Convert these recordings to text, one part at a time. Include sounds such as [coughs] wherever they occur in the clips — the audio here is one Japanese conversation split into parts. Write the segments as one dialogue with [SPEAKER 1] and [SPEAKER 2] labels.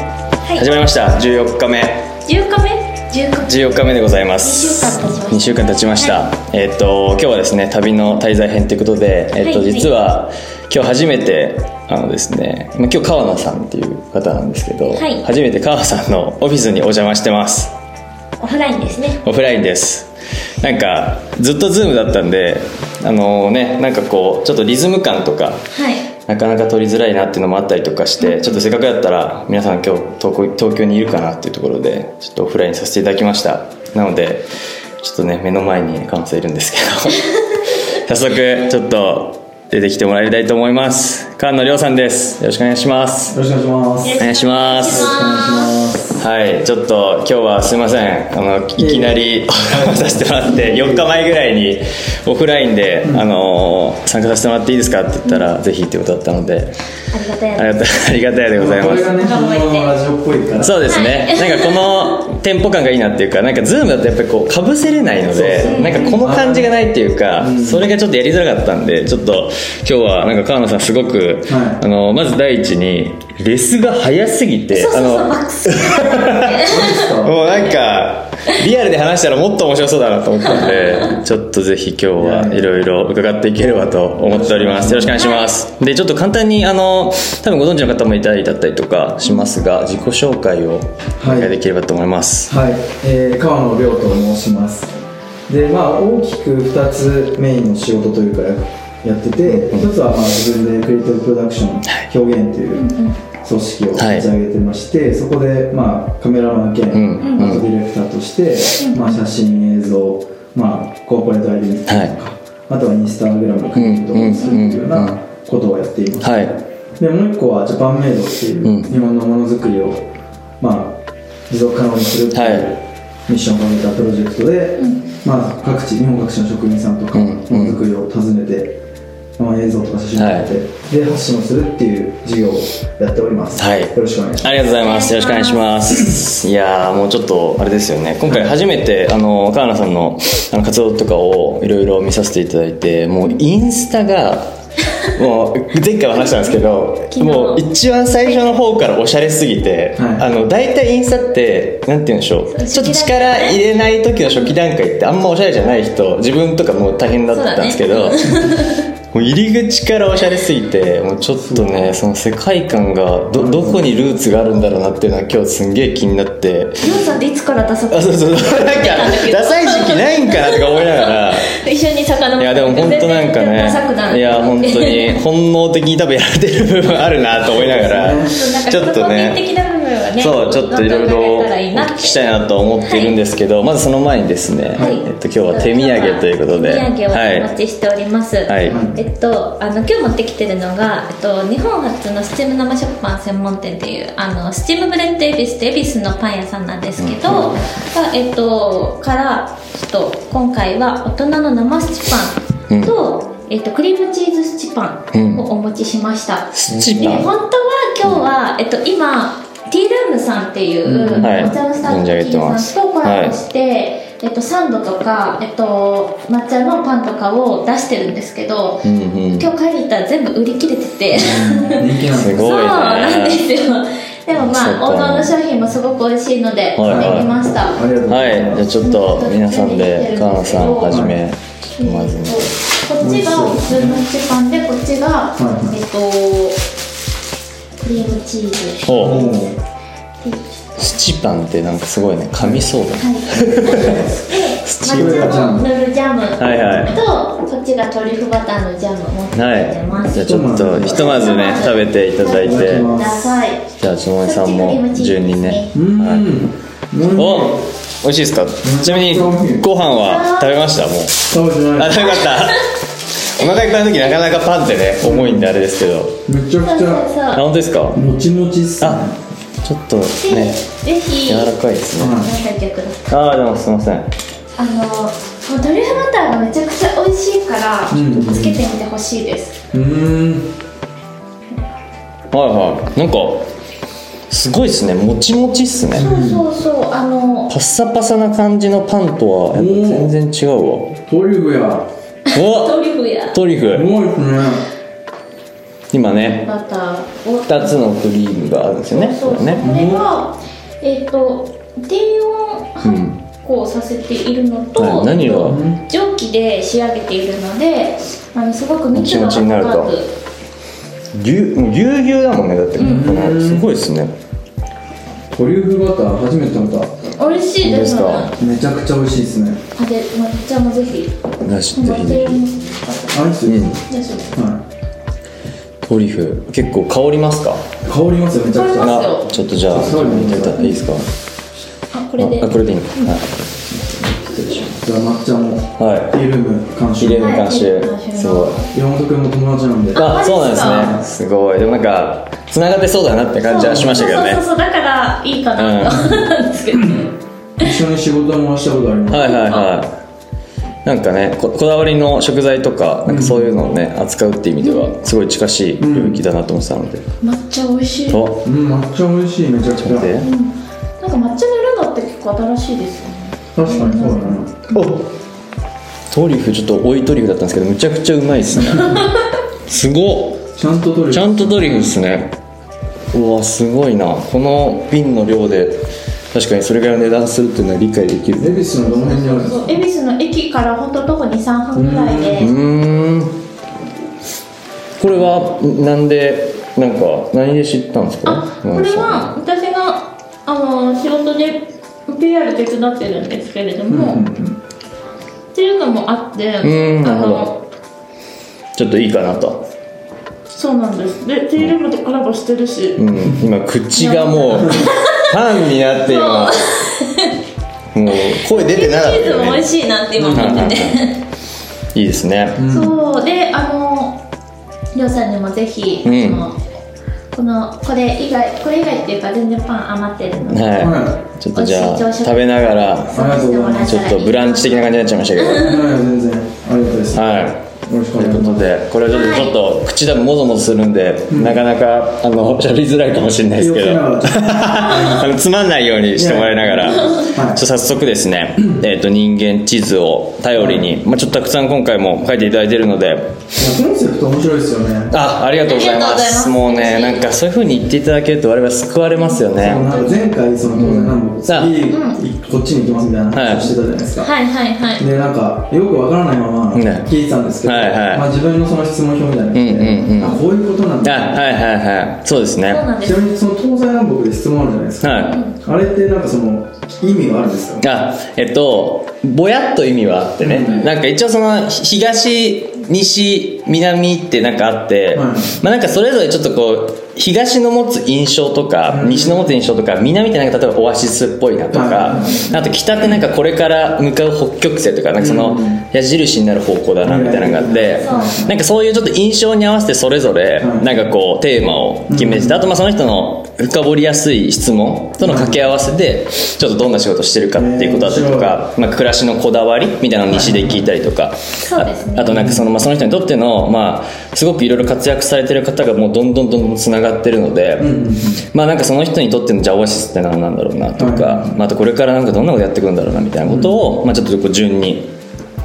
[SPEAKER 1] 始まりました14日目
[SPEAKER 2] 十日目十日
[SPEAKER 1] 14日目でございます
[SPEAKER 2] 二
[SPEAKER 1] 2週間経ちましたえっ、と今日はですね旅の滞在編ということで、えっと
[SPEAKER 2] はいはい
[SPEAKER 1] 実は今日初めてあのですね、まあ、今日川名さんっていう方なんですけど、
[SPEAKER 2] はい
[SPEAKER 1] 初めて川名さんのオフィスにお邪魔してます
[SPEAKER 2] オフラインですね
[SPEAKER 1] オフラインですなんかずっとズームだったんであのねなんかこうちょっとリズム感とか
[SPEAKER 2] はい
[SPEAKER 1] なかなか取りづらいなっていうのもあったりとかしてちょっとせっかくだったら皆さん今日東京東京にいるかなっていうところでちょっとオフラインさせていただきましたなのでちょっとね目の前にカンさんいるんですけど [laughs] 早速ちょっと出てきてもらいたいと思います菅野亮さんですよろしくお願いします
[SPEAKER 3] よろしくお願いします。
[SPEAKER 1] お願いしますはいちょっと今日はすいませんあのいきなりさせてもらって4日前ぐらいにオフラインで、あの参加させてもらっていいですかって言ったら、ぜひってことだったので
[SPEAKER 2] ありがたい
[SPEAKER 1] あり
[SPEAKER 2] な
[SPEAKER 1] がたいありがたいでござい
[SPEAKER 3] こ
[SPEAKER 1] ま
[SPEAKER 3] れ
[SPEAKER 1] す
[SPEAKER 3] がね、自分のラジオっぽいから。
[SPEAKER 1] そうですね、
[SPEAKER 2] はい
[SPEAKER 1] なんかこのテンポ感がいいなっていうかなんかズームだとやっぱりこうかぶせれないので
[SPEAKER 3] そうそう
[SPEAKER 1] なんかこの感じがないっていうか、
[SPEAKER 3] うん
[SPEAKER 1] それがちょっとやりづらかったんでちょっと今日はなんか川野さんすごく、
[SPEAKER 3] はい
[SPEAKER 1] あのまず第一にレスが早すぎて
[SPEAKER 2] そうそうそ
[SPEAKER 1] あ
[SPEAKER 2] う
[SPEAKER 1] の
[SPEAKER 2] マックス [laughs]
[SPEAKER 3] ですか。
[SPEAKER 1] もうなんかリアルで話したらもっと面白そうだなと思ったんでちょっとぜひ今日はいろいろ伺っていければと思っておりますよろしくお願いしますでちょっと簡単にあの多分ご存知の方もいたりだったりとかしますが自己紹介をお願いできればと思います、
[SPEAKER 3] はい、えー、川野亮と申しますでまあ大きく2つメインの仕事というかやってて、一つはまあ自分でクリエイティブプロダクション表現という組織を立ち上げてまして、そこでまあカメラマン兼ア
[SPEAKER 1] ん
[SPEAKER 3] ートディレクターとして、まあ、写真映像、まあ、コーポレートアイデンティティとか、あとはインスタグラムのクリエイトをするというようなことをやっています、
[SPEAKER 1] はい
[SPEAKER 3] でもう一個はジャパンメイドっていううん日本のものづくりを、まあ、持続可能にするって
[SPEAKER 1] はいいう
[SPEAKER 3] ミッションを掲げたプロジェクトで、まあ、各地日本各地の職人さんとか
[SPEAKER 1] う
[SPEAKER 3] も
[SPEAKER 1] んうん
[SPEAKER 3] のづくりを訪ねて、まあ、映像とか写真を撮って、で発信をするっていう事業をやっております、
[SPEAKER 1] はい
[SPEAKER 3] よろしくお願いします
[SPEAKER 1] ありがとうございます。よろしくお願いします。いやー、もうちょっと、あれですよね。今回初めて、あの、川名さんのあの活動とかをいろいろ見させていただいて、もうインスタが、 [laughs] もう前回も話したんですけど
[SPEAKER 2] 昨日
[SPEAKER 1] もう一番最初の方からおしゃれすぎて、
[SPEAKER 3] はい
[SPEAKER 1] あの大体インスタってなんて言うんでしょう
[SPEAKER 2] そう
[SPEAKER 1] ちょっと力入れない時の初期段階ってあんまおしゃれじゃない人自分とかもう大変だったんですけど、もう入り口からおしゃれすぎてもうちょっとねその世界観がどどこにルーツがあるんだろうなっていうのは今日すんげえ気になって
[SPEAKER 2] りょうさんっていつから出さ
[SPEAKER 1] あそうそう
[SPEAKER 2] [laughs]
[SPEAKER 1] そうなんかダサい時期ないんかなとか思いながら。
[SPEAKER 2] 一緒に魚
[SPEAKER 1] いやでも本当なんか
[SPEAKER 2] ダサくな [laughs]
[SPEAKER 1] ね
[SPEAKER 2] る
[SPEAKER 1] いや本当に
[SPEAKER 2] [laughs]
[SPEAKER 1] 本能的に多分やられてる部分あるなと思いながら
[SPEAKER 2] なんか
[SPEAKER 1] ちょっと
[SPEAKER 2] 根本的
[SPEAKER 1] ね
[SPEAKER 2] な部 [laughs] 分はね
[SPEAKER 1] そうちょっといろいろお
[SPEAKER 2] どんどん考えたらいいなって
[SPEAKER 1] 聞きしたいなと思っているんですけどまずその前にですね
[SPEAKER 2] はい
[SPEAKER 1] えっと今日は手土産ということで
[SPEAKER 2] 手土産をお
[SPEAKER 1] は
[SPEAKER 2] 待ちしております、
[SPEAKER 1] はい
[SPEAKER 2] えっと、あの今日持ってきてるのが、えっと、日本初のスチーム生食パン専門店っていうあのスチームブレッド恵比寿って恵比寿のパン屋さんなんですけど、がえっと、から、えっと、今回は大人の生スチパンと、えっと、クリームチーズスチパンをお持ちしました、
[SPEAKER 1] スチ
[SPEAKER 2] で
[SPEAKER 1] パン
[SPEAKER 2] 本当は今日は、えっと、今ティールームさんっていう、
[SPEAKER 1] んはい
[SPEAKER 2] お茶のスタート
[SPEAKER 1] 存じ上げてます
[SPEAKER 2] さんとコラボして、えっと、サンドとか、えっと、抹茶のパンとかを出してるんですけど、
[SPEAKER 1] い、うんうん、
[SPEAKER 2] 今日帰り行ったら全部売り切れてて、
[SPEAKER 3] 人気なんです
[SPEAKER 1] ご
[SPEAKER 3] す
[SPEAKER 1] いね
[SPEAKER 2] そうなんですよでも
[SPEAKER 1] そっ
[SPEAKER 2] まあ
[SPEAKER 1] か
[SPEAKER 2] 王道の商品もすごく美味しいので
[SPEAKER 1] はいはい
[SPEAKER 2] 買ってきました、
[SPEAKER 3] ありがとうご
[SPEAKER 1] は
[SPEAKER 3] ざい
[SPEAKER 1] い、
[SPEAKER 3] ま
[SPEAKER 1] じゃあ
[SPEAKER 3] す、
[SPEAKER 1] ちょっと皆さんで川野さんはじめちょっとまずね
[SPEAKER 2] こっちが普通のチパンでこっちが、
[SPEAKER 3] はい
[SPEAKER 2] えっとクリームチーズ
[SPEAKER 1] おう
[SPEAKER 3] もう
[SPEAKER 1] スチパンってなんかすごいね噛みそうだね
[SPEAKER 2] はい、で
[SPEAKER 1] スチ
[SPEAKER 3] ーム
[SPEAKER 2] 抹茶のヌルジャム
[SPEAKER 1] はいはい
[SPEAKER 2] とこっちがトリュフバターのジャムを持ってきてま
[SPEAKER 1] はい、
[SPEAKER 2] す、
[SPEAKER 1] じゃあちょっとひとまずね食べていただい
[SPEAKER 3] いただ
[SPEAKER 1] て
[SPEAKER 3] き
[SPEAKER 2] く
[SPEAKER 3] ま
[SPEAKER 2] ださい
[SPEAKER 1] じゃあつもりさんも順にね
[SPEAKER 3] うーん
[SPEAKER 1] お美味しいですかちなみにご飯は食べましたもう
[SPEAKER 3] 食べてな
[SPEAKER 1] あ
[SPEAKER 3] い
[SPEAKER 1] 食べましたお腹いっぱいの時なかなかパンってね重いんであれですけど
[SPEAKER 3] めちゃ
[SPEAKER 2] そうそ
[SPEAKER 3] くち
[SPEAKER 2] う
[SPEAKER 3] ゃ
[SPEAKER 1] あ
[SPEAKER 2] そう
[SPEAKER 1] 本当ですか
[SPEAKER 3] もちもちっすね
[SPEAKER 1] あちょっと
[SPEAKER 2] で、
[SPEAKER 1] ね
[SPEAKER 2] ぜひ
[SPEAKER 1] 柔らかいですね
[SPEAKER 3] うん
[SPEAKER 2] 食べてください
[SPEAKER 1] ああでもすいません
[SPEAKER 2] あのもうトリュフバターがめちゃくちゃ美味しいから
[SPEAKER 3] うんうんうん
[SPEAKER 2] つけてみてほしいです、
[SPEAKER 3] うーん
[SPEAKER 1] はいはいなんかすごいですねもちもちっすね
[SPEAKER 2] そうそうそうあの
[SPEAKER 1] パッサパサな感じのパンとはやっぱ全然違うわ
[SPEAKER 3] トリュフや
[SPEAKER 1] うわ
[SPEAKER 2] トリュフや
[SPEAKER 1] トリュ
[SPEAKER 3] す
[SPEAKER 1] フ
[SPEAKER 3] ごいですね
[SPEAKER 1] 今ね
[SPEAKER 2] バターを
[SPEAKER 1] 2つのクリームがあるんですよね
[SPEAKER 2] そうそう
[SPEAKER 1] これね
[SPEAKER 2] これが、えっ、と低温発酵させているのと、
[SPEAKER 1] はい何
[SPEAKER 3] う
[SPEAKER 1] が
[SPEAKER 3] ん
[SPEAKER 2] 蒸気で仕上げているのであのすごく密度
[SPEAKER 1] も
[SPEAKER 2] が
[SPEAKER 1] ちもちになると
[SPEAKER 2] 高く
[SPEAKER 1] ぎゅもうぎゅうぎゅうだもんねだって、
[SPEAKER 3] うん
[SPEAKER 1] すごいですね
[SPEAKER 3] トリュフバター初めて食べた
[SPEAKER 2] 美味しいですよね
[SPEAKER 3] めちゃくちゃ美味しいですね
[SPEAKER 2] あで抹茶もぜひ
[SPEAKER 1] なしぜ
[SPEAKER 2] 抹
[SPEAKER 1] ひ
[SPEAKER 2] 茶
[SPEAKER 1] ね
[SPEAKER 3] アイス、
[SPEAKER 1] うん
[SPEAKER 2] です
[SPEAKER 3] はい
[SPEAKER 1] トリュフ結構香りますか
[SPEAKER 3] 香りますよめちゃくち
[SPEAKER 2] 香り
[SPEAKER 3] ゃ
[SPEAKER 2] ま
[SPEAKER 1] な
[SPEAKER 2] すよ
[SPEAKER 1] ちょっとじゃあい
[SPEAKER 3] そうなんだ
[SPEAKER 1] ただいいですか
[SPEAKER 2] あこれで
[SPEAKER 1] ああこれでいいの、はい
[SPEAKER 3] じゃあ抹茶も
[SPEAKER 1] は
[SPEAKER 3] ティールーム監
[SPEAKER 1] い
[SPEAKER 3] 修
[SPEAKER 1] 入れる監修
[SPEAKER 2] はい
[SPEAKER 1] すごい
[SPEAKER 3] 山本君も友達なんで
[SPEAKER 1] あ
[SPEAKER 2] あ
[SPEAKER 1] そうなん
[SPEAKER 2] マ
[SPEAKER 1] ですねすごいでもなんかつながってそうだなって感じはしましたけどね
[SPEAKER 2] そうそうそうそうだからいいかなと思ったんですけど、
[SPEAKER 3] 一緒に仕事もしたことあります
[SPEAKER 1] はいはいはいなんかねここだわりの食材とかなんかそういうのをね扱うっていう意味ではすごい近しい領域だなと思ってたので、
[SPEAKER 2] 抹茶美味しいなんか
[SPEAKER 1] お
[SPEAKER 3] うん抹茶美味しいめちゃくちゃ
[SPEAKER 1] 待って
[SPEAKER 2] 抹茶の色だって結構新しいですよね
[SPEAKER 3] 確かにそうだな
[SPEAKER 1] おトリュフちょっと追いトリュフだったんですけどむちゃくちゃうまい [laughs] ですねすごっ
[SPEAKER 3] ちゃんと取る
[SPEAKER 1] ちゃんとトリュフですねうわすごいなこの瓶の量で確かにそれぐらいの値段するっていうのは理解できる
[SPEAKER 3] 恵比寿のどの辺にあるんですか
[SPEAKER 2] そう恵比寿の駅から本当徒歩23分ぐらいで
[SPEAKER 1] うーんこれはんなんでなんか何で知ったんですか
[SPEAKER 2] あこれは私があの仕事で PR 手伝ってるんですけれども、
[SPEAKER 3] う
[SPEAKER 2] っ
[SPEAKER 3] ん
[SPEAKER 2] ていうのもあって
[SPEAKER 1] うん
[SPEAKER 2] あ
[SPEAKER 1] なるほ
[SPEAKER 2] の
[SPEAKER 1] どちょっといいかなと、
[SPEAKER 2] そうなんですでティールームとコラボしてるし、
[SPEAKER 1] うん、今口がもうパンになって今もう声出てなかった
[SPEAKER 2] チーズ
[SPEAKER 1] よ
[SPEAKER 2] も美
[SPEAKER 1] ね
[SPEAKER 2] 味しいなって今思ってて、
[SPEAKER 1] いいですね
[SPEAKER 3] うん
[SPEAKER 2] そうであのりょうさんにもぜひ、
[SPEAKER 1] うん
[SPEAKER 2] あのこのこれ以外これ以外っていうか全然パン余ってるので、
[SPEAKER 1] は
[SPEAKER 3] はい
[SPEAKER 1] ちょっとじゃあ
[SPEAKER 2] 美味しい朝食
[SPEAKER 1] 食べながら
[SPEAKER 3] ありがとうございます
[SPEAKER 1] ちょっとブランチ的な感じになっちゃいましたけど
[SPEAKER 3] いやいや全然ありがたいです
[SPEAKER 1] はい
[SPEAKER 3] よろしくお
[SPEAKER 1] とい
[SPEAKER 3] 願いうし
[SPEAKER 1] ことでこれはちょっと,、
[SPEAKER 2] はい
[SPEAKER 1] ちょっと口でももぞもぞするんで、なかなかあの喋りづらいかもしれない
[SPEAKER 3] ま
[SPEAKER 1] です
[SPEAKER 3] す
[SPEAKER 1] けど [laughs]
[SPEAKER 3] よくなか
[SPEAKER 1] あ
[SPEAKER 3] っ
[SPEAKER 1] のつまんないようにしてもらいながら、ちょっと早速ですね、えー、と人間地図を頼りに、まあ、ちょっとたくさん今回も書いていただいてるので
[SPEAKER 3] たコンセプト面白いですよね
[SPEAKER 1] あありがとうございます
[SPEAKER 2] ありがとう
[SPEAKER 1] も
[SPEAKER 2] ご
[SPEAKER 1] う
[SPEAKER 2] ざいます
[SPEAKER 1] ねなんかそういうふうに言っていただけると我々救われますよ
[SPEAKER 3] そう
[SPEAKER 1] ね
[SPEAKER 3] なんか前回その東西南北
[SPEAKER 1] さあ
[SPEAKER 3] 次、こっちに行きますみたいな話をしてたじゃないですか、
[SPEAKER 2] はいはいはい
[SPEAKER 3] でなんかよくわからないまま
[SPEAKER 1] ね
[SPEAKER 3] 聞いてたんですけど、
[SPEAKER 1] はいはい
[SPEAKER 3] まあ、自分のその質問表みたいなの
[SPEAKER 1] うんうんうん
[SPEAKER 3] あこういうことなん
[SPEAKER 1] あ
[SPEAKER 3] だ、
[SPEAKER 1] はいはいはいそうですね
[SPEAKER 2] そう
[SPEAKER 1] は
[SPEAKER 2] なんで
[SPEAKER 3] ち
[SPEAKER 2] す
[SPEAKER 3] なみにその東西南北で質問あるじゃないですか、
[SPEAKER 1] い
[SPEAKER 3] あれってなんかその意味はあるんですか
[SPEAKER 1] あえっとぼやっと意味はあってね、なんか一応そのひ東西南ってなんかあって、
[SPEAKER 3] はい
[SPEAKER 1] まあなんかそれぞれちょっとこう東の持つ印象とか、
[SPEAKER 3] うん
[SPEAKER 1] 西の持つ印象とか南ってなんか例えばオアシスっぽいなとか、あと北ってなんかこれから向かう北極星とかなんかその
[SPEAKER 3] うん
[SPEAKER 1] 矢印になる方向だなみたいなのがあって、
[SPEAKER 2] そう
[SPEAKER 1] なんかそういうちょっと印象に合わせてそれぞれ
[SPEAKER 3] うん
[SPEAKER 1] なんかこうテーマを決めて、あとまあその人の深掘りやすい質問との掛け合わせでちょっとどんな仕事してるかっていうことだったりとか、まあ、暮らしのこだわりみたいなのを西で聞いたりとか、
[SPEAKER 2] そうですね
[SPEAKER 1] ああとなんかその,、まあ、その人にとっての、まあ、すごくいろいろ活躍されてる方がもうどんどんどんどんつながってるので、
[SPEAKER 3] うんうん
[SPEAKER 1] まあなんかその人にとってのじゃあオアシスって何なんだろうなとか、
[SPEAKER 3] う
[SPEAKER 1] まあ、あとこれからなんかどんなことやっていくんだろうなみたいなことを、まあ、ちょっとこう順に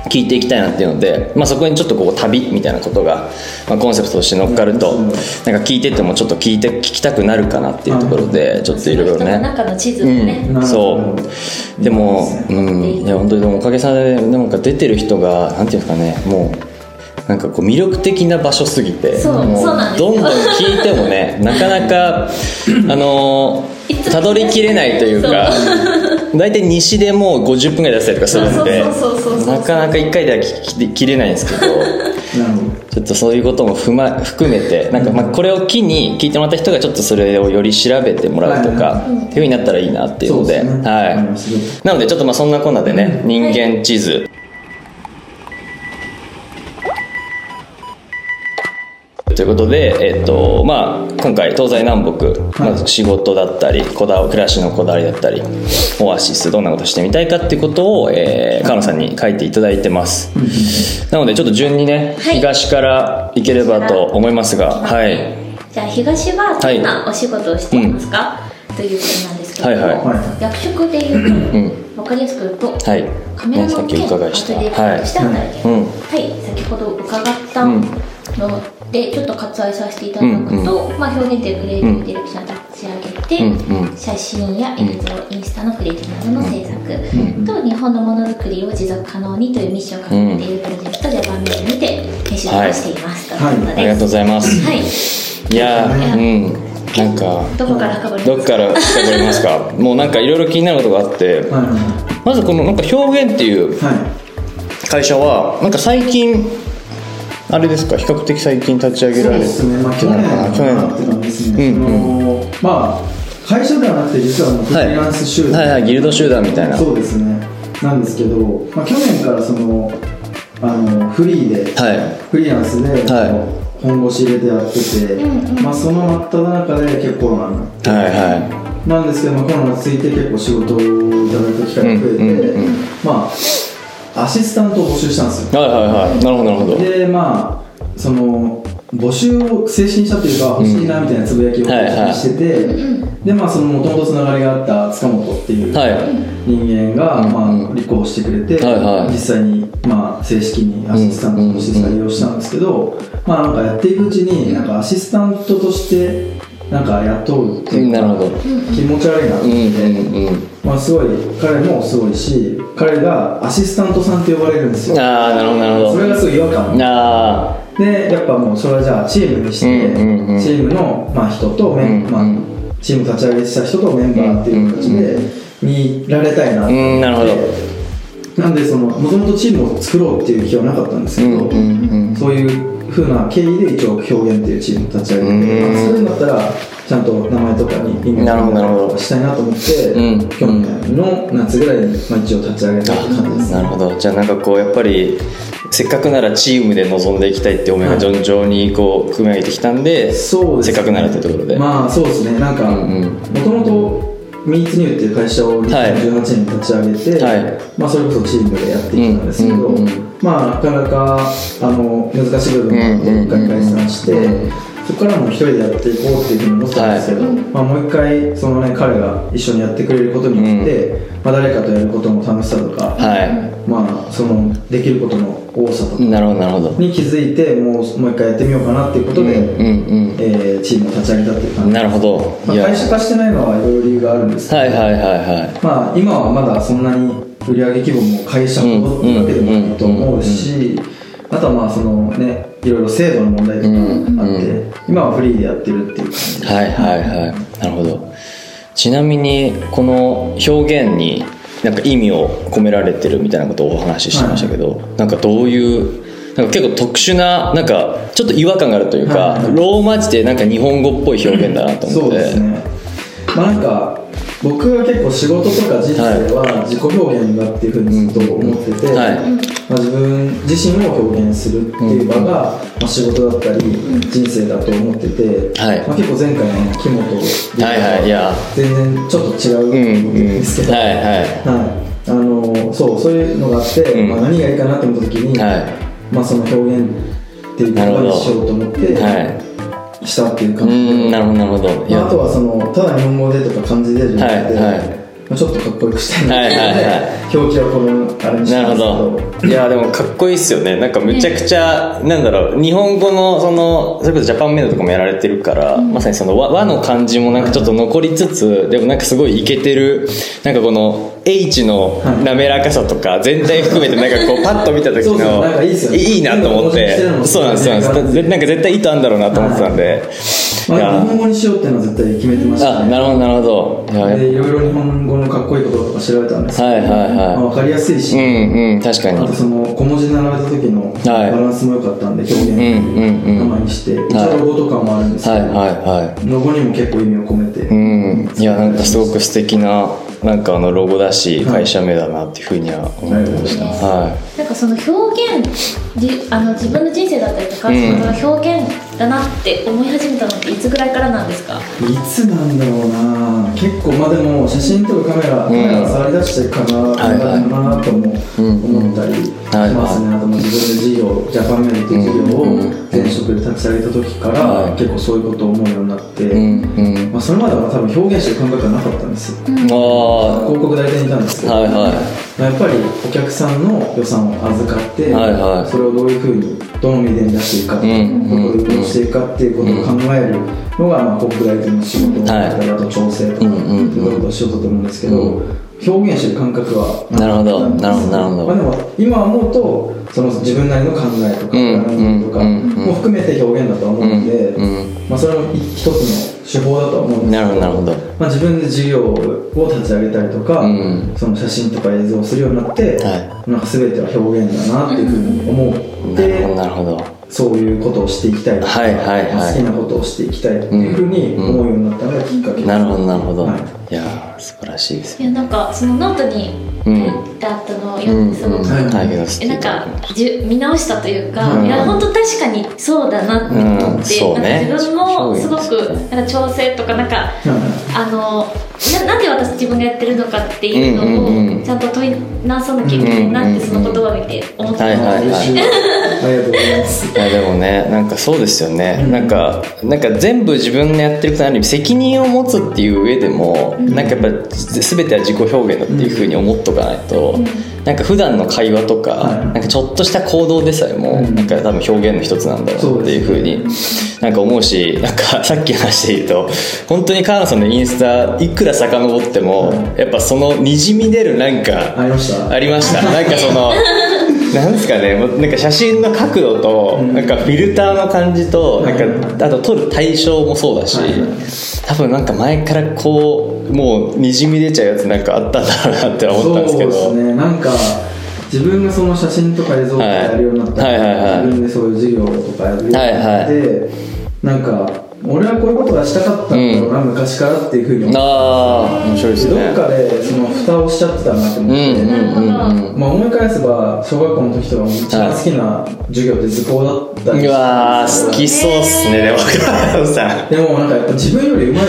[SPEAKER 1] 聞いていきたいなっていうので、まあ、そこにちょっとこう旅みたいなことが、まあ、コンセプトとして乗っかると、
[SPEAKER 3] うん
[SPEAKER 1] なんか聞いててもちょっと聞いて聞きたくなるかなっていうところでちょっといろいろ
[SPEAKER 2] その人の
[SPEAKER 1] ね。
[SPEAKER 2] 中の地図
[SPEAKER 1] う
[SPEAKER 2] でね、
[SPEAKER 1] ん、そうでも、うん、いや本当にでもおかげさまでなんか出てる人がなんていうんですかねもうなんかこう魅力的な場所すぎて
[SPEAKER 2] そう
[SPEAKER 1] も
[SPEAKER 2] そうなんですよ
[SPEAKER 1] どんどん聞いてもねなかな
[SPEAKER 2] [laughs]
[SPEAKER 1] かあの
[SPEAKER 2] いつも
[SPEAKER 1] たどりきれないというか大体西でもう50分ぐらい出したりとかするんで
[SPEAKER 2] そうそうそうそうそうそう
[SPEAKER 1] なかなか1回では聞ききれないんですけど。
[SPEAKER 3] なるほど
[SPEAKER 1] ちょっとそういうことも踏ま含めてなんかまあこれを機に聞いてもらった人がちょっとそれをより調べてもらうとか、っていうふうになったらいいなっていうので
[SPEAKER 3] そうですね
[SPEAKER 1] は
[SPEAKER 3] わかりまし
[SPEAKER 1] い、なのでちょっとまあそんなこんなでね人間地図、ということで、えっとまあ、今回東西南北、まあ仕事だったりこだわ暮らしのこだわりだったりオアシスどんなことしてみたいかっていうことを、えー、河野さんに書いていただいてますなのでちょっと順にね、
[SPEAKER 2] はい
[SPEAKER 1] 東から行ければと思いますが、はい、
[SPEAKER 2] じゃあ東はどんなお仕事をしていますか、ということなんですけれども、
[SPEAKER 1] はい
[SPEAKER 3] はいは
[SPEAKER 2] 役職でいうと、わかりやすく言うと、
[SPEAKER 1] はい
[SPEAKER 2] カメラマ
[SPEAKER 1] ね
[SPEAKER 2] ン兼
[SPEAKER 1] さっきお伺いした
[SPEAKER 2] アトリエとして働いてる
[SPEAKER 1] はいうん
[SPEAKER 2] はい、先ほど伺った
[SPEAKER 1] ん
[SPEAKER 2] のでちょっと割愛させていただくと、まあ、表現でクリエイティブディレクション立ち上げて、
[SPEAKER 1] うんうん
[SPEAKER 2] 写真や映像、インスタのクリエイティブなどの制作、と日本のものづくりを持続可能にというミッションを掲げているプロジェクトジャパンメールにて編集をしています、
[SPEAKER 3] は
[SPEAKER 2] と
[SPEAKER 3] い
[SPEAKER 2] いうこと
[SPEAKER 1] あり
[SPEAKER 2] で
[SPEAKER 1] がとうご
[SPEAKER 2] す、
[SPEAKER 1] ざいます
[SPEAKER 2] はい、
[SPEAKER 1] いやーうんなんか
[SPEAKER 2] どこから深掘り
[SPEAKER 1] どっから聞かれますかもうなんかいろいろ気になることがあって
[SPEAKER 3] はいはい
[SPEAKER 1] まずこのなんか表現っていう
[SPEAKER 3] は
[SPEAKER 1] 会社はなんか最近あれですか比較的最近立ち上
[SPEAKER 3] い
[SPEAKER 1] げ
[SPEAKER 3] そう
[SPEAKER 1] られ
[SPEAKER 3] で
[SPEAKER 1] る
[SPEAKER 3] すね、まあ、去年
[SPEAKER 1] あ去年
[SPEAKER 3] なってたんですね、
[SPEAKER 1] うん
[SPEAKER 3] そのまあ会社ではなくて実はもうフリーランス集団、
[SPEAKER 1] はいはいはいギルド集団みたいな
[SPEAKER 3] そうですねなんですけど、まあ、去年からそのあのフリーで、
[SPEAKER 1] はい
[SPEAKER 3] フリーランスで、
[SPEAKER 1] い
[SPEAKER 3] 本腰入れてやってて、
[SPEAKER 2] うんうん
[SPEAKER 3] まあ、その真っ只中で結構コロナになって
[SPEAKER 1] はいは
[SPEAKER 3] なんですけどもコロナついて結構仕事をいただく機会が増え
[SPEAKER 1] う
[SPEAKER 3] て、
[SPEAKER 1] んうんうん
[SPEAKER 3] まあアシスタントを募集したんですよ
[SPEAKER 1] いはいはいはいなるほどなるほど
[SPEAKER 3] でまあその募集を精神したというか欲しいなみたいなつぶやきを
[SPEAKER 1] はいはい
[SPEAKER 3] してて、でまあそのもともとつながりがあった塚本っていう
[SPEAKER 1] はい
[SPEAKER 3] 人間が、
[SPEAKER 1] うん
[SPEAKER 3] まあ、立候補してくれて、
[SPEAKER 1] はいはい
[SPEAKER 3] 実際に、まあ、正式にアシスタントとして採用したんですけど、まあなんかやっていくうちになんかアシスタントとしてなんか雇うって
[SPEAKER 1] う
[SPEAKER 3] い
[SPEAKER 1] ん
[SPEAKER 3] う
[SPEAKER 1] なるほど
[SPEAKER 3] 気持ち悪いなと
[SPEAKER 1] うん
[SPEAKER 3] 思って、
[SPEAKER 1] うん
[SPEAKER 3] まあ、すごい彼もすごいし彼がアシスタントさんって呼ばれるんです
[SPEAKER 1] うん
[SPEAKER 3] よ
[SPEAKER 1] ああなるほどなるほ
[SPEAKER 3] それがすごい違和
[SPEAKER 1] ど
[SPEAKER 3] 感
[SPEAKER 1] ああ
[SPEAKER 3] でやっぱもうそれはじゃあチームにして、
[SPEAKER 1] うんうんうん
[SPEAKER 3] チームの、まあ、人とメン、
[SPEAKER 1] うん
[SPEAKER 3] まあ、チーム立ち上げした人とメンバーっていう形で見られたいな
[SPEAKER 1] う
[SPEAKER 3] と
[SPEAKER 1] んなるほど
[SPEAKER 3] なんでそのもともとチームを作ろうっていう気はなかったんです
[SPEAKER 1] う
[SPEAKER 3] け
[SPEAKER 1] ん
[SPEAKER 3] ど、
[SPEAKER 1] うんうん
[SPEAKER 3] そういうふうな経緯で一応表現っていうチーム立ち上げて、
[SPEAKER 1] うん
[SPEAKER 3] まあそういうんだったらちゃんと名前とかに意味
[SPEAKER 1] なるほどなるほど
[SPEAKER 3] したいなと思って、
[SPEAKER 1] うん
[SPEAKER 3] 去年の夏ぐらいに、まあ、一応立ち上げたって感じです
[SPEAKER 1] なるほどじゃあなんかこうやっぱりせっかくならチームで臨んでいきたいって思いが順調にこう組み上げてきたんで
[SPEAKER 3] そうで
[SPEAKER 1] せ
[SPEAKER 3] す
[SPEAKER 1] っかくならというところで、
[SPEAKER 3] まあそうですねなんか
[SPEAKER 1] うんうん
[SPEAKER 3] もともとミーツニューっていう会社を
[SPEAKER 1] はい
[SPEAKER 3] 2018年に立ち上げて、
[SPEAKER 1] はい
[SPEAKER 3] まあ、それこそチームでやってきたんですけど、
[SPEAKER 1] うんうんうん
[SPEAKER 3] まあ、なかなかあの難しい部分もあって
[SPEAKER 1] うん
[SPEAKER 3] 一回解散して、
[SPEAKER 1] うん
[SPEAKER 3] そこからもう一人でやっていこうっていうふうに思ってたんですけど、まあ、もう一回その、ね、彼が一緒にやってくれることによって、まあ、誰かとやることの楽しさとか、
[SPEAKER 1] は
[SPEAKER 3] まあ、そのできることの多さと
[SPEAKER 1] い
[SPEAKER 3] か
[SPEAKER 1] なるほどなるほど
[SPEAKER 3] に気づいてもうもう一回やってみようかなっていうことで、
[SPEAKER 1] うん
[SPEAKER 3] えーチームを立ち上げたっていう
[SPEAKER 1] う
[SPEAKER 3] 感
[SPEAKER 1] ん
[SPEAKER 3] じ、
[SPEAKER 1] なるほど
[SPEAKER 3] まあ、
[SPEAKER 1] いやは
[SPEAKER 3] 会
[SPEAKER 1] い
[SPEAKER 3] 社化してないのはいろいろ理由があるんですけど、
[SPEAKER 1] はいはいは
[SPEAKER 3] まあ、今はまだそんなに売上規模も会社ほどってわけでもないと思うしあとはまあそのねいろいろ制度の問題とかあって、今はフリーでやってるっていう感じ
[SPEAKER 1] いはいはいはいなるほどちなみにこの表現になんか意味を込められてるみたいなことをお話ししてましたけど、なんかどういうなんか結構特殊ななんかちょっと違和感があるというか、
[SPEAKER 3] はいはい
[SPEAKER 1] ローマ字でなんか日本語っぽい表現だなと思
[SPEAKER 3] そ
[SPEAKER 1] っ
[SPEAKER 3] う
[SPEAKER 1] て、
[SPEAKER 3] ですねまあなんか僕は結構仕事とか人生は自己表現だっていうふうにずっと思ってて、
[SPEAKER 1] うんはい
[SPEAKER 3] まあ、自分自身を表現するっていう場が、まあ、仕事だったり人生だと思ってて、
[SPEAKER 1] はい
[SPEAKER 3] まあ、結構前回の木本で
[SPEAKER 1] はいはいいや
[SPEAKER 3] 全然ちょっと違
[SPEAKER 1] うんう
[SPEAKER 3] うと思うん
[SPEAKER 1] ん
[SPEAKER 3] ですけど、
[SPEAKER 1] はいは
[SPEAKER 3] はい、あのそうそういうのがあって、
[SPEAKER 1] うん
[SPEAKER 3] まあ、何がいいかなって思った時に、
[SPEAKER 1] はい
[SPEAKER 3] まあ、その表現っていう言葉にしようと思っ
[SPEAKER 1] い
[SPEAKER 3] て、
[SPEAKER 1] はい
[SPEAKER 3] したっていう
[SPEAKER 1] う
[SPEAKER 3] 感じで
[SPEAKER 1] んなるほどなるほどい
[SPEAKER 3] ま
[SPEAKER 1] や
[SPEAKER 3] あ、あとはそのただ日本語でとか漢字でじゃなくて、
[SPEAKER 1] はいはい
[SPEAKER 3] まあ、ちょっとかっこよくしたいなって
[SPEAKER 1] はいはい
[SPEAKER 3] いうので表記はこのあれにし
[SPEAKER 1] な
[SPEAKER 3] た
[SPEAKER 1] るほ
[SPEAKER 3] んです
[SPEAKER 1] どいやでもかっこいいっすよねなんかめちゃくちゃ、なんだろう日本語のそのそれこそジャパンメイドとかもやられてるから、まさにその和和の感じもなんかちょっと残りつつでもなんかすごいイケてるなんかこの H の
[SPEAKER 3] はい
[SPEAKER 1] 滑らかさとか全体含めてなん
[SPEAKER 3] [laughs]
[SPEAKER 1] かこうパッと見た時
[SPEAKER 3] そうそう
[SPEAKER 1] の
[SPEAKER 3] なんかいいっすよね
[SPEAKER 1] いいなと思っ
[SPEAKER 3] 文字してるの
[SPEAKER 1] て
[SPEAKER 3] も
[SPEAKER 1] そうなんですそうなんです
[SPEAKER 3] 全然
[SPEAKER 1] なんか絶対意図あんだろうなと思ってたんで、
[SPEAKER 3] けど、まあ、
[SPEAKER 1] い
[SPEAKER 3] 日本語にしようっていうのは絶対決めてまし
[SPEAKER 1] やあ
[SPEAKER 3] た
[SPEAKER 1] な
[SPEAKER 3] ね
[SPEAKER 1] るほどなるほどいや
[SPEAKER 3] でいろいろ日本語のかっこいいこととか調べたんですけど、
[SPEAKER 1] はいはい
[SPEAKER 3] まあ、
[SPEAKER 1] は
[SPEAKER 3] 分かりやすい
[SPEAKER 1] い
[SPEAKER 3] し、
[SPEAKER 1] うんうん確かに
[SPEAKER 3] あとその小文字並べた時のバランスも良かったんで表現
[SPEAKER 1] うんうんう
[SPEAKER 3] 名
[SPEAKER 1] んは
[SPEAKER 3] 前
[SPEAKER 1] い
[SPEAKER 3] にして、一応ロゴとかもあるんですけ
[SPEAKER 1] は
[SPEAKER 3] ど、
[SPEAKER 1] いはい
[SPEAKER 3] ロゴにも結構意味を込めて、
[SPEAKER 1] うん、いやなんかすごく素敵ななんかあのロゴだし会社名だなっていうふうには思ってました、は
[SPEAKER 2] なんかその表現じあの自分の人生だったりとか、
[SPEAKER 1] うん
[SPEAKER 2] 仕事が表現だなって思い始めたのっていつぐらいからなんですか
[SPEAKER 3] いつなんだろうな結構まあでも写真とかカメラ、カメラ触り出してから
[SPEAKER 1] はいはい
[SPEAKER 3] なんだろうなとも思ったりし
[SPEAKER 1] はい
[SPEAKER 3] ますね、あともう自分で事業ジャパンメイドという事業
[SPEAKER 1] うん
[SPEAKER 3] を前職で立ち上げた時か
[SPEAKER 1] はい
[SPEAKER 3] ら結構そういうことを思うようになって、
[SPEAKER 1] い、うんうん
[SPEAKER 3] まあ、あ、それまでは多分表現してる感覚がなかったんですよ
[SPEAKER 1] ああ
[SPEAKER 3] 広告代理店にいたんですけど、
[SPEAKER 1] はいはい
[SPEAKER 3] まあやっぱりお客さんの予算を預かって、
[SPEAKER 1] はいはい
[SPEAKER 3] それをどういうふうにどのメディアに出していくか、
[SPEAKER 1] うん
[SPEAKER 3] どこでどうしていくかっていうことを考えるのが、まあ、広告代理店の仕事だったり、あと調整とか、
[SPEAKER 1] うんうんうん
[SPEAKER 3] いろいろとしようと思うんですけど、
[SPEAKER 1] う
[SPEAKER 3] 表現してる感覚は
[SPEAKER 1] なるほど
[SPEAKER 3] かったんです
[SPEAKER 1] なるほどなるほど
[SPEAKER 3] まあ、でも今思うとその自分なりの考えとか、
[SPEAKER 1] うん
[SPEAKER 3] 考えとか
[SPEAKER 1] うんうんうん
[SPEAKER 3] も含めて表現だとは思うので、
[SPEAKER 1] うん
[SPEAKER 3] まあ、それも一つの手法だとは思う
[SPEAKER 1] うんん
[SPEAKER 3] です
[SPEAKER 1] な
[SPEAKER 3] け
[SPEAKER 1] るほどなるほど
[SPEAKER 3] まあ、自分で事業を立ち上げたりとか、
[SPEAKER 1] うん
[SPEAKER 3] その写真とか映像をするようになって、
[SPEAKER 1] は
[SPEAKER 3] なんか全ては表現だなっていうふうに思っ
[SPEAKER 1] なるほど
[SPEAKER 3] て、
[SPEAKER 1] なるほど
[SPEAKER 3] そういうことをしていきたいとか、
[SPEAKER 1] はいはいはい
[SPEAKER 3] まあ好きなことをしていきたいっていうふうに
[SPEAKER 1] うん
[SPEAKER 3] 思うようになったのがきっかけ、
[SPEAKER 1] なるほどなるほど、、
[SPEAKER 3] はい
[SPEAKER 1] やー素晴らしいです
[SPEAKER 2] い
[SPEAKER 1] よ
[SPEAKER 2] やなんかそのノートに
[SPEAKER 1] うん
[SPEAKER 2] 書いてあったのを
[SPEAKER 1] う
[SPEAKER 2] 読ん
[SPEAKER 1] ん
[SPEAKER 2] で、すご
[SPEAKER 1] うん
[SPEAKER 2] く
[SPEAKER 1] はいけど素
[SPEAKER 2] え
[SPEAKER 1] 敵
[SPEAKER 2] なんかじゅ見直したというか、
[SPEAKER 3] うん
[SPEAKER 2] いや本当確かにそうだなって思
[SPEAKER 1] うん
[SPEAKER 2] って、
[SPEAKER 1] そうね
[SPEAKER 2] なんか自分もすご
[SPEAKER 1] そう
[SPEAKER 2] く
[SPEAKER 1] ですね
[SPEAKER 2] なんか調整とかなんか
[SPEAKER 3] は
[SPEAKER 2] あのななんで私自分がやってるのかっていうのを、
[SPEAKER 1] うんうんうん
[SPEAKER 2] ちゃんと問い直さなきゃいけないなって、その言葉を見て思ったの
[SPEAKER 1] はいはい
[SPEAKER 3] い、嬉しいありがとうございま
[SPEAKER 1] い
[SPEAKER 3] す
[SPEAKER 1] やでもねなんかそうですよね、
[SPEAKER 3] うん
[SPEAKER 1] なんかなんか全部自分のやってることある意味責任を持つっていう上でも、なんかやっぱ全ては自己表現だっていうふうに思っとかないと、なんか普段の会話とか、
[SPEAKER 3] はい
[SPEAKER 1] なんかちょっとした行動でさえも、
[SPEAKER 3] うん
[SPEAKER 1] なんか多分表現の一つなんだろうっていうふうになんか思うしなんかさっきの話で言うと本当に川野さんのインスタいくら遡っても、やっぱそのにじみ出るなんか
[SPEAKER 3] ありました
[SPEAKER 1] ありま
[SPEAKER 3] [laughs]
[SPEAKER 1] したなんかそのなんですかねもうなんか写真の角度と、
[SPEAKER 3] うん
[SPEAKER 1] なんかフィルターの感じと、
[SPEAKER 3] はい
[SPEAKER 1] なんかあと撮る対象もそうだし、
[SPEAKER 3] はい
[SPEAKER 1] 多分なんか前からこうもうにじみ出ちゃうやつなんかあったんだろうなって思ったんですけど
[SPEAKER 3] そうですねなんか自分がその写真とか映像とかやるようになったら、
[SPEAKER 1] はいはいはいはい
[SPEAKER 3] 自分でそういう事業とかやるようになって、なんか俺はこういうことがしたかったんだろうな、昔からっていうふうに思っ
[SPEAKER 1] ああ面白いで
[SPEAKER 3] て
[SPEAKER 1] す
[SPEAKER 3] ど
[SPEAKER 1] ね
[SPEAKER 3] っかでその蓋をしちゃってたなって思
[SPEAKER 1] う
[SPEAKER 3] っ
[SPEAKER 1] ん
[SPEAKER 3] て、
[SPEAKER 1] うんうんうん
[SPEAKER 3] まあ、思い返せば小学校の時とかも一番好きな授業って図工だったり
[SPEAKER 1] うわー好きそうっすねでも川野さん
[SPEAKER 3] でもなんかやっぱ自分より上手い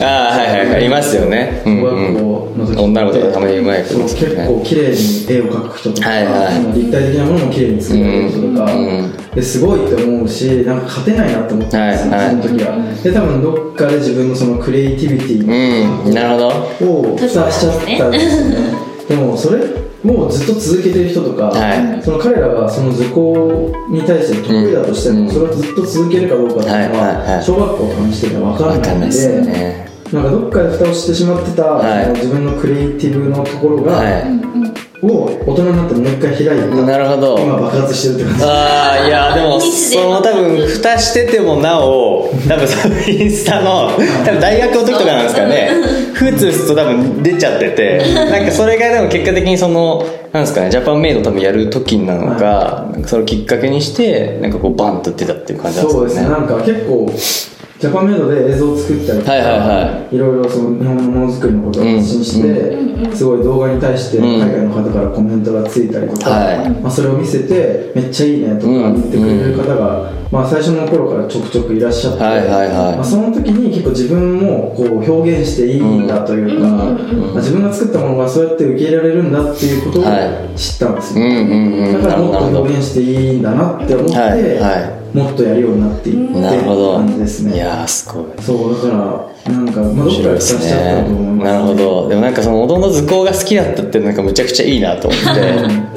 [SPEAKER 1] ああはいはいはいいますよね、う
[SPEAKER 3] 小
[SPEAKER 1] ん
[SPEAKER 3] 学
[SPEAKER 1] うん、
[SPEAKER 3] 校の時って
[SPEAKER 1] 女の子とかたまにうまい子
[SPEAKER 3] そう
[SPEAKER 1] です
[SPEAKER 3] 結
[SPEAKER 1] ね
[SPEAKER 3] 構綺麗に絵を描く人とか、
[SPEAKER 1] はいはい
[SPEAKER 3] その立体的なものも綺麗に作る人とか、
[SPEAKER 1] うん
[SPEAKER 3] ですごいって思うしなんか勝てないなって思ったんですよ、
[SPEAKER 1] はいはい
[SPEAKER 3] その時はで多分どっかで自分のそのクリエイティビティ
[SPEAKER 1] うんなるほど
[SPEAKER 3] をさしちゃったんですよねでもそれもうずっと続けてる人とか、
[SPEAKER 1] はい
[SPEAKER 3] その彼らがその図工に対して得意だとして
[SPEAKER 1] う
[SPEAKER 3] も、
[SPEAKER 1] ん
[SPEAKER 3] それをずっと続けるかどうかっていうの
[SPEAKER 1] はいはいは
[SPEAKER 3] はい小学校からしてるのは分
[SPEAKER 1] わ
[SPEAKER 3] か
[SPEAKER 1] かんな
[SPEAKER 3] んないい
[SPEAKER 1] で
[SPEAKER 3] の
[SPEAKER 1] す
[SPEAKER 3] で
[SPEAKER 1] よね
[SPEAKER 3] なんかどっかで蓋をしてしまってた、
[SPEAKER 1] はい
[SPEAKER 3] その自分のクリエイティブのところが、
[SPEAKER 1] は
[SPEAKER 3] を大人になってもう一回開いた
[SPEAKER 1] いなるほど
[SPEAKER 3] 今爆発してるって感じ
[SPEAKER 1] ああいやでもその多分蓋しててもなお多分そのインスタの多分大学の時とかなんですかねふつふつと多分出ちゃっててなんかそれがでも結果的にそのなんですかねジャパンメイド多分やる時なのかなんかそのきっかけにしてなんかこうバンと出たっていう感じなんです
[SPEAKER 3] そ
[SPEAKER 1] か
[SPEAKER 3] うですねなんか結構ジャパンメイドで映像を作ったりとか、
[SPEAKER 1] はいはい
[SPEAKER 3] ろいろその日本のものづくりのことを発信して、
[SPEAKER 2] うんうん
[SPEAKER 3] すごい動画に対して海外の方からコメントがついたりとか、
[SPEAKER 1] はい
[SPEAKER 3] まあ、それを見せてめっちゃいいねとか
[SPEAKER 1] うん
[SPEAKER 3] 言ってくれる方が、まあ、最初の頃からちょくちょくいらっしゃって、
[SPEAKER 1] はいはいはい
[SPEAKER 3] まあ、その時に結構自分もこう表現していいんだというか、まあ、自分が作ったものがそうやって受け入れられるんだっていうことを
[SPEAKER 1] は
[SPEAKER 3] 知ったんですよ、
[SPEAKER 1] うんうんうんな
[SPEAKER 3] だか
[SPEAKER 1] る
[SPEAKER 3] ら
[SPEAKER 1] ほ
[SPEAKER 3] も
[SPEAKER 1] どなるほ
[SPEAKER 3] っと
[SPEAKER 1] ど
[SPEAKER 3] 表現していいんだなって思って、
[SPEAKER 1] はいは
[SPEAKER 3] もっとやるようになっていってって
[SPEAKER 1] なるほど
[SPEAKER 3] 感じですね
[SPEAKER 1] いやーすごい
[SPEAKER 3] そうだからなんか、まあ、
[SPEAKER 1] 面
[SPEAKER 3] どっか
[SPEAKER 1] 白い
[SPEAKER 3] ら
[SPEAKER 1] で
[SPEAKER 3] 出
[SPEAKER 1] す
[SPEAKER 3] しちゃった
[SPEAKER 1] ね
[SPEAKER 3] と思います、
[SPEAKER 1] なるほどでもなんかその元の図工が好きだったってなんかむちゃくちゃいいなと思っ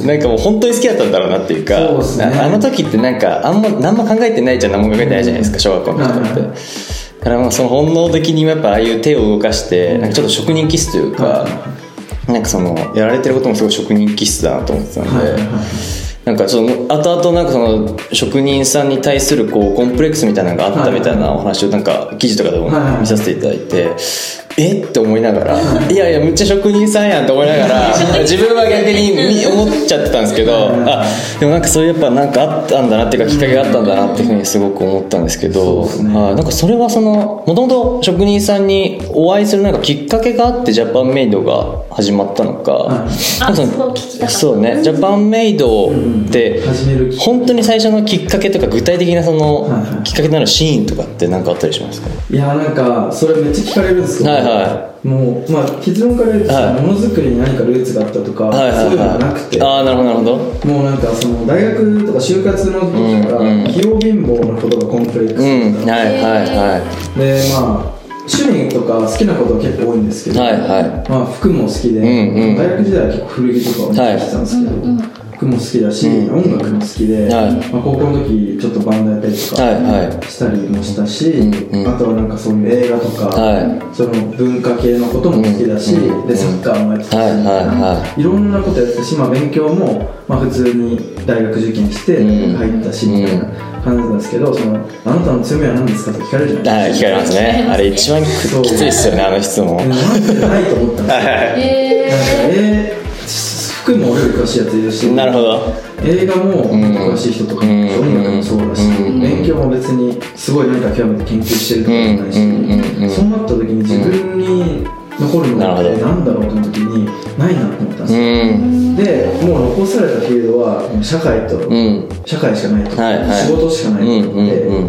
[SPEAKER 1] てなんかもう本当に好きだったんだろうなっていうか
[SPEAKER 3] そうですね
[SPEAKER 1] ああの時ってなんかあんま何も考えてないじゃん何も考えてないじゃないですか小学校の時
[SPEAKER 3] うん
[SPEAKER 1] ってだからまあその本能的にやっぱああいう手を動かしてなんかちょっと職人気質というかなんかそのやられてることもすごい職人気質だなと思ってたんで、
[SPEAKER 3] はいはいはい
[SPEAKER 1] なんかその後々なんかその職人さんに対するこうコンプレックスみたいなのがあったみたいなお話をなんか記事とかでも
[SPEAKER 3] はいはい
[SPEAKER 1] 見させていただいて、えって思いながらいやいやめっちゃ職人さんやんって思いなが
[SPEAKER 3] [laughs]
[SPEAKER 1] ら自分は逆にみ思っちゃってたんですけど
[SPEAKER 3] はいはい
[SPEAKER 1] あでもなんかそういうやっぱなんかあったんだなっていうかきっかけがあったんだなっていうふうにすごく思ったんですけど、
[SPEAKER 3] そうですね
[SPEAKER 1] はいなんかそれはそのもともと職人さんにお会いするなんかきっかけがあってジャパンメイドが始まったのか。
[SPEAKER 3] はい
[SPEAKER 1] なんかその
[SPEAKER 2] あそこを聞きたかった
[SPEAKER 1] そうねジャパンメイドって、
[SPEAKER 3] うん始めるきっかけ
[SPEAKER 1] 本当に最初のきっかけとか具体的なその
[SPEAKER 3] はいはい
[SPEAKER 1] きっかけとなるシーンとかって何かあったりしますか
[SPEAKER 3] いやなんかそれめっちゃ聞かれるんですけど、
[SPEAKER 1] はいは
[SPEAKER 3] もうまあ結論から言うと
[SPEAKER 1] はい
[SPEAKER 3] ものづくりに何かルーツがあったとか、
[SPEAKER 1] はいはい
[SPEAKER 3] そういうのがなく
[SPEAKER 1] は
[SPEAKER 3] て
[SPEAKER 1] いああなるほどなるほど
[SPEAKER 3] もうなんかその大学とか就活の時か
[SPEAKER 1] うんうん
[SPEAKER 3] ら器用貧乏のことがコンプレックス
[SPEAKER 1] う
[SPEAKER 3] だった
[SPEAKER 1] んはいはいは
[SPEAKER 3] でまあ趣味とか好きなことは結構多いんですけど、
[SPEAKER 1] はいはい
[SPEAKER 3] まあ、服も好きで、
[SPEAKER 1] んうん
[SPEAKER 3] 大学時代は結構古着とかを着てたんですけど、
[SPEAKER 2] はいうんうん
[SPEAKER 3] 服も好きだし、
[SPEAKER 1] うん
[SPEAKER 3] 音楽も好き
[SPEAKER 1] は
[SPEAKER 3] で、
[SPEAKER 1] い
[SPEAKER 3] まあ、高校の時ちょっとバンドやったりとか、
[SPEAKER 1] はいはい
[SPEAKER 3] したりもしたし、
[SPEAKER 1] うんうん
[SPEAKER 3] あとはなんかそういう映画とか、
[SPEAKER 1] は
[SPEAKER 3] その文化系のことも好きだし、
[SPEAKER 1] うんうん
[SPEAKER 3] でサッカーもやってたし、
[SPEAKER 1] はいはいはい
[SPEAKER 3] ろんなことやってたし、まあ、勉強も、まあ、普通に大学受験して
[SPEAKER 1] うん
[SPEAKER 3] 入ったしみたいな感じなんですけど、そのあなたの強みは何ですかって聞かれるじゃな
[SPEAKER 1] は
[SPEAKER 3] い
[SPEAKER 1] い、
[SPEAKER 3] で
[SPEAKER 1] 聞か
[SPEAKER 3] す
[SPEAKER 1] れ
[SPEAKER 3] か。
[SPEAKER 1] ます
[SPEAKER 3] [laughs]
[SPEAKER 1] ね。あれ一番き
[SPEAKER 3] そう
[SPEAKER 1] ついっすよね、あの質問。
[SPEAKER 3] でなんでないと思ったんですよ。なんか
[SPEAKER 2] え
[SPEAKER 3] えー服も俺より詳しいやついるし
[SPEAKER 1] なるほど。
[SPEAKER 3] 映画も
[SPEAKER 1] うん
[SPEAKER 3] 詳しい人と
[SPEAKER 1] う
[SPEAKER 3] か、
[SPEAKER 1] ん
[SPEAKER 3] 音楽もそうだし、
[SPEAKER 1] うん
[SPEAKER 3] 勉強も別にすごい何か極めて研究してるとかじゃないし、
[SPEAKER 1] うんうん
[SPEAKER 3] そうなった時に自分に残るのって何だろうと思った時にないなと思ったんです
[SPEAKER 1] う
[SPEAKER 3] よ、
[SPEAKER 1] ん。
[SPEAKER 3] でもう残されたフィールドはもう社会と、
[SPEAKER 1] うん。
[SPEAKER 3] 社会しかないと、
[SPEAKER 1] はいはい
[SPEAKER 3] 仕事しかな
[SPEAKER 1] う
[SPEAKER 3] いと
[SPEAKER 1] ん。
[SPEAKER 3] 思って、
[SPEAKER 1] うん。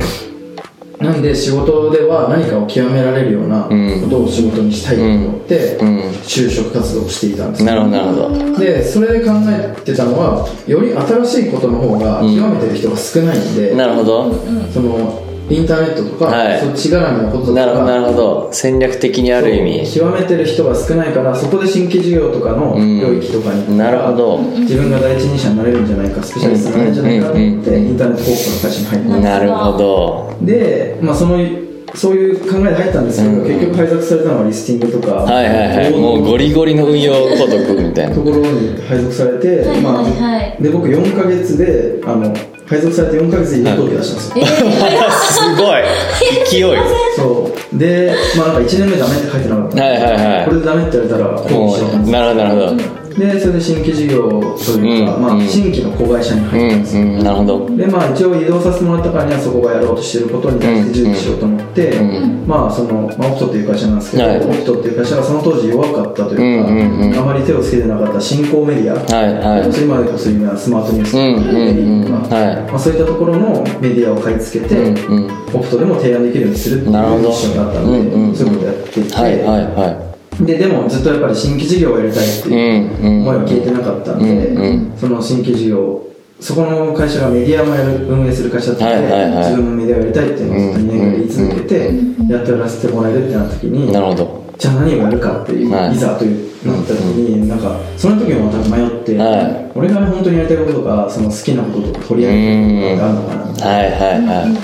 [SPEAKER 3] なんで仕事では何かを極められるようなことを仕事にしたいと思って、
[SPEAKER 1] うんうん
[SPEAKER 3] 就職活動をしていたんです
[SPEAKER 1] うん。
[SPEAKER 3] よ
[SPEAKER 1] なるほど、なるほど。
[SPEAKER 3] でそれで考えてたのはより新しいことの方が極めてる人が少ないんで、
[SPEAKER 1] なるほど。
[SPEAKER 3] そのインターネットとか、
[SPEAKER 1] はい
[SPEAKER 3] そっち絡みのことと
[SPEAKER 1] な
[SPEAKER 3] か
[SPEAKER 1] るほど、なるほど。戦略的にある意味。
[SPEAKER 3] そう極めてる人が少ないからそこで新規事業とかの
[SPEAKER 1] うん
[SPEAKER 3] 領域とかに、
[SPEAKER 1] なるほど。
[SPEAKER 3] 自分が第一人者になれるんじゃないかスペシャリストになれるんじゃないかと思って、
[SPEAKER 1] うんうんうんうん
[SPEAKER 3] インターネット広告の会社に入った、
[SPEAKER 1] なるほど。
[SPEAKER 3] で、まあ、そのそういう考えで入ったんですけど、
[SPEAKER 1] うん
[SPEAKER 3] 結局配属されたのはリスティングとか、
[SPEAKER 1] はいはいはい。もうゴリゴリの運用ごとくみたいな
[SPEAKER 3] と。ころに配属されて、
[SPEAKER 2] はい
[SPEAKER 3] まあ
[SPEAKER 2] はいはい
[SPEAKER 3] で僕4か月であの配属されて4か月で届け出したんです
[SPEAKER 2] ー、
[SPEAKER 3] よ、
[SPEAKER 2] えー、
[SPEAKER 1] [laughs] すごい勢い。
[SPEAKER 3] そうでまあなんか1年目ダメって書いてなかったんで
[SPEAKER 1] はいはいはい
[SPEAKER 3] これでダメって言われたら抗議
[SPEAKER 1] も
[SPEAKER 3] しちゃったん
[SPEAKER 1] う、
[SPEAKER 3] で
[SPEAKER 1] なるほど、なるほど。
[SPEAKER 3] すでそれで新規事業というか、
[SPEAKER 1] うん
[SPEAKER 3] ま
[SPEAKER 1] う
[SPEAKER 3] あ、
[SPEAKER 1] ん
[SPEAKER 3] 新規の子会社に
[SPEAKER 1] う
[SPEAKER 3] 入ったん
[SPEAKER 1] ん
[SPEAKER 3] で、すよ、
[SPEAKER 1] うん、なるほど。
[SPEAKER 3] でまあ一応移動させてもらったからにはそこがやろうとしてることに対して準備しようと思って、
[SPEAKER 1] う
[SPEAKER 3] まあその、まあ、オプトっていう会社なんですけど、
[SPEAKER 1] はい
[SPEAKER 3] オプトっていう会社がその当時弱かったというか、
[SPEAKER 1] うんうんうん
[SPEAKER 3] あまり手をつけてなかった新興メディア、
[SPEAKER 1] はいはい。
[SPEAKER 3] それ今でこそ有名なスマートニュース
[SPEAKER 1] う
[SPEAKER 3] とか
[SPEAKER 1] んうんうん。
[SPEAKER 3] まあ
[SPEAKER 1] は
[SPEAKER 3] まあ、そういったところのメディアを買い付け
[SPEAKER 1] い。
[SPEAKER 3] て、
[SPEAKER 1] うんうん。
[SPEAKER 3] オプトでも提案できるようにするっていうミ
[SPEAKER 1] なるほど
[SPEAKER 3] ッションがあったので、
[SPEAKER 1] うんうん
[SPEAKER 3] そういうことやっていて、
[SPEAKER 1] はいはいは
[SPEAKER 3] ででもずっとやっぱり新規事業をやりたいって
[SPEAKER 1] い。う
[SPEAKER 3] いうん
[SPEAKER 1] うん。
[SPEAKER 3] 思いは聞いてなかったんで、
[SPEAKER 1] うん
[SPEAKER 3] その新規事業そこの会社がメディアもやる運営する会社だったので、
[SPEAKER 1] はいはいはい
[SPEAKER 3] 自分もメディアをやりたいっていうのをずっと2年ぐらい言い続けて、
[SPEAKER 2] うん
[SPEAKER 3] やってやらせてもらえるってなった時に、
[SPEAKER 1] なるほど。
[SPEAKER 3] じゃあ何をやるかっていう、
[SPEAKER 1] はい
[SPEAKER 3] い、ざというなった時に、なんかその時もまた迷って、
[SPEAKER 1] はい
[SPEAKER 3] 俺が本当にやりたいこととかその好きなこととか取り上げることってあるのかなみた
[SPEAKER 1] は
[SPEAKER 3] い
[SPEAKER 1] いはいは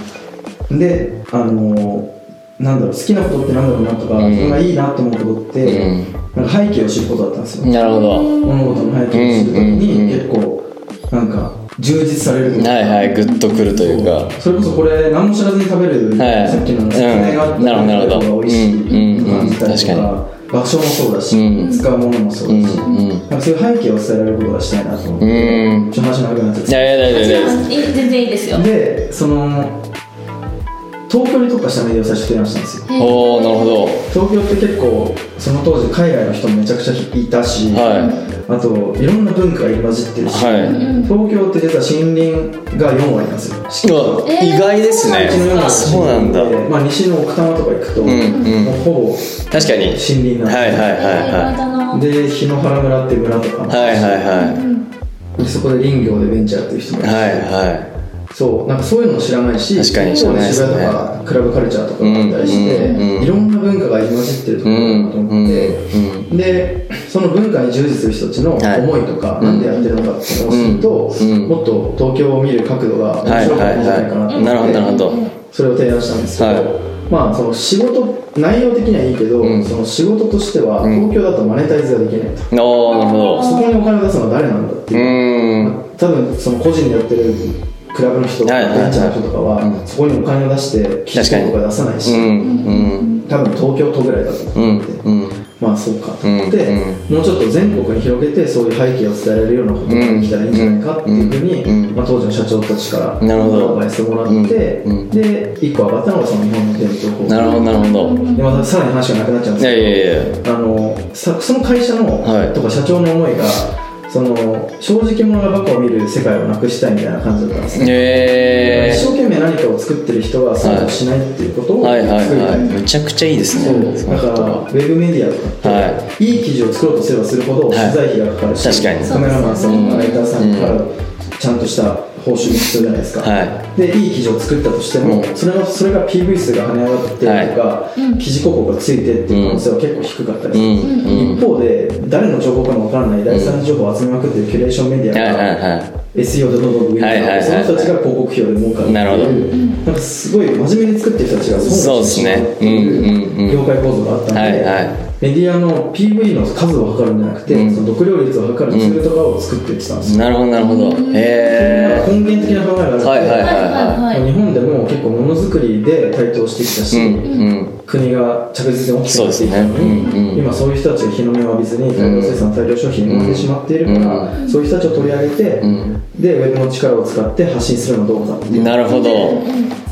[SPEAKER 3] なであのーなんだろう好きなことってなんだろうなとか、
[SPEAKER 1] うん
[SPEAKER 3] それがいいなって思うことっ
[SPEAKER 1] い。
[SPEAKER 3] て、
[SPEAKER 1] う
[SPEAKER 3] なんか背景を知ることだったんですよ、
[SPEAKER 1] ん。なるほど。
[SPEAKER 3] 物事の背景を知るとき
[SPEAKER 1] うんうん
[SPEAKER 3] に
[SPEAKER 1] うん
[SPEAKER 3] 結構なんか充実されるというか
[SPEAKER 1] はいはい。グッとくるというか。
[SPEAKER 3] それこそこれ何も知らずに食べる、
[SPEAKER 1] はい
[SPEAKER 3] さっきの説明があった
[SPEAKER 1] うんなるほどなるほど
[SPEAKER 3] 方が美味しいと感じたりとか,、
[SPEAKER 1] うんう
[SPEAKER 3] 場所もそうだし、
[SPEAKER 1] うん
[SPEAKER 3] 使うものもそううんだし、
[SPEAKER 1] うん。
[SPEAKER 3] なんかそういう背景を伝えられることがしたいなと思っ
[SPEAKER 1] う
[SPEAKER 3] て、
[SPEAKER 1] ん。
[SPEAKER 3] ちょっと話長くなっちゃっ
[SPEAKER 1] いやいやいやいやいや。
[SPEAKER 2] いい全然いいですよ
[SPEAKER 3] たでその東京に特化したメディアを最初提案したんですよ
[SPEAKER 1] おー、なるほど。
[SPEAKER 3] 東京って結構その当時海外の人もめちゃくちゃいたし、
[SPEAKER 1] は
[SPEAKER 3] あといろんな文化が入り混じって
[SPEAKER 1] い。
[SPEAKER 3] るし、
[SPEAKER 1] は
[SPEAKER 3] 東京って実は森林が4割なんですよ
[SPEAKER 1] い。うわ意外ですね
[SPEAKER 3] うちのよ。な
[SPEAKER 1] そうなんだ。うん
[SPEAKER 3] まあ、西の奥多摩とか行くと、
[SPEAKER 1] うん
[SPEAKER 3] もうほぼ森
[SPEAKER 1] 確かに。
[SPEAKER 3] 林なんで,、
[SPEAKER 1] はいはいはい
[SPEAKER 2] なる
[SPEAKER 1] は
[SPEAKER 2] ほどな
[SPEAKER 3] で檜原村っていう村とかも
[SPEAKER 1] い。はいはいは
[SPEAKER 2] うん
[SPEAKER 3] でそこで林業でベンチャーやってる人もい
[SPEAKER 1] い。
[SPEAKER 3] るし
[SPEAKER 1] はいは
[SPEAKER 3] そうなんかそういうのも知らないし
[SPEAKER 1] 確かに知らないですね
[SPEAKER 3] そうう渋谷とかクラブカルチャーとかもあったりして、
[SPEAKER 1] うんうん
[SPEAKER 3] いろんな文化が入り混じってると
[SPEAKER 1] い。うん
[SPEAKER 3] ころだなと
[SPEAKER 1] う
[SPEAKER 3] 思
[SPEAKER 1] ん
[SPEAKER 3] って、
[SPEAKER 1] うん。
[SPEAKER 3] でその文化に従事する人たちの
[SPEAKER 1] はい
[SPEAKER 3] 思いとか、
[SPEAKER 1] うん
[SPEAKER 3] なんでやってるのかっていうのを知ると、
[SPEAKER 1] うんうん
[SPEAKER 3] もっと東京を見る角度が面
[SPEAKER 1] はい
[SPEAKER 3] 白く
[SPEAKER 1] は
[SPEAKER 3] なるんじゃないいかなと思って、
[SPEAKER 1] はい。なるほどなるほど。
[SPEAKER 3] それを提案したんですけど、
[SPEAKER 1] はい
[SPEAKER 3] まあその仕事内容的にはいいけど、
[SPEAKER 1] うん
[SPEAKER 3] その仕事としては
[SPEAKER 1] うん
[SPEAKER 3] 東京だとマネタイズができないと、
[SPEAKER 1] おー、なるほど。
[SPEAKER 3] そこにお金を出すのは誰なんだって
[SPEAKER 1] う
[SPEAKER 3] いう、
[SPEAKER 1] ーん。
[SPEAKER 3] 多分その個人でやってるクラブの人とか
[SPEAKER 1] はいはいはい
[SPEAKER 3] ベンチャーの人とかは、
[SPEAKER 1] うん
[SPEAKER 3] そこにお金を出して記
[SPEAKER 1] 確か
[SPEAKER 3] 事
[SPEAKER 1] に
[SPEAKER 3] とか出さないし、
[SPEAKER 1] うんうん
[SPEAKER 3] 多分東京都ぐらいだと
[SPEAKER 1] う
[SPEAKER 3] 思
[SPEAKER 1] ん
[SPEAKER 3] って、
[SPEAKER 1] うん
[SPEAKER 3] まあそうかと思って、
[SPEAKER 1] う
[SPEAKER 3] もうちょっと全国に広げてそういう背景を伝えられるようなことができたらいいんじゃないかっていうふうに、
[SPEAKER 1] うんうん
[SPEAKER 3] まあ、当時の社長たちから
[SPEAKER 1] なるほど
[SPEAKER 3] アドバイスをもらって、
[SPEAKER 1] うんうん
[SPEAKER 3] で一個上がったのがその日本の伝統工
[SPEAKER 1] なるほどなるほど
[SPEAKER 3] でまたさらに話がなくなっちゃうん
[SPEAKER 1] い
[SPEAKER 3] です
[SPEAKER 1] や
[SPEAKER 3] け
[SPEAKER 1] いや
[SPEAKER 3] ど
[SPEAKER 1] いや
[SPEAKER 3] あのさその会社の、
[SPEAKER 1] はい
[SPEAKER 3] とか社長の思いがその正直者がバカを見る世界をなくしたいみたいな感じだったんですね、
[SPEAKER 1] え
[SPEAKER 3] 一生懸命何かを作ってる人はそういうことをしないっていうこと
[SPEAKER 1] ー、
[SPEAKER 3] を
[SPEAKER 1] はいはい
[SPEAKER 3] 作りたい
[SPEAKER 1] はいめちゃくちゃいいです
[SPEAKER 3] そう
[SPEAKER 1] ね
[SPEAKER 3] だからウェブメディアとかって、、
[SPEAKER 1] はい
[SPEAKER 3] い記事を作ろうとすればするほど
[SPEAKER 1] はい
[SPEAKER 3] 取材費がかかる
[SPEAKER 1] 確
[SPEAKER 3] し、
[SPEAKER 1] かに
[SPEAKER 3] カメラマンさんと
[SPEAKER 2] う
[SPEAKER 3] か
[SPEAKER 2] ん
[SPEAKER 3] ライターさんからちゃんとした報酬も必要じゃないですか、、
[SPEAKER 1] はい
[SPEAKER 3] でいい記事を作ったとしても、
[SPEAKER 1] うん
[SPEAKER 3] それのそれが PV 数が跳ね上がってとか、
[SPEAKER 2] いうん
[SPEAKER 3] 記事広告がついてっていう可能性は結構低かったりす
[SPEAKER 1] う
[SPEAKER 3] る、
[SPEAKER 1] んうん
[SPEAKER 3] 一方で誰の情報かもわからない第三次情報を集めまくってるキュレーションメディ
[SPEAKER 1] はい
[SPEAKER 3] ア
[SPEAKER 1] は
[SPEAKER 3] が、
[SPEAKER 1] いはい
[SPEAKER 3] SEO とどんどん上に
[SPEAKER 1] はいはいはいはい
[SPEAKER 3] その人たちが広告費用で儲かるっていう
[SPEAKER 1] なるほど
[SPEAKER 3] なんかすごい真面目に作ってる人たちが損をしてしまうっ
[SPEAKER 1] そうです
[SPEAKER 3] て
[SPEAKER 1] ねうんうんう
[SPEAKER 3] い
[SPEAKER 1] ん
[SPEAKER 3] う業界構造があったので、
[SPEAKER 1] はいはい
[SPEAKER 3] メディアの PV の数を測るんじゃなくて、
[SPEAKER 1] うん
[SPEAKER 3] その読量率を測るツールとかを作っていってたんですよ、
[SPEAKER 1] なるほどなるほどへ
[SPEAKER 3] 根源的な考えがあって、
[SPEAKER 1] はいはいはい
[SPEAKER 2] はいはい
[SPEAKER 3] 日本でも結構ものづくりで台頭してきた
[SPEAKER 1] えう
[SPEAKER 3] し、
[SPEAKER 1] んうん
[SPEAKER 3] 国が着実に大きく
[SPEAKER 1] そ
[SPEAKER 3] なっていったのに、
[SPEAKER 1] うですねうんうん
[SPEAKER 3] 今そういう人たちが日の目を浴びずに大量生産、大量消費になってしまっているから、そういう人たちを取り上げて、
[SPEAKER 1] うん
[SPEAKER 3] でウェブの力を使って発信するのはどうかっていう
[SPEAKER 1] なるほど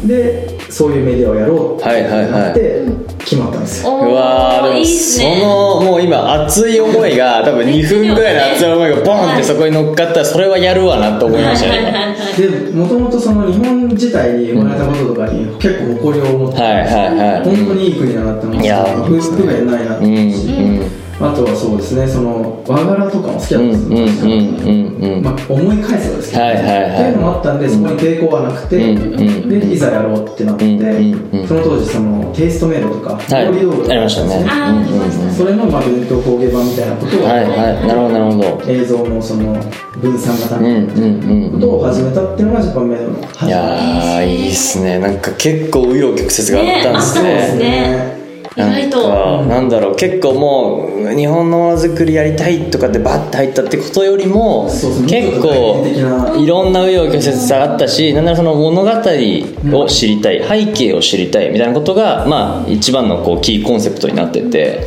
[SPEAKER 3] でそういうメディアをやろうってなって決まったんですよ、
[SPEAKER 2] お
[SPEAKER 1] うわーで
[SPEAKER 2] ーい
[SPEAKER 1] も
[SPEAKER 2] いっす
[SPEAKER 1] そ
[SPEAKER 2] ね
[SPEAKER 1] のもう今熱い思いが多分2分ぐらいの熱い思いがボンってそこに乗っかったらそれはやるわなと思いました
[SPEAKER 2] はいはい
[SPEAKER 1] ね
[SPEAKER 2] はいはい
[SPEAKER 3] でもともとその日本自体に生まれたこととかに結構誇りを持って、
[SPEAKER 1] はいはいはい
[SPEAKER 3] 本当にいい国だなって思っ
[SPEAKER 1] い
[SPEAKER 3] て
[SPEAKER 1] やー
[SPEAKER 3] 不不便ないなって思うし、
[SPEAKER 1] うんうん
[SPEAKER 3] あとはそうですねその和柄とかも好き
[SPEAKER 1] う
[SPEAKER 3] だっ
[SPEAKER 1] ん
[SPEAKER 3] たん
[SPEAKER 1] うん
[SPEAKER 3] です
[SPEAKER 1] う
[SPEAKER 3] よ、
[SPEAKER 1] んうんうん
[SPEAKER 3] まあ、思い返せばですけど、
[SPEAKER 1] はいはいはい
[SPEAKER 3] っていうのもあったんでそこに抵抗はなくて、
[SPEAKER 1] うんうん
[SPEAKER 3] でいざやろうってなって、
[SPEAKER 1] うんうん
[SPEAKER 3] その当時そのテイストメールとか
[SPEAKER 1] はい
[SPEAKER 3] 料理道具とか
[SPEAKER 1] ありましたね
[SPEAKER 2] あーありましたね
[SPEAKER 3] それのまあ伝統工芸版みたいなことを、
[SPEAKER 1] はいはいなるほどなるほど
[SPEAKER 3] 映像のその分散型
[SPEAKER 1] う
[SPEAKER 3] み
[SPEAKER 1] ん
[SPEAKER 3] たいな
[SPEAKER 1] うん
[SPEAKER 3] こ
[SPEAKER 1] うん
[SPEAKER 3] とを始めたっていうのがジャパンメイドの
[SPEAKER 1] い
[SPEAKER 3] 始ま
[SPEAKER 1] やーいいっすねなんか結構紆余曲折があったんです
[SPEAKER 2] ねあったん
[SPEAKER 1] ね
[SPEAKER 2] ですね意
[SPEAKER 1] なん
[SPEAKER 2] 外と
[SPEAKER 1] かなんだろう結構もう日本のものづくりやりたいとかってバッて入ったってことよりも
[SPEAKER 3] そうそう
[SPEAKER 1] 結
[SPEAKER 3] もっと具体的
[SPEAKER 1] 構
[SPEAKER 3] ない
[SPEAKER 1] ろんな紆余曲折があったしなんならその物語を知りたい背景を知りたいみたいなことがまあ一番のこうキーコンセプトになってて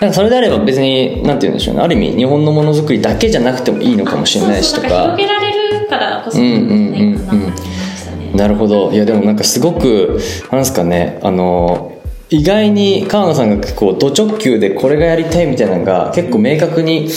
[SPEAKER 1] なんかそれであれば別になんて言うんでしょうねある意味日本のものづくりだけじゃなくてもいいのかもしれないしと
[SPEAKER 2] そうそう
[SPEAKER 1] か
[SPEAKER 2] ん広げられるからこそ
[SPEAKER 1] うん
[SPEAKER 2] いい
[SPEAKER 1] うんうんうん
[SPEAKER 2] かなって思いましたね
[SPEAKER 1] なるほどいやでもなんかすごくなんですかねあの意外に川野さんが結構ド直球でこれがやりたいみたいなのが結構明確に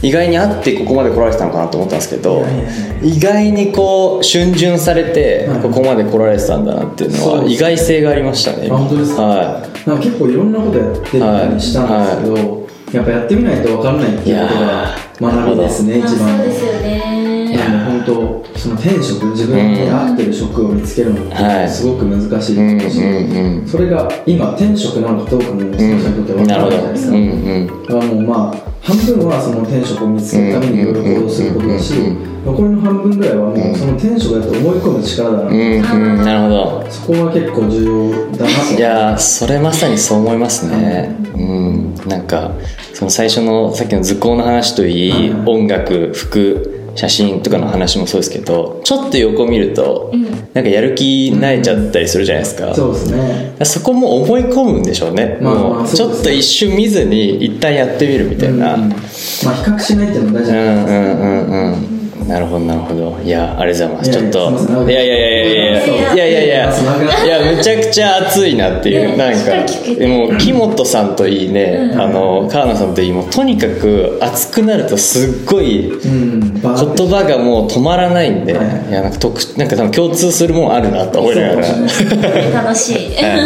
[SPEAKER 1] 意外にあってここまで来られてたのかなと思ったんですけど
[SPEAKER 3] いやいやい
[SPEAKER 1] 意外にこう逡巡されて
[SPEAKER 3] はい
[SPEAKER 1] ここまで来られてたんだなっていうの
[SPEAKER 3] そ
[SPEAKER 1] は
[SPEAKER 3] うですね
[SPEAKER 1] 意外性がありましたね
[SPEAKER 3] あ本当ですか
[SPEAKER 1] は
[SPEAKER 3] なんか結構いろんなことやってみたりしたんですけど、やっぱやってみないと分からないっていうことが学びですね
[SPEAKER 2] まあ
[SPEAKER 3] 一番
[SPEAKER 2] そうですよね
[SPEAKER 3] い
[SPEAKER 1] [laughs]
[SPEAKER 3] やもう本当その転職自分に合ってる職を見つけるのっ
[SPEAKER 1] はい
[SPEAKER 3] てすごく難しい
[SPEAKER 1] うんうん
[SPEAKER 3] ですし、
[SPEAKER 1] うん
[SPEAKER 3] それが今転職なのかどうかもその人にとって
[SPEAKER 1] う
[SPEAKER 3] 分
[SPEAKER 1] ん
[SPEAKER 3] か
[SPEAKER 1] なるほ
[SPEAKER 3] らないじ
[SPEAKER 1] ど
[SPEAKER 3] ゃないです
[SPEAKER 1] う
[SPEAKER 3] か、
[SPEAKER 1] んうん
[SPEAKER 3] だからもうまあ半分はその転職を見つけるためにいろいろ行動することだし
[SPEAKER 1] うん
[SPEAKER 3] 残りの半分ぐらいはもうその転職だと思い込む力だな、
[SPEAKER 1] うんうんなるほど
[SPEAKER 3] そこは結構重要だなと
[SPEAKER 1] いやーそれまさにそう思いますねうんなんかその最初のさっきの図工の話といい、
[SPEAKER 3] うん
[SPEAKER 1] 音楽服写真とかの話もそうですけどちょっと横見ると、
[SPEAKER 2] うん
[SPEAKER 1] なんかやる気なえちゃったりするじゃないですか、
[SPEAKER 3] そうですね
[SPEAKER 1] そこも思い込むんでしょうね、
[SPEAKER 3] まあまあ
[SPEAKER 1] もうち
[SPEAKER 3] そう
[SPEAKER 1] ょ
[SPEAKER 3] ですね
[SPEAKER 1] っと一瞬見ずに一旦やってみるみたいな、
[SPEAKER 3] うんまあ比較しないっていうのは大事
[SPEAKER 1] う
[SPEAKER 3] だ
[SPEAKER 1] んうんうんうんなるほどなるほどいやありがとうございます
[SPEAKER 3] い
[SPEAKER 1] ち
[SPEAKER 3] やい
[SPEAKER 1] ょっ
[SPEAKER 3] やすいませ
[SPEAKER 1] と
[SPEAKER 3] ん
[SPEAKER 1] いやいやいやいやいやいやいやいや
[SPEAKER 3] そう長くなっ
[SPEAKER 1] いやめちゃくちゃ熱いなっていう
[SPEAKER 2] ね
[SPEAKER 1] なん
[SPEAKER 2] しっかり
[SPEAKER 1] か
[SPEAKER 2] 聞けて
[SPEAKER 1] もう木本さんといいね
[SPEAKER 2] うん
[SPEAKER 1] あの川野さんといいもうとにかく熱くなるとすっごい
[SPEAKER 3] うんバーって
[SPEAKER 1] 言葉がもう止まらないんでい
[SPEAKER 3] はい
[SPEAKER 1] やなんか特なんか多分共通するもんあるなと思いながら
[SPEAKER 3] そうです
[SPEAKER 2] 楽しい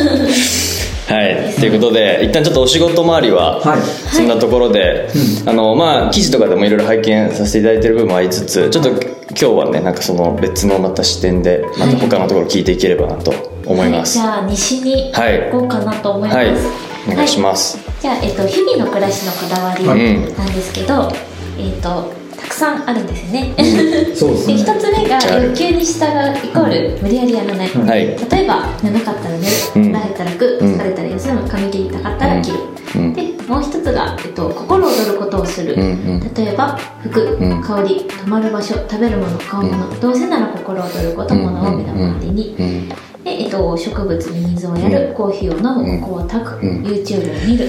[SPEAKER 1] はい、ということで一旦ちょっとお仕事周りは、
[SPEAKER 3] はい
[SPEAKER 1] そんなところで、あのまあ記事とかでもいろいろ拝見させていただいてる部分もありつつちょっと今日はねなんかその別のまた視点でまた他のところ聞いていければなと思います、
[SPEAKER 2] はいじゃあ西に
[SPEAKER 1] はい
[SPEAKER 2] 行こうかなと思います、
[SPEAKER 1] はいお願いします、
[SPEAKER 2] じゃあ、えっと、日々の暮らしのこだわり
[SPEAKER 1] はい
[SPEAKER 2] なんですけど、えっと、たくさんあるんですよね。
[SPEAKER 3] そうです
[SPEAKER 2] で、一
[SPEAKER 3] ね
[SPEAKER 2] つ目が
[SPEAKER 1] じゃあ
[SPEAKER 2] 欲求に従うイコール無理やりやらない。
[SPEAKER 3] はい
[SPEAKER 1] はい
[SPEAKER 2] 例えば眠かったら寝る、
[SPEAKER 1] うん
[SPEAKER 2] 慣れたら食う、
[SPEAKER 1] うん
[SPEAKER 2] 疲れたら休む、髪切りたかったら切る。
[SPEAKER 1] うん
[SPEAKER 2] で、もう一つが、えっと、心躍ることをする。
[SPEAKER 1] うんうん
[SPEAKER 2] 例えば服、
[SPEAKER 1] うん
[SPEAKER 2] 香り泊まる場所食べるもの買うもの、どうせなら心躍ることものを目の前に、
[SPEAKER 1] うん
[SPEAKER 2] で、えっと、植物に水をやる、コーヒーを飲
[SPEAKER 1] うん
[SPEAKER 2] む、ここを炊く、
[SPEAKER 1] うん
[SPEAKER 2] YouTube を見る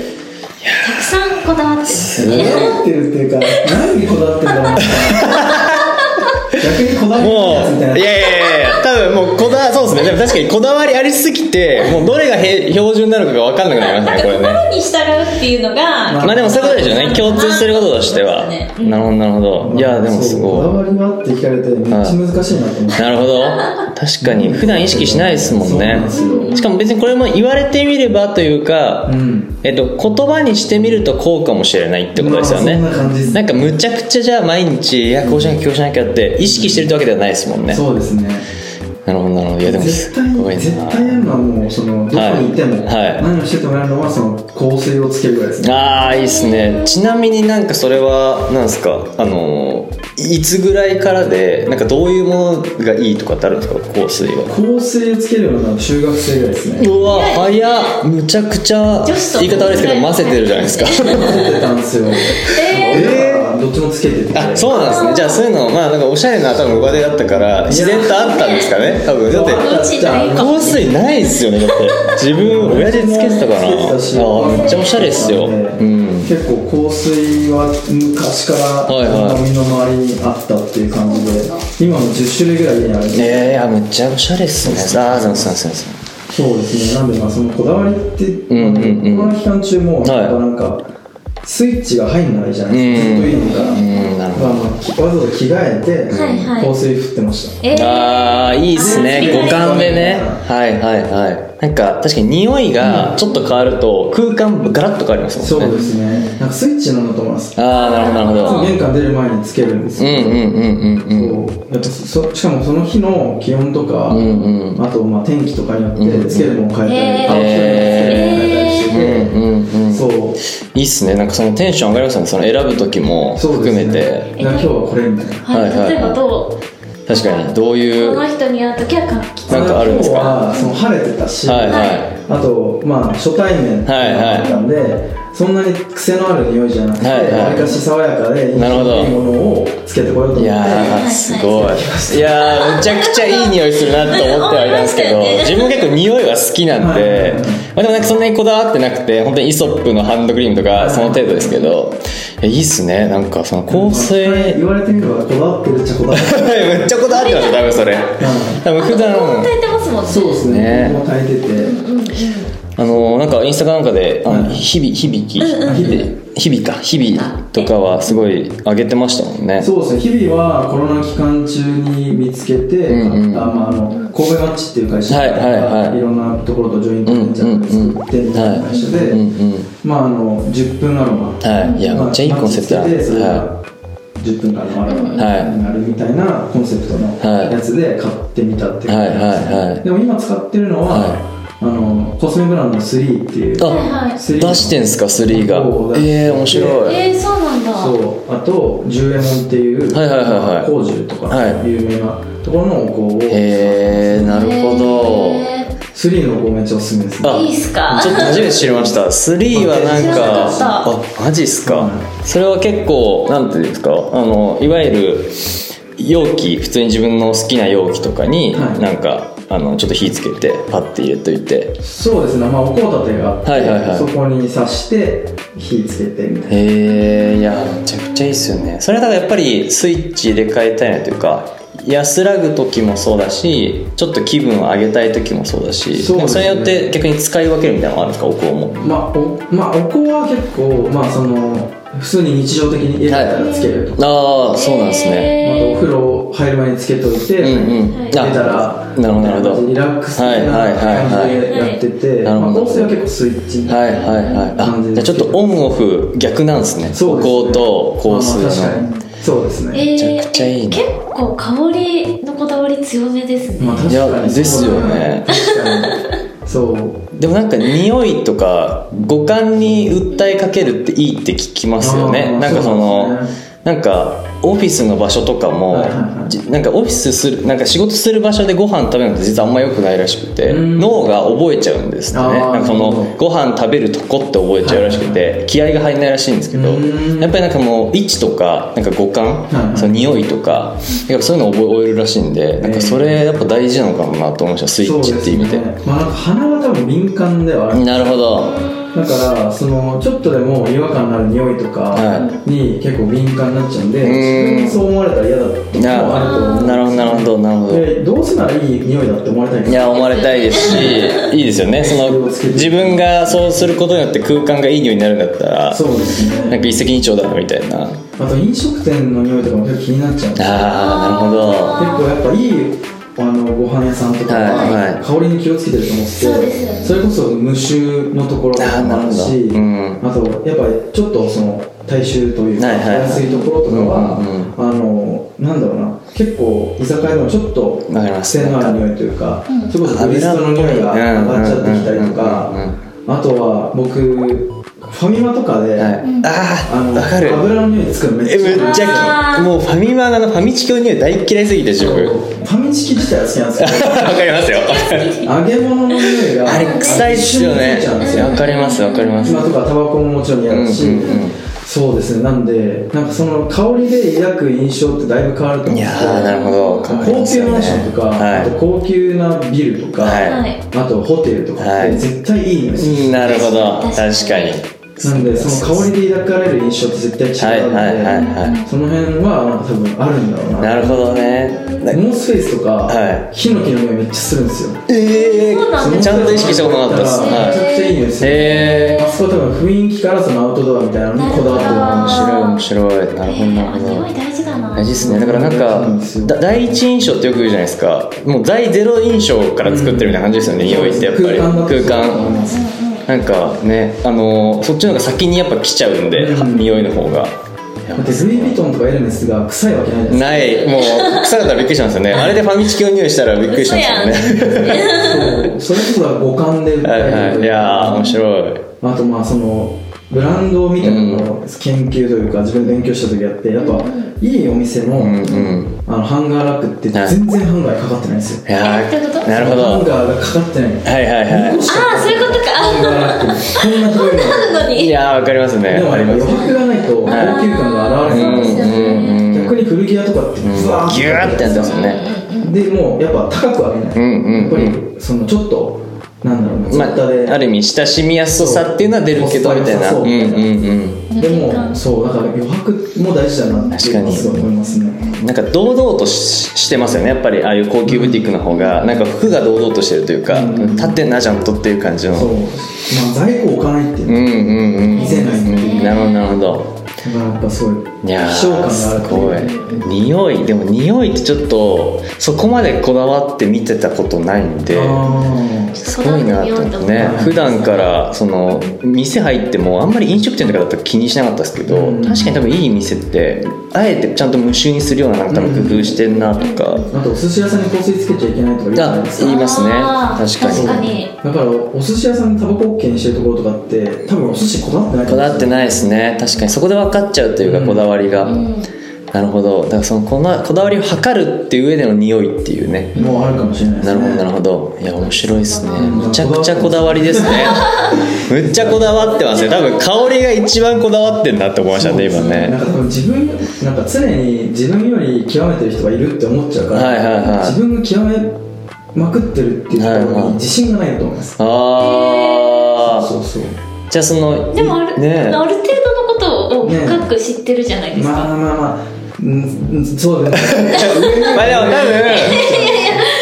[SPEAKER 2] たくさんこだわってます
[SPEAKER 3] こ
[SPEAKER 2] ね
[SPEAKER 3] だわってるっていうか何にこだわってるんだろうな逆にこだわってるやつみたい
[SPEAKER 1] もう
[SPEAKER 3] ない
[SPEAKER 1] やいやいやいや多分でももうこだわそうですねでも確かにこだわりありすぎてもうどれがへ標準なのかが分かんなくなりま
[SPEAKER 2] [laughs] な
[SPEAKER 1] し
[SPEAKER 2] ん
[SPEAKER 1] たねこれ
[SPEAKER 2] か
[SPEAKER 1] ね
[SPEAKER 2] 心に従うっていうのが
[SPEAKER 1] まあでもそういうことですよね共通してることとしては
[SPEAKER 2] そうですね
[SPEAKER 1] なるほどなるほどいやでもす
[SPEAKER 3] そうこだ
[SPEAKER 1] ご
[SPEAKER 3] わりはって聞かれてめっちゃ難しいなと思って
[SPEAKER 1] いなるほど確かに普段意識しないですもん
[SPEAKER 3] そうな
[SPEAKER 1] ね
[SPEAKER 3] んですよ
[SPEAKER 1] しかも別にこれも言われてみればというか、
[SPEAKER 3] うん
[SPEAKER 1] えっと、言葉にしてみるとこうかもしれないってことですよね、
[SPEAKER 3] まあそんな感じです
[SPEAKER 1] なんかむちゃくちゃじゃあ毎日いやこうしなきゃこうしなきゃって意識してるってわけではないですもんね
[SPEAKER 3] そうですね
[SPEAKER 1] なるほどなるほどいやでもす
[SPEAKER 3] 絶対
[SPEAKER 1] ごいな
[SPEAKER 3] 絶対やるのはもうそのどこにいても、
[SPEAKER 1] はいはい
[SPEAKER 3] 何をしててもらうのはその香水をつけるぐらいですね
[SPEAKER 1] ああいいっすねちなみになんかそれはなんですかあのーいつぐらいからでなんかどういうものがいいとかってあるんですか香水は
[SPEAKER 3] 香水をつけるのは中学生ぐらいですね
[SPEAKER 1] うわ早っむちゃくちゃ
[SPEAKER 2] 女子と
[SPEAKER 1] 言い方悪いですけど混ぜてるじゃない [laughs] ですか
[SPEAKER 3] つけてたんですよ
[SPEAKER 2] え
[SPEAKER 3] 俺はどっちもつけてて
[SPEAKER 1] あそうなんですねじゃあそういうのまあなんかおしゃれな多分上手だったから自然とあったんですかね多分だって
[SPEAKER 2] ー、うちないかも
[SPEAKER 1] 香
[SPEAKER 2] しれな
[SPEAKER 1] 水な
[SPEAKER 2] い
[SPEAKER 1] いっすよねだって自分 [laughs] 親父つけてたからあ
[SPEAKER 3] つけてたし
[SPEAKER 1] ーめっちゃおしゃれっすよ、うん、
[SPEAKER 3] 結構香水は昔から
[SPEAKER 1] はいはい
[SPEAKER 3] 身の回りにあったっていう感じで、今も10種類ぐらいにあるんで、
[SPEAKER 1] えー、いやめっちゃおしゃれっすねああそうそうそうそう
[SPEAKER 3] そうですねなんでまあそのこだわりって、
[SPEAKER 1] んうんうん
[SPEAKER 3] この期間中も
[SPEAKER 1] はい
[SPEAKER 3] やっぱなんか、スイッチが入んないじゃないですか、
[SPEAKER 1] うん
[SPEAKER 3] ずっといいのから、
[SPEAKER 1] うんなるほど
[SPEAKER 3] まあまあ、わざわざ着替えて、
[SPEAKER 2] はいはい
[SPEAKER 3] 香水振ってました
[SPEAKER 2] えー
[SPEAKER 1] ああいいっすね
[SPEAKER 2] あー
[SPEAKER 1] 五感でね
[SPEAKER 3] う
[SPEAKER 1] はいはいはいなんか確かに匂いがちょっと変わると空間ガラッと変わりますも
[SPEAKER 3] そ
[SPEAKER 1] ん
[SPEAKER 3] う
[SPEAKER 1] ね
[SPEAKER 3] ですねなんかスイッチなんだと思います
[SPEAKER 1] ああなるほどなるほど
[SPEAKER 3] 玄関出る前につけるんです
[SPEAKER 1] う
[SPEAKER 3] よ、
[SPEAKER 1] んうんうんうんうん
[SPEAKER 3] そうやっぱそしかもその日の気温とか、
[SPEAKER 1] うんうん
[SPEAKER 3] あとまあ天気とかによっ
[SPEAKER 1] うん
[SPEAKER 3] てつけるものを変えたり、
[SPEAKER 1] へ
[SPEAKER 3] あの人につけるものを変えたりしてて、
[SPEAKER 1] うんうんうん
[SPEAKER 3] そう
[SPEAKER 1] いいっすねなんかそのテンション上がりますねその選ぶ時も
[SPEAKER 3] そう
[SPEAKER 1] 含
[SPEAKER 3] ですね
[SPEAKER 1] めて、
[SPEAKER 3] いや今日はこれみたいな
[SPEAKER 2] はい
[SPEAKER 1] はいはい
[SPEAKER 2] 例えばどう
[SPEAKER 1] 確かにどうい
[SPEAKER 2] こ
[SPEAKER 1] う
[SPEAKER 2] の人に会う時は活気
[SPEAKER 1] なんかあるんですか
[SPEAKER 3] 今日はその晴れてたし、
[SPEAKER 1] はいは
[SPEAKER 3] あとまあ初対面だったんで、そんなに癖のある匂いじゃなくて、
[SPEAKER 1] は
[SPEAKER 3] わ
[SPEAKER 1] い
[SPEAKER 3] り
[SPEAKER 1] はい
[SPEAKER 3] かし爽やかで印象
[SPEAKER 1] なるほど
[SPEAKER 3] のいいものをつけてこようと思っ
[SPEAKER 1] い
[SPEAKER 3] て
[SPEAKER 1] やーすごいいやーむちゃくちゃいい匂いするなって思ってはいたんですけど
[SPEAKER 2] 思いました
[SPEAKER 1] 自分結構匂いは好きなんで
[SPEAKER 3] はい
[SPEAKER 1] まあでもなんかそんなにこだわってなくて本当にイソップのハンドクリームとかその程度ですけどいやいいっすねなんかその香水
[SPEAKER 3] 言われてみればこだわってるっちゃこだわって
[SPEAKER 1] [laughs]
[SPEAKER 3] る
[SPEAKER 1] めっちゃこだわってますよ多分それ多分普段
[SPEAKER 2] も耐えてますもんね
[SPEAKER 3] そうです
[SPEAKER 1] ね
[SPEAKER 3] ね僕も耐えてて、
[SPEAKER 1] あのなんかインスタかなんかで「あの日々響き」日々か日々とかはすごい上げてましたもんね
[SPEAKER 3] そうですね日々はコロナ期間中に見つけて、
[SPEAKER 1] うんうん
[SPEAKER 3] あまあ、あの神戸マッチっていう会社
[SPEAKER 1] はいはいはい
[SPEAKER 3] ろんなところとジョイントベンチャーで作ってみたいな会社で、
[SPEAKER 1] うんうん
[SPEAKER 3] まああの10分アロマ
[SPEAKER 1] はいいやめっちゃいいコンセプトだ
[SPEAKER 3] マッチつけてそれ
[SPEAKER 1] は
[SPEAKER 3] が10分間のアロマに
[SPEAKER 1] はい
[SPEAKER 3] なるみたいなコンセプトの
[SPEAKER 1] はい
[SPEAKER 3] やつで買ってみたっていう
[SPEAKER 1] は
[SPEAKER 3] 感
[SPEAKER 1] い
[SPEAKER 3] じですね
[SPEAKER 1] はいはい
[SPEAKER 3] でも今使ってるのは、
[SPEAKER 1] はい
[SPEAKER 3] あのコスメブランドの3っていう
[SPEAKER 1] あ
[SPEAKER 2] はい
[SPEAKER 1] 出してんすか3が
[SPEAKER 3] そう出してて
[SPEAKER 1] ええー、面白い
[SPEAKER 2] えー、そうなんだ
[SPEAKER 3] そうあと十右衛門っていう
[SPEAKER 1] はいはいはいはい
[SPEAKER 3] 工事とか
[SPEAKER 1] はい
[SPEAKER 3] 有名なところのお香を
[SPEAKER 1] へえー、なるほど
[SPEAKER 2] え
[SPEAKER 3] 3のお香めっちゃおすすめですね
[SPEAKER 1] あ
[SPEAKER 2] ーいいっすか
[SPEAKER 1] ちょっと初めて知りました3はなん
[SPEAKER 2] 知らなかっ
[SPEAKER 1] かあマジっすかそれは結構なんていうんですかあのいわゆる容器普通に自分の好きな容器とかに、
[SPEAKER 3] はい
[SPEAKER 1] なんかあのちょっと火つけてパッて入れといて
[SPEAKER 3] そうですねまあお香立てがあって、
[SPEAKER 1] はいはいはい
[SPEAKER 3] そこに刺して火つけてみたいな
[SPEAKER 1] へえいやめちゃくちゃいいっすよねそれはだからやっぱりスイッチ入れ替えたいなというか安らぐ時もそうだしちょっと気分を上げたい時もそうだし
[SPEAKER 3] そうですね
[SPEAKER 1] なんかそれによって逆に使い分けるみたいなのもあるんですかお香も
[SPEAKER 3] まあお,、まあ、お香は結構まあその普通に日常的に家だったらつけるとか、
[SPEAKER 1] ああそうなんですね、
[SPEAKER 3] あとお
[SPEAKER 2] え
[SPEAKER 3] 風呂入る前につけといて、
[SPEAKER 1] うんうん
[SPEAKER 2] はい
[SPEAKER 1] あ
[SPEAKER 3] 出たら
[SPEAKER 1] なるほどなるほど
[SPEAKER 3] リラックス的な
[SPEAKER 1] はいはいはいは
[SPEAKER 3] 感
[SPEAKER 1] い
[SPEAKER 3] じでやってて、
[SPEAKER 1] なるほ
[SPEAKER 3] まあ、
[SPEAKER 1] ど
[SPEAKER 3] 香水は結構スイッチに
[SPEAKER 1] はいはいはいあ
[SPEAKER 3] 感
[SPEAKER 1] じ
[SPEAKER 3] じ
[SPEAKER 1] ゃあ
[SPEAKER 3] で
[SPEAKER 1] ちょっとオンオフ逆なんですね
[SPEAKER 3] そうですね
[SPEAKER 1] お香と香水
[SPEAKER 3] ま
[SPEAKER 1] の
[SPEAKER 3] あまあ確かにそうです
[SPEAKER 2] ー、
[SPEAKER 3] ね
[SPEAKER 2] えー、
[SPEAKER 1] めちゃくちゃいいな
[SPEAKER 2] 結構香りのこだわり強めですね、
[SPEAKER 3] まあ、確
[SPEAKER 1] いや
[SPEAKER 3] かにそう
[SPEAKER 1] ですよね
[SPEAKER 3] 確かにそう
[SPEAKER 1] でもなんか匂いとか五感に訴えかけるっていいって聞きますよ
[SPEAKER 3] あ
[SPEAKER 1] ねな
[SPEAKER 3] ー
[SPEAKER 1] んかそ
[SPEAKER 3] そう
[SPEAKER 1] の
[SPEAKER 3] です
[SPEAKER 1] なんかオフィスの場所とかも、
[SPEAKER 3] はいはいはい
[SPEAKER 1] じなんかオフィスするなんか仕事する場所でご飯食べるのって実はあんま良くないらしくて
[SPEAKER 3] うん
[SPEAKER 1] 脳が覚えちゃうんですってね
[SPEAKER 3] あー
[SPEAKER 1] なんかそ
[SPEAKER 3] なる
[SPEAKER 1] の
[SPEAKER 3] ほ
[SPEAKER 1] ご飯食べるとこって覚えちゃうらしくて、
[SPEAKER 3] はい
[SPEAKER 1] 気合が入んないらしいんですけど
[SPEAKER 3] うん
[SPEAKER 1] やっぱりなんかもう位置とかなんか五感、
[SPEAKER 3] いはい
[SPEAKER 1] その匂いとかやっぱそういうのを覚えるらしいんでなんかそれやっぱ大事なのかもなと思いましたスイッチっていう意味で。
[SPEAKER 3] そうすねまあなんか鼻は多分敏感ではある
[SPEAKER 1] なるほど
[SPEAKER 3] だからそのちょっとでも違和感のある匂いとか
[SPEAKER 1] は
[SPEAKER 3] に結構敏感になっちゃうんで、
[SPEAKER 1] うん
[SPEAKER 3] 自分にそう思われたら嫌だっていうのもあると思う
[SPEAKER 1] なるほどなるほどなるほど
[SPEAKER 3] でどうせならいい匂いだって思われたいんで
[SPEAKER 1] い
[SPEAKER 3] すよ
[SPEAKER 1] や思われたいですしいいですよねその自分がそうすることによって空間がいい匂いになるんだったら
[SPEAKER 3] そうですね
[SPEAKER 1] なんか一石二鳥だなみたいな
[SPEAKER 3] あと飲食店の匂いとかも結構気になっちゃうんですよ
[SPEAKER 1] ああなるほど
[SPEAKER 3] 結構やっぱいいあのご飯屋さんとか
[SPEAKER 1] はいは
[SPEAKER 3] はい香りに気をつけてると思って
[SPEAKER 2] そうですよね
[SPEAKER 3] それこそ無臭のところとかもある
[SPEAKER 1] あー
[SPEAKER 3] し
[SPEAKER 1] な
[SPEAKER 3] あとやっぱちょっとその大衆というか
[SPEAKER 1] はいはいはい
[SPEAKER 3] 安いところとか
[SPEAKER 1] うんうん
[SPEAKER 3] はあのなんだろうな結構居酒屋でもちょっと
[SPEAKER 1] わかります
[SPEAKER 3] 癖のある匂いというか
[SPEAKER 2] うん
[SPEAKER 3] それこそブリストの匂いが上がっちゃってきたりとか
[SPEAKER 1] うんうんうんうん
[SPEAKER 3] あとは僕ファミマとかで、
[SPEAKER 1] はい
[SPEAKER 2] ん
[SPEAKER 3] あ
[SPEAKER 1] ああ
[SPEAKER 3] の
[SPEAKER 1] わかる
[SPEAKER 3] 油の匂いつくのめっ
[SPEAKER 1] え
[SPEAKER 3] ちゃ
[SPEAKER 1] むっちゃ
[SPEAKER 2] あー
[SPEAKER 1] もうファミマのあのファミチキの匂い大嫌いすぎて自分 [laughs] わ
[SPEAKER 3] ファミチキ自体は好きなんですけど
[SPEAKER 1] かりますよ
[SPEAKER 3] 揚げ物の匂いが
[SPEAKER 1] あれ臭いっすよね
[SPEAKER 3] 一瞬でついちゃうんですよ
[SPEAKER 1] わかりますわかります
[SPEAKER 3] 今とかタバコももちろん嫌だし、
[SPEAKER 1] うんうんうん
[SPEAKER 3] そうですねなんでなんかその香りで抱く印象ってだいぶ変わると思うん
[SPEAKER 1] い
[SPEAKER 3] で
[SPEAKER 1] や
[SPEAKER 3] す
[SPEAKER 1] ーなるほど変わりま
[SPEAKER 3] 高
[SPEAKER 1] す
[SPEAKER 3] 級
[SPEAKER 1] よね
[SPEAKER 3] マンションとか、あと
[SPEAKER 1] は
[SPEAKER 3] 高級なビルとか、
[SPEAKER 1] はい
[SPEAKER 2] はい
[SPEAKER 3] あとホテルとかっ
[SPEAKER 1] はい
[SPEAKER 3] て絶対いい匂いする、
[SPEAKER 1] いなるほど確か
[SPEAKER 2] 確か
[SPEAKER 1] に
[SPEAKER 2] に
[SPEAKER 3] なんでその香りで抱かれる印象って絶対違うので、
[SPEAKER 1] はいはいはいは
[SPEAKER 3] その辺はなんか多分あるんだろうな
[SPEAKER 1] なるほどねな
[SPEAKER 3] ノースフェイスとか、
[SPEAKER 1] は
[SPEAKER 3] ヒノキの匂いめっちゃするんですよ
[SPEAKER 1] え
[SPEAKER 2] そうなん
[SPEAKER 1] ー、
[SPEAKER 2] です
[SPEAKER 1] ちゃんと意識したことなかったです
[SPEAKER 3] めちゃ
[SPEAKER 1] は
[SPEAKER 3] くちゃいい匂いす
[SPEAKER 1] い
[SPEAKER 3] る
[SPEAKER 1] え
[SPEAKER 3] あそこは多分雰囲気からそのアウトドアみたいなのにこだわってる
[SPEAKER 1] ー、面
[SPEAKER 3] 話
[SPEAKER 1] 白い面白いなるほどなるほ
[SPEAKER 2] 匂い
[SPEAKER 1] ど
[SPEAKER 2] 大事だな
[SPEAKER 1] 大事ですねだからなん
[SPEAKER 3] そうなん
[SPEAKER 1] か
[SPEAKER 3] ですよ
[SPEAKER 1] だ第一印象ってよく言うじゃないですかもう第ゼロ印象から作ってるみたいな感じですよね、匂いってやっぱり
[SPEAKER 3] 空間だと思います
[SPEAKER 2] うんうん
[SPEAKER 1] なんかね、あのーそっちの方が先にやっぱ来ちゃうんで、
[SPEAKER 3] うん
[SPEAKER 1] 匂いの方が。
[SPEAKER 3] だってルイ・ヴィトンとかエルメスが臭いわけないじゃない
[SPEAKER 1] ない、もう臭かったらびっくりしたんですよね。あれでファミチキの匂いしたらびっくりしたんですよね。
[SPEAKER 3] ですかそうそれこそ五感で
[SPEAKER 1] はい
[SPEAKER 3] 訴え
[SPEAKER 1] はい、い
[SPEAKER 3] る
[SPEAKER 1] やー、面白い。
[SPEAKER 3] あとまあそのブランドみたいなのを研究というか自分で勉強した時あってやっぱいいお店の,、
[SPEAKER 1] うんうん。
[SPEAKER 3] あのハンガーラックって
[SPEAKER 1] はい
[SPEAKER 3] 全然ハンガーにかかってないんですよ
[SPEAKER 1] いや
[SPEAKER 2] えどういうこ
[SPEAKER 1] ー、
[SPEAKER 2] と
[SPEAKER 1] なるほど。
[SPEAKER 3] ハン
[SPEAKER 1] は
[SPEAKER 3] ガーがかかってない
[SPEAKER 1] いはいは
[SPEAKER 2] ああそういうことか
[SPEAKER 3] ハンガーラックにこんなひどい
[SPEAKER 1] [laughs]
[SPEAKER 3] の
[SPEAKER 2] あなの
[SPEAKER 1] い。い
[SPEAKER 2] に
[SPEAKER 1] やー、わかりますね。
[SPEAKER 3] でも
[SPEAKER 1] あ
[SPEAKER 3] あれ
[SPEAKER 1] りま
[SPEAKER 3] 余
[SPEAKER 1] す
[SPEAKER 3] 白がないと高級感が現れないんですよ、
[SPEAKER 1] うんうんうん。
[SPEAKER 3] 逆に古着屋とかってずわー
[SPEAKER 1] ギューってなってますよね。
[SPEAKER 3] でもうやっぱ高くは上げない、
[SPEAKER 1] うんうんうん
[SPEAKER 3] やっぱりそのちょっとなんだろうなツイ
[SPEAKER 1] ま
[SPEAKER 3] ッターで、
[SPEAKER 1] あ、ある意味親しみやすさっていうのは出るけどみたいな。
[SPEAKER 3] そううん
[SPEAKER 1] うん
[SPEAKER 3] でもそうだから余白も大事だなっていうのはすごい思いますね
[SPEAKER 1] うん。なんか堂々とししてますよねやっぱりああいう高級ブティックの方がなんか服が堂々としてるというか
[SPEAKER 3] うん
[SPEAKER 1] 立ってんなちゃんとっていう感じの
[SPEAKER 3] そうまあ在庫置かないっていうう、
[SPEAKER 1] んうんうん
[SPEAKER 3] 見せないっていう
[SPEAKER 1] なるほどなるほど
[SPEAKER 3] だからやっぱそういう
[SPEAKER 1] いや
[SPEAKER 3] 希少感
[SPEAKER 1] ー
[SPEAKER 3] があ
[SPEAKER 1] す
[SPEAKER 3] る
[SPEAKER 1] ごい匂いでも匂いってちょっとそこまでこだわって見てたことないんで
[SPEAKER 3] あ
[SPEAKER 1] すごいなと思ってね
[SPEAKER 3] うん
[SPEAKER 1] 普段からその店入ってもあんまり飲食店とかだと気にしなかったですけど、
[SPEAKER 3] うん
[SPEAKER 1] 確かに多分いい店ってあえてちゃんと無臭にするようななんか多分工夫してんなとか、
[SPEAKER 3] ーあとお寿司屋さんに香水つけちゃいけないとか言うじゃない
[SPEAKER 1] あ
[SPEAKER 3] ですか
[SPEAKER 1] 言いますね
[SPEAKER 2] あー
[SPEAKER 1] 確かに
[SPEAKER 2] 確かに
[SPEAKER 3] だからお寿司屋さんにタバコ OK にしてるところとかって多分お寿司こだわってないと
[SPEAKER 1] こ
[SPEAKER 3] 思
[SPEAKER 1] だ
[SPEAKER 3] うん
[SPEAKER 1] わっ
[SPEAKER 3] です
[SPEAKER 1] て
[SPEAKER 3] よ
[SPEAKER 1] ないですね確かにそこで分かっちゃうというか、
[SPEAKER 3] うん
[SPEAKER 1] こだわりが、
[SPEAKER 2] うん
[SPEAKER 1] なるほどだからそのこなこだわりを測るっていう上での匂いっていうね、
[SPEAKER 3] もうあるかもしれないです
[SPEAKER 1] な
[SPEAKER 3] ね
[SPEAKER 1] るほどなる
[SPEAKER 3] ほ
[SPEAKER 1] ほどいや面白いですね
[SPEAKER 3] うん
[SPEAKER 1] むちゃくちゃこだわりですねむっちゃこだわってますね多分香りが一番こだわってんなって思いましたね今
[SPEAKER 3] なん
[SPEAKER 1] ね
[SPEAKER 3] か多分自分なんか常に自分より極めてる人がいるって思っちゃうから、
[SPEAKER 1] はいはいはい
[SPEAKER 3] 自分が極めまくってるっていうとこ
[SPEAKER 1] はい
[SPEAKER 3] ろ
[SPEAKER 1] はい
[SPEAKER 3] に自信がないと思います、
[SPEAKER 1] あ
[SPEAKER 3] そうそう
[SPEAKER 1] あじゃあその
[SPEAKER 2] でもある,、
[SPEAKER 1] ね
[SPEAKER 2] ある程度のことを深く知ってるじゃないですか、
[SPEAKER 3] まあまあまあうんうんそうだね
[SPEAKER 1] まあでも多分
[SPEAKER 2] いやいや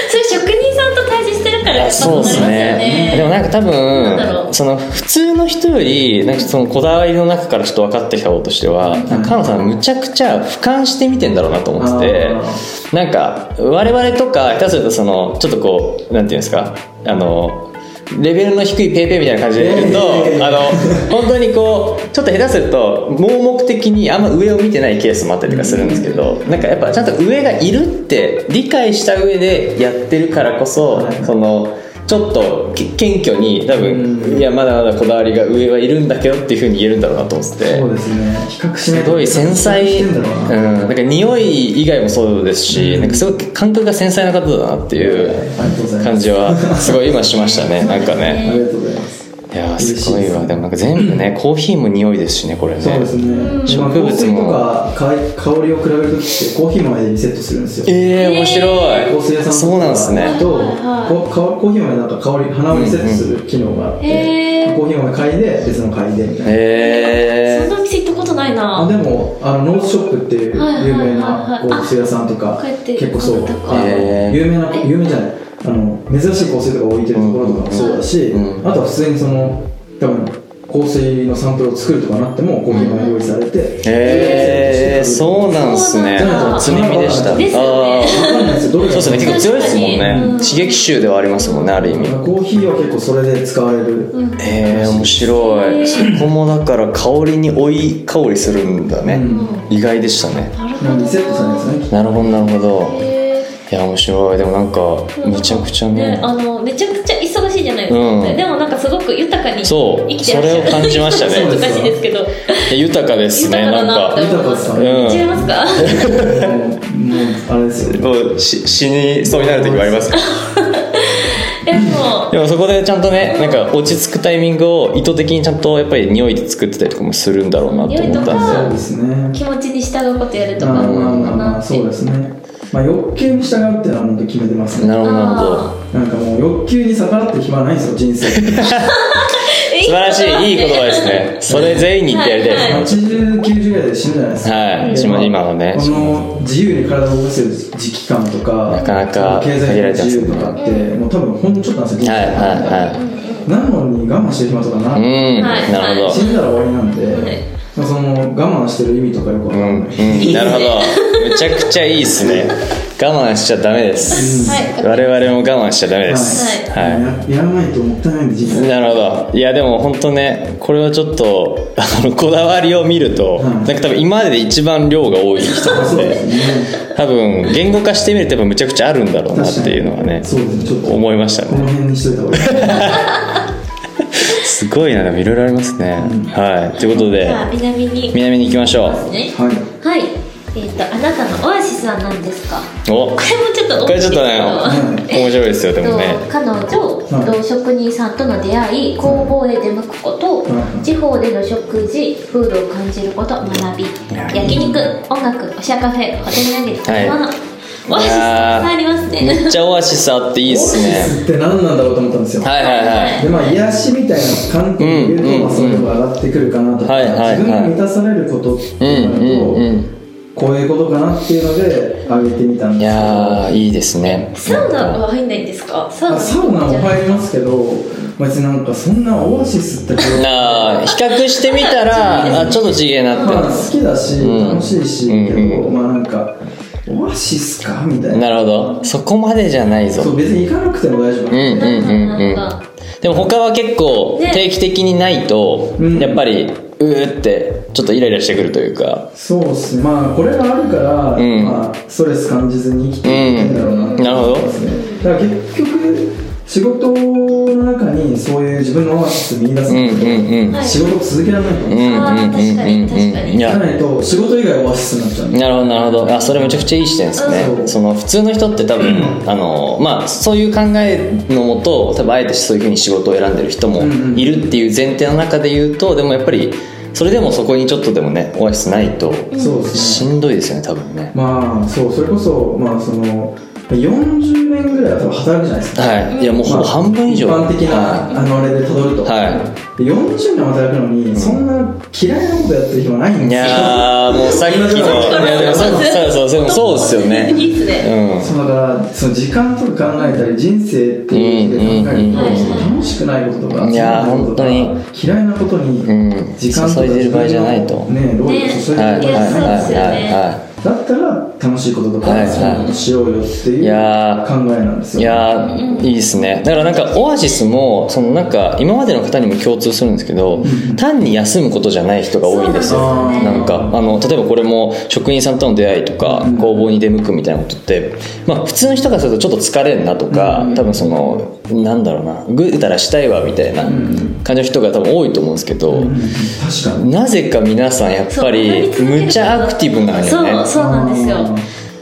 [SPEAKER 2] それ職人さんと対峙してるから
[SPEAKER 1] そうで
[SPEAKER 2] うなりますすよ
[SPEAKER 1] ね
[SPEAKER 2] ね
[SPEAKER 1] でもなんか多
[SPEAKER 2] なんだろ
[SPEAKER 1] 分
[SPEAKER 2] う
[SPEAKER 1] その普通の人よりなんかそのこだわりの中からちょっと分かってきたこととしてはなんか菅野さんむちゃくちゃ俯瞰して見てんだろうなと思って
[SPEAKER 3] あ
[SPEAKER 1] てなんか我々とか下手するとそのちょっとこうなんていうんですかあのレベルの低いペーペーみたいな感じでいる
[SPEAKER 3] いやいやい
[SPEAKER 1] と
[SPEAKER 3] や
[SPEAKER 1] あの本当にこうちょっと下手すると盲目的にあんま上を見てないケースもあったりとかするんですけどなんかやっぱちゃんと上がいるって理解した上でやってるからこそ
[SPEAKER 3] はい
[SPEAKER 1] そのちょっとけ謙虚に多分
[SPEAKER 3] うん
[SPEAKER 1] いやまだまだこだわりが上はいるんだけどっていうふうに言えるんだろうなと思って
[SPEAKER 3] そう
[SPEAKER 1] て。
[SPEAKER 3] ですね比較しない
[SPEAKER 1] すごい繊細、
[SPEAKER 3] 比較して
[SPEAKER 1] うん
[SPEAKER 3] だろうな、
[SPEAKER 1] ん、なんか匂い以外もそうですし、なんかすごく感覚が繊細な方だなっていう
[SPEAKER 3] ありがとうござい
[SPEAKER 1] 感
[SPEAKER 3] ます
[SPEAKER 1] じはすごい今しましたね、なんかね。
[SPEAKER 3] ありがとうございます
[SPEAKER 1] いやー
[SPEAKER 3] 嬉しいです
[SPEAKER 1] すごいわでもなんか全部ねコーヒーも匂いですしねこれね
[SPEAKER 3] そうですね、
[SPEAKER 1] 植
[SPEAKER 3] まあ
[SPEAKER 1] 物も
[SPEAKER 3] 香水とかか香りを比べるときってコーヒー豆でリセットするんですよ
[SPEAKER 1] ええ面
[SPEAKER 3] 香
[SPEAKER 1] 白
[SPEAKER 3] 水屋
[SPEAKER 1] い
[SPEAKER 3] さん
[SPEAKER 1] そうなんですね
[SPEAKER 3] と
[SPEAKER 2] はいはい
[SPEAKER 3] こう香コーヒー豆なんか香り鼻をリセットする機能があって、
[SPEAKER 2] へへー
[SPEAKER 3] コーヒー豆買いで別の買いでみたいな、
[SPEAKER 1] え
[SPEAKER 2] そんな店行ったことないな
[SPEAKER 3] あでもあのノーズショップっていう
[SPEAKER 2] はい
[SPEAKER 3] 有名
[SPEAKER 2] はい
[SPEAKER 3] な
[SPEAKER 2] はいはい
[SPEAKER 3] 香水屋さんと
[SPEAKER 2] あ
[SPEAKER 3] か
[SPEAKER 2] こうやって
[SPEAKER 3] 結構そう
[SPEAKER 2] こうやって
[SPEAKER 3] あの
[SPEAKER 1] へー
[SPEAKER 3] 有名な有名じゃないあの珍しい香水とか置いてるところとかもそうだし、
[SPEAKER 1] うんうん
[SPEAKER 3] あとは普通にその多分香水のサンプルを作るとかなってもコーヒー豆が用意されて
[SPEAKER 1] ー、えー、そうなんすね
[SPEAKER 2] そうなんだ
[SPEAKER 1] 積み身でした
[SPEAKER 2] ですよね
[SPEAKER 1] あー
[SPEAKER 3] わかんないですよど
[SPEAKER 1] そう
[SPEAKER 3] れが
[SPEAKER 1] ですね結構強いですもんね、
[SPEAKER 2] 確かにうん
[SPEAKER 1] 刺激臭ではありますもんねある意味
[SPEAKER 3] コーヒーは結構それで使われる、
[SPEAKER 2] うん
[SPEAKER 1] えー、面白い、
[SPEAKER 2] へー
[SPEAKER 1] そこもだから香りに追い香りするんだね、
[SPEAKER 3] うん
[SPEAKER 1] 意外でしたね
[SPEAKER 2] なるほ
[SPEAKER 3] な
[SPEAKER 2] ど
[SPEAKER 3] んかリセットされるんですね
[SPEAKER 1] なるほどなるほど、
[SPEAKER 2] へ
[SPEAKER 1] いや面白いでもなんか
[SPEAKER 2] ー
[SPEAKER 1] めちゃくちゃ
[SPEAKER 2] ね
[SPEAKER 1] ね
[SPEAKER 2] あのめちゃくちゃ忙しいじゃないですか、
[SPEAKER 1] うん
[SPEAKER 2] でもなんかすごく豊かに
[SPEAKER 1] そ
[SPEAKER 2] 生
[SPEAKER 1] う
[SPEAKER 2] きてらっしゃる
[SPEAKER 1] それを感じました
[SPEAKER 2] [laughs]
[SPEAKER 1] ね
[SPEAKER 2] おかしいですけど
[SPEAKER 1] いや豊かですね
[SPEAKER 2] 豊か
[SPEAKER 1] な
[SPEAKER 2] だ
[SPEAKER 1] ん
[SPEAKER 2] なって
[SPEAKER 1] か
[SPEAKER 2] 思います、
[SPEAKER 3] うん
[SPEAKER 2] 違いま
[SPEAKER 1] [laughs]
[SPEAKER 2] すか
[SPEAKER 3] もうもうあれですよ
[SPEAKER 1] もうし死にそうになる時もありますけど
[SPEAKER 2] でも
[SPEAKER 1] [laughs] でもそこでちゃんとねなんか落ち着くタイミングを意図的にちゃんとやっぱり匂いで作ってたりとかもするんだろうなと思っ
[SPEAKER 2] 匂
[SPEAKER 1] た
[SPEAKER 2] い
[SPEAKER 1] ん
[SPEAKER 3] そう
[SPEAKER 1] で
[SPEAKER 3] ですね
[SPEAKER 2] 気持ちに従うことやるとか
[SPEAKER 3] まあ
[SPEAKER 2] な
[SPEAKER 3] まあまあまあ
[SPEAKER 2] って
[SPEAKER 3] そうですねまあ欲求に従うっていうのは本当決めてますね
[SPEAKER 1] なるほどなるほど
[SPEAKER 3] なんかもう欲求に逆らって暇ないんですよ人生
[SPEAKER 2] 素
[SPEAKER 1] 素晴らしいいい言葉ですねそれ全員に言ってやりたいですね
[SPEAKER 3] 8090ぐらいで死ぬじゃないですか
[SPEAKER 1] はい
[SPEAKER 3] で
[SPEAKER 1] 死ぬ今はね
[SPEAKER 3] この自由に体を動かせる時期間とか
[SPEAKER 1] なかなか
[SPEAKER 3] 経
[SPEAKER 1] 限ら
[SPEAKER 3] 済
[SPEAKER 1] れてま
[SPEAKER 3] 的
[SPEAKER 1] す
[SPEAKER 3] 自
[SPEAKER 1] ね
[SPEAKER 3] 由とかってもう多分ほんのちょっとなんですよ
[SPEAKER 1] はいはいは
[SPEAKER 3] なのに我慢してる暇とかな
[SPEAKER 1] う
[SPEAKER 3] い
[SPEAKER 1] ん、
[SPEAKER 2] はい
[SPEAKER 1] なるほ
[SPEAKER 3] 死んだら終わりなんで、
[SPEAKER 2] はい
[SPEAKER 3] その我慢してる意味とかよくわか
[SPEAKER 1] ど、うんん、
[SPEAKER 3] ない、
[SPEAKER 1] うん、なるほどめちゃくちゃいいですね我慢しちゃダメです、
[SPEAKER 2] はい
[SPEAKER 1] 我々も我慢しちゃダメです
[SPEAKER 3] は
[SPEAKER 1] はい
[SPEAKER 3] い、ややらないともったいないんで人生
[SPEAKER 1] なるほどいやでも本当ねこれはちょっとあのこだわりを見ると、
[SPEAKER 3] うん
[SPEAKER 1] なんか多分今までで一番量が多い人なん
[SPEAKER 3] そう
[SPEAKER 1] で
[SPEAKER 3] ですね
[SPEAKER 1] 多分言語化してみるとやっぱむちゃくちゃあるんだろうなっていうのはね
[SPEAKER 3] そうですねちょっと
[SPEAKER 1] 思いました
[SPEAKER 3] こ
[SPEAKER 1] ね
[SPEAKER 3] の辺にしといた方がいい
[SPEAKER 1] すごいなでもいろいろありますね、はいということで
[SPEAKER 2] じゃあ南に
[SPEAKER 1] 南に行きましょ
[SPEAKER 2] ね
[SPEAKER 3] はい
[SPEAKER 2] はいえっ、とあなたのオアシスは何ですか
[SPEAKER 1] うお
[SPEAKER 2] これもちょっと
[SPEAKER 1] こ
[SPEAKER 2] 大きい
[SPEAKER 1] れちょっとね面白いですよでもね
[SPEAKER 2] 彼女、と職人さんとの出会い工房へ出向くこと、
[SPEAKER 3] うん
[SPEAKER 2] 地方での食事風土を感じること学び、焼肉音楽おしゃカフェホテル投げ
[SPEAKER 1] はい
[SPEAKER 2] 物、オアシスたくさんあります
[SPEAKER 1] め
[SPEAKER 2] ね
[SPEAKER 1] っちゃオアシスあっていいっす
[SPEAKER 3] オアシ
[SPEAKER 1] ね
[SPEAKER 3] スって何なんだろうと思ったんですよ、
[SPEAKER 1] はいはいはい
[SPEAKER 3] でまあ癒しみたいな観点で言うと、
[SPEAKER 1] うん
[SPEAKER 3] まあ、そういうのが上がってくるかなとか、
[SPEAKER 1] はいはい
[SPEAKER 3] 自分
[SPEAKER 1] は
[SPEAKER 3] が
[SPEAKER 1] い
[SPEAKER 3] 満たされることって
[SPEAKER 1] うん
[SPEAKER 3] なると、
[SPEAKER 1] うんうん
[SPEAKER 3] こういうことかなっていうので上げてみたん
[SPEAKER 1] い
[SPEAKER 3] ですけど
[SPEAKER 1] やーいいですね
[SPEAKER 2] サウナは入んないんですかサウナ
[SPEAKER 3] あサウナも入りますけど別になんかそんなオアシスってこう
[SPEAKER 1] あー比較してみたらあちょっとちげえなって
[SPEAKER 3] まあ好きだし
[SPEAKER 1] うん
[SPEAKER 3] 楽しいし、
[SPEAKER 1] うん
[SPEAKER 3] け
[SPEAKER 1] う
[SPEAKER 3] ど
[SPEAKER 1] ん
[SPEAKER 3] まあなんかオアシスかみたいな
[SPEAKER 1] なるほどそこまでじゃないぞ
[SPEAKER 3] そう別に行かなくても大丈
[SPEAKER 1] うん
[SPEAKER 3] 夫、
[SPEAKER 1] うんうんうんでも他は結構
[SPEAKER 2] ね
[SPEAKER 1] 定期的にないと
[SPEAKER 3] うん
[SPEAKER 1] やっぱりうーってちょっとイライラしてくるというか
[SPEAKER 3] そうっすねまあこれがあるから、
[SPEAKER 1] うん
[SPEAKER 3] まあ、ストレス感じずに生きていけるんだろうなって思いますね、だから結局仕事の中にそういう自分のオアシス見出す
[SPEAKER 1] うんうん
[SPEAKER 3] のって、
[SPEAKER 1] うん
[SPEAKER 2] はい
[SPEAKER 3] 仕事続けられないと
[SPEAKER 1] うんう
[SPEAKER 3] 思うん
[SPEAKER 1] うんうん
[SPEAKER 2] 確かに確か
[SPEAKER 1] うん
[SPEAKER 2] に
[SPEAKER 1] い
[SPEAKER 3] じゃ
[SPEAKER 1] や
[SPEAKER 3] ないと仕事以外オアシスになっちゃうんで
[SPEAKER 1] なるほどなるほどあそれめちゃくちゃいい視点です
[SPEAKER 3] う
[SPEAKER 1] ね
[SPEAKER 3] ん
[SPEAKER 1] その普通の人って多分あのまあそういう考えのもと多分あえてそういうふうに仕事を選んでる人も
[SPEAKER 3] うんうん
[SPEAKER 1] いるっていう前提の中で言うとでもやっぱりそれでもそこにちょっとでもねオアシスないと
[SPEAKER 3] そうです
[SPEAKER 1] し
[SPEAKER 3] ね
[SPEAKER 1] んどいですよね多分ね
[SPEAKER 3] まあそうそれこそまあその40年ぐらいは多分働くじゃないですか
[SPEAKER 1] はいいやもうほぼ半分以上
[SPEAKER 3] 一般的な
[SPEAKER 1] は
[SPEAKER 3] あのあれでたどると、
[SPEAKER 1] は
[SPEAKER 3] で40年働くのにそんな嫌いなことやってる暇ないん
[SPEAKER 1] い
[SPEAKER 3] ですよ
[SPEAKER 1] やーもうさっきのいやでもそうそうそうそうそうですよね
[SPEAKER 2] いいっすね
[SPEAKER 1] う
[SPEAKER 3] そうだからその時間とか考えたり人生っていう意味で考えると、
[SPEAKER 1] うん
[SPEAKER 2] うんうん
[SPEAKER 3] その楽しくないこととか
[SPEAKER 1] いやー
[SPEAKER 3] つまんないこととか
[SPEAKER 1] 本
[SPEAKER 3] 嫌いなこと
[SPEAKER 1] ん
[SPEAKER 3] に
[SPEAKER 1] うん
[SPEAKER 3] 時間と
[SPEAKER 1] 注
[SPEAKER 3] か
[SPEAKER 1] いでる場合じゃないと
[SPEAKER 3] 自分のね
[SPEAKER 2] ね
[SPEAKER 3] 労力注い
[SPEAKER 1] んはいはいはい
[SPEAKER 3] でる場合じゃない
[SPEAKER 1] はいは
[SPEAKER 3] だったら楽しいこととか、
[SPEAKER 1] はいはい
[SPEAKER 3] そういうことしようよってい
[SPEAKER 1] い
[SPEAKER 3] う考え
[SPEAKER 1] や
[SPEAKER 3] なんです
[SPEAKER 1] い
[SPEAKER 3] よ
[SPEAKER 1] いやーいいですねだからなんかオアシスもそのなんか今までの方にも共通するんですけど単に休むことじゃない人が多いんですよ
[SPEAKER 3] そうなんです
[SPEAKER 1] な
[SPEAKER 3] よね
[SPEAKER 1] んかあの例えばこれも職員さんとの出会いとか
[SPEAKER 3] うん
[SPEAKER 1] 工房に出向くみたいなことって、まあ、普通の人からするとちょっと疲れんなとか
[SPEAKER 3] うん
[SPEAKER 1] 多分そのなんだろうなぐうたらしたいわみたいな感じの人が多分多いと思うんですけど
[SPEAKER 3] うん、確かに
[SPEAKER 1] なぜか皆さんやっぱり
[SPEAKER 2] そう
[SPEAKER 1] むちゃアクティブなんよね
[SPEAKER 2] そうそうなんですよ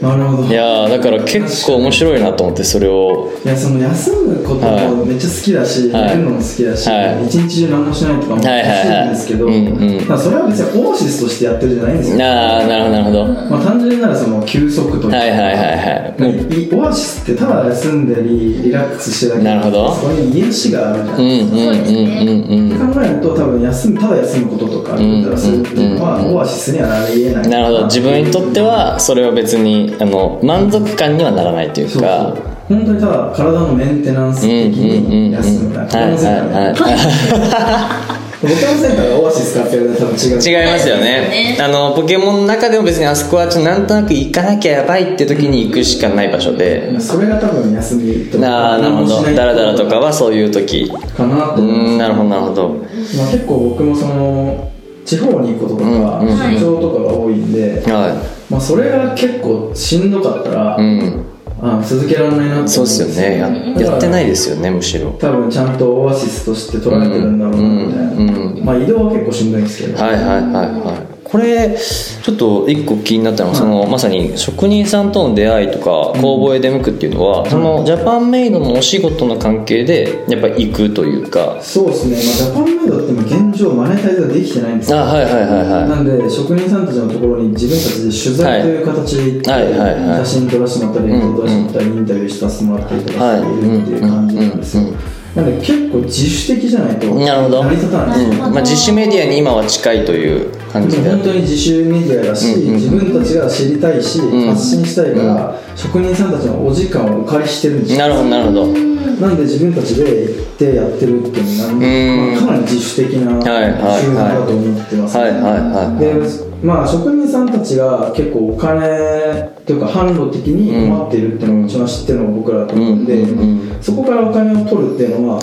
[SPEAKER 3] なるほど
[SPEAKER 1] いやーだから結構面白いなと思ってそれを
[SPEAKER 3] いやその休むこともめっちゃ好きだし、
[SPEAKER 1] はい
[SPEAKER 3] 寝るのも好きだし、
[SPEAKER 1] はい
[SPEAKER 3] 一日中何もしないとかも好き
[SPEAKER 1] はいはいはい
[SPEAKER 3] なんですけど、
[SPEAKER 1] うんうん
[SPEAKER 3] だからそれは別にオアシスとしてやってるじゃないんですよ、
[SPEAKER 1] ああなるほどなるほどは
[SPEAKER 3] まあ、単純ならその休息というか、
[SPEAKER 1] いはいはいはいもう
[SPEAKER 3] いオアシスってただ休んだりリラックスしてるだけ
[SPEAKER 1] なるほど
[SPEAKER 3] そこに癒しがあるじゃ
[SPEAKER 1] うん
[SPEAKER 3] ないですか、
[SPEAKER 1] うんうんうんうん
[SPEAKER 3] 考えると多分休むただ休むこととかあるからそういうのはオアシスにはなりえない
[SPEAKER 1] なるほど自分にとってはそれは別にあの満足感にはならないとい
[SPEAKER 3] そううそう
[SPEAKER 1] か
[SPEAKER 3] 本当にただ体のメンテナンス
[SPEAKER 1] うん
[SPEAKER 3] 的
[SPEAKER 1] うんうんう
[SPEAKER 3] に
[SPEAKER 1] ん
[SPEAKER 3] 休むだけ、
[SPEAKER 1] はいはい
[SPEAKER 3] ボタンセンターねボタンセンターがオアシス使ってるのと多分違う
[SPEAKER 1] [laughs] 違いますよねあのポケモンの中でも別にあそこはちょっとなんとなく行かなきゃやばいって時に行くしかない場所で
[SPEAKER 3] それが多分休みと
[SPEAKER 1] ああなるほどダラダラとか
[SPEAKER 3] は
[SPEAKER 1] はそういう時
[SPEAKER 3] かな
[SPEAKER 1] う
[SPEAKER 3] と思
[SPEAKER 1] ん
[SPEAKER 3] う
[SPEAKER 1] なるほどなるほど
[SPEAKER 3] まあ、結構僕もその地方に行くこととか
[SPEAKER 1] うんうん
[SPEAKER 3] 出張とかが多いんで、
[SPEAKER 1] は
[SPEAKER 3] まあ、それが結構しんどかったら、
[SPEAKER 1] いうん
[SPEAKER 3] あ続けられないなって思ん
[SPEAKER 1] そうっすよねややってないですよねむしろ
[SPEAKER 3] 多分ちゃんとオアシスとして捉えてるんだろうなみた
[SPEAKER 1] うん
[SPEAKER 3] いな、
[SPEAKER 1] うんうん
[SPEAKER 3] まあ移動は結構しんどいんですけど、
[SPEAKER 1] はいはいはいはいこれちょっと一個気になったのは、そのまさに職人さんとの出会いとか工房へ出向くっていうのは、そのジャパンメイドのお仕事の関係でやっぱ行くというか
[SPEAKER 3] そうですね、まあ、ジャパンメイドっても現状マネタイズができてないんです
[SPEAKER 1] あ
[SPEAKER 3] よ
[SPEAKER 1] はいはいはいは
[SPEAKER 3] なんで職人さんたちのところに自分たちで取材という形で行って、
[SPEAKER 1] はいはいはいはい
[SPEAKER 3] 写真撮らせてもらったり映像撮らせてもらったり、インタビューさせてもらったりとかしているっていう感じなんですよ、
[SPEAKER 1] はいうん
[SPEAKER 3] なんで結構自主的じゃないと
[SPEAKER 1] いなるほど、う
[SPEAKER 3] 成り立たないんです
[SPEAKER 1] ん
[SPEAKER 3] よ、
[SPEAKER 1] まあ、自主メディアに今は近いという感じ
[SPEAKER 3] で
[SPEAKER 1] で
[SPEAKER 3] も本当に自主メディアだし、
[SPEAKER 1] うんうん
[SPEAKER 3] 自分たちが知りたいし、
[SPEAKER 1] ん
[SPEAKER 3] 発信したいから、職人さんたちのお時間をお借りしてるんですよ
[SPEAKER 1] なるほどなるほど
[SPEAKER 3] なんで自分たちで行ってやってるっていうの
[SPEAKER 1] うん
[SPEAKER 3] は、まあかなり自主的な集
[SPEAKER 1] はいはい
[SPEAKER 3] 団だと思ってますね、
[SPEAKER 1] はいはいはい
[SPEAKER 3] でまあ職人さんたちが結構お金というか販路的に困っているっていうのが一番知ってるのが僕らだと思うんで、
[SPEAKER 1] うんうん
[SPEAKER 3] そこからお金を取るっていうのは、
[SPEAKER 1] は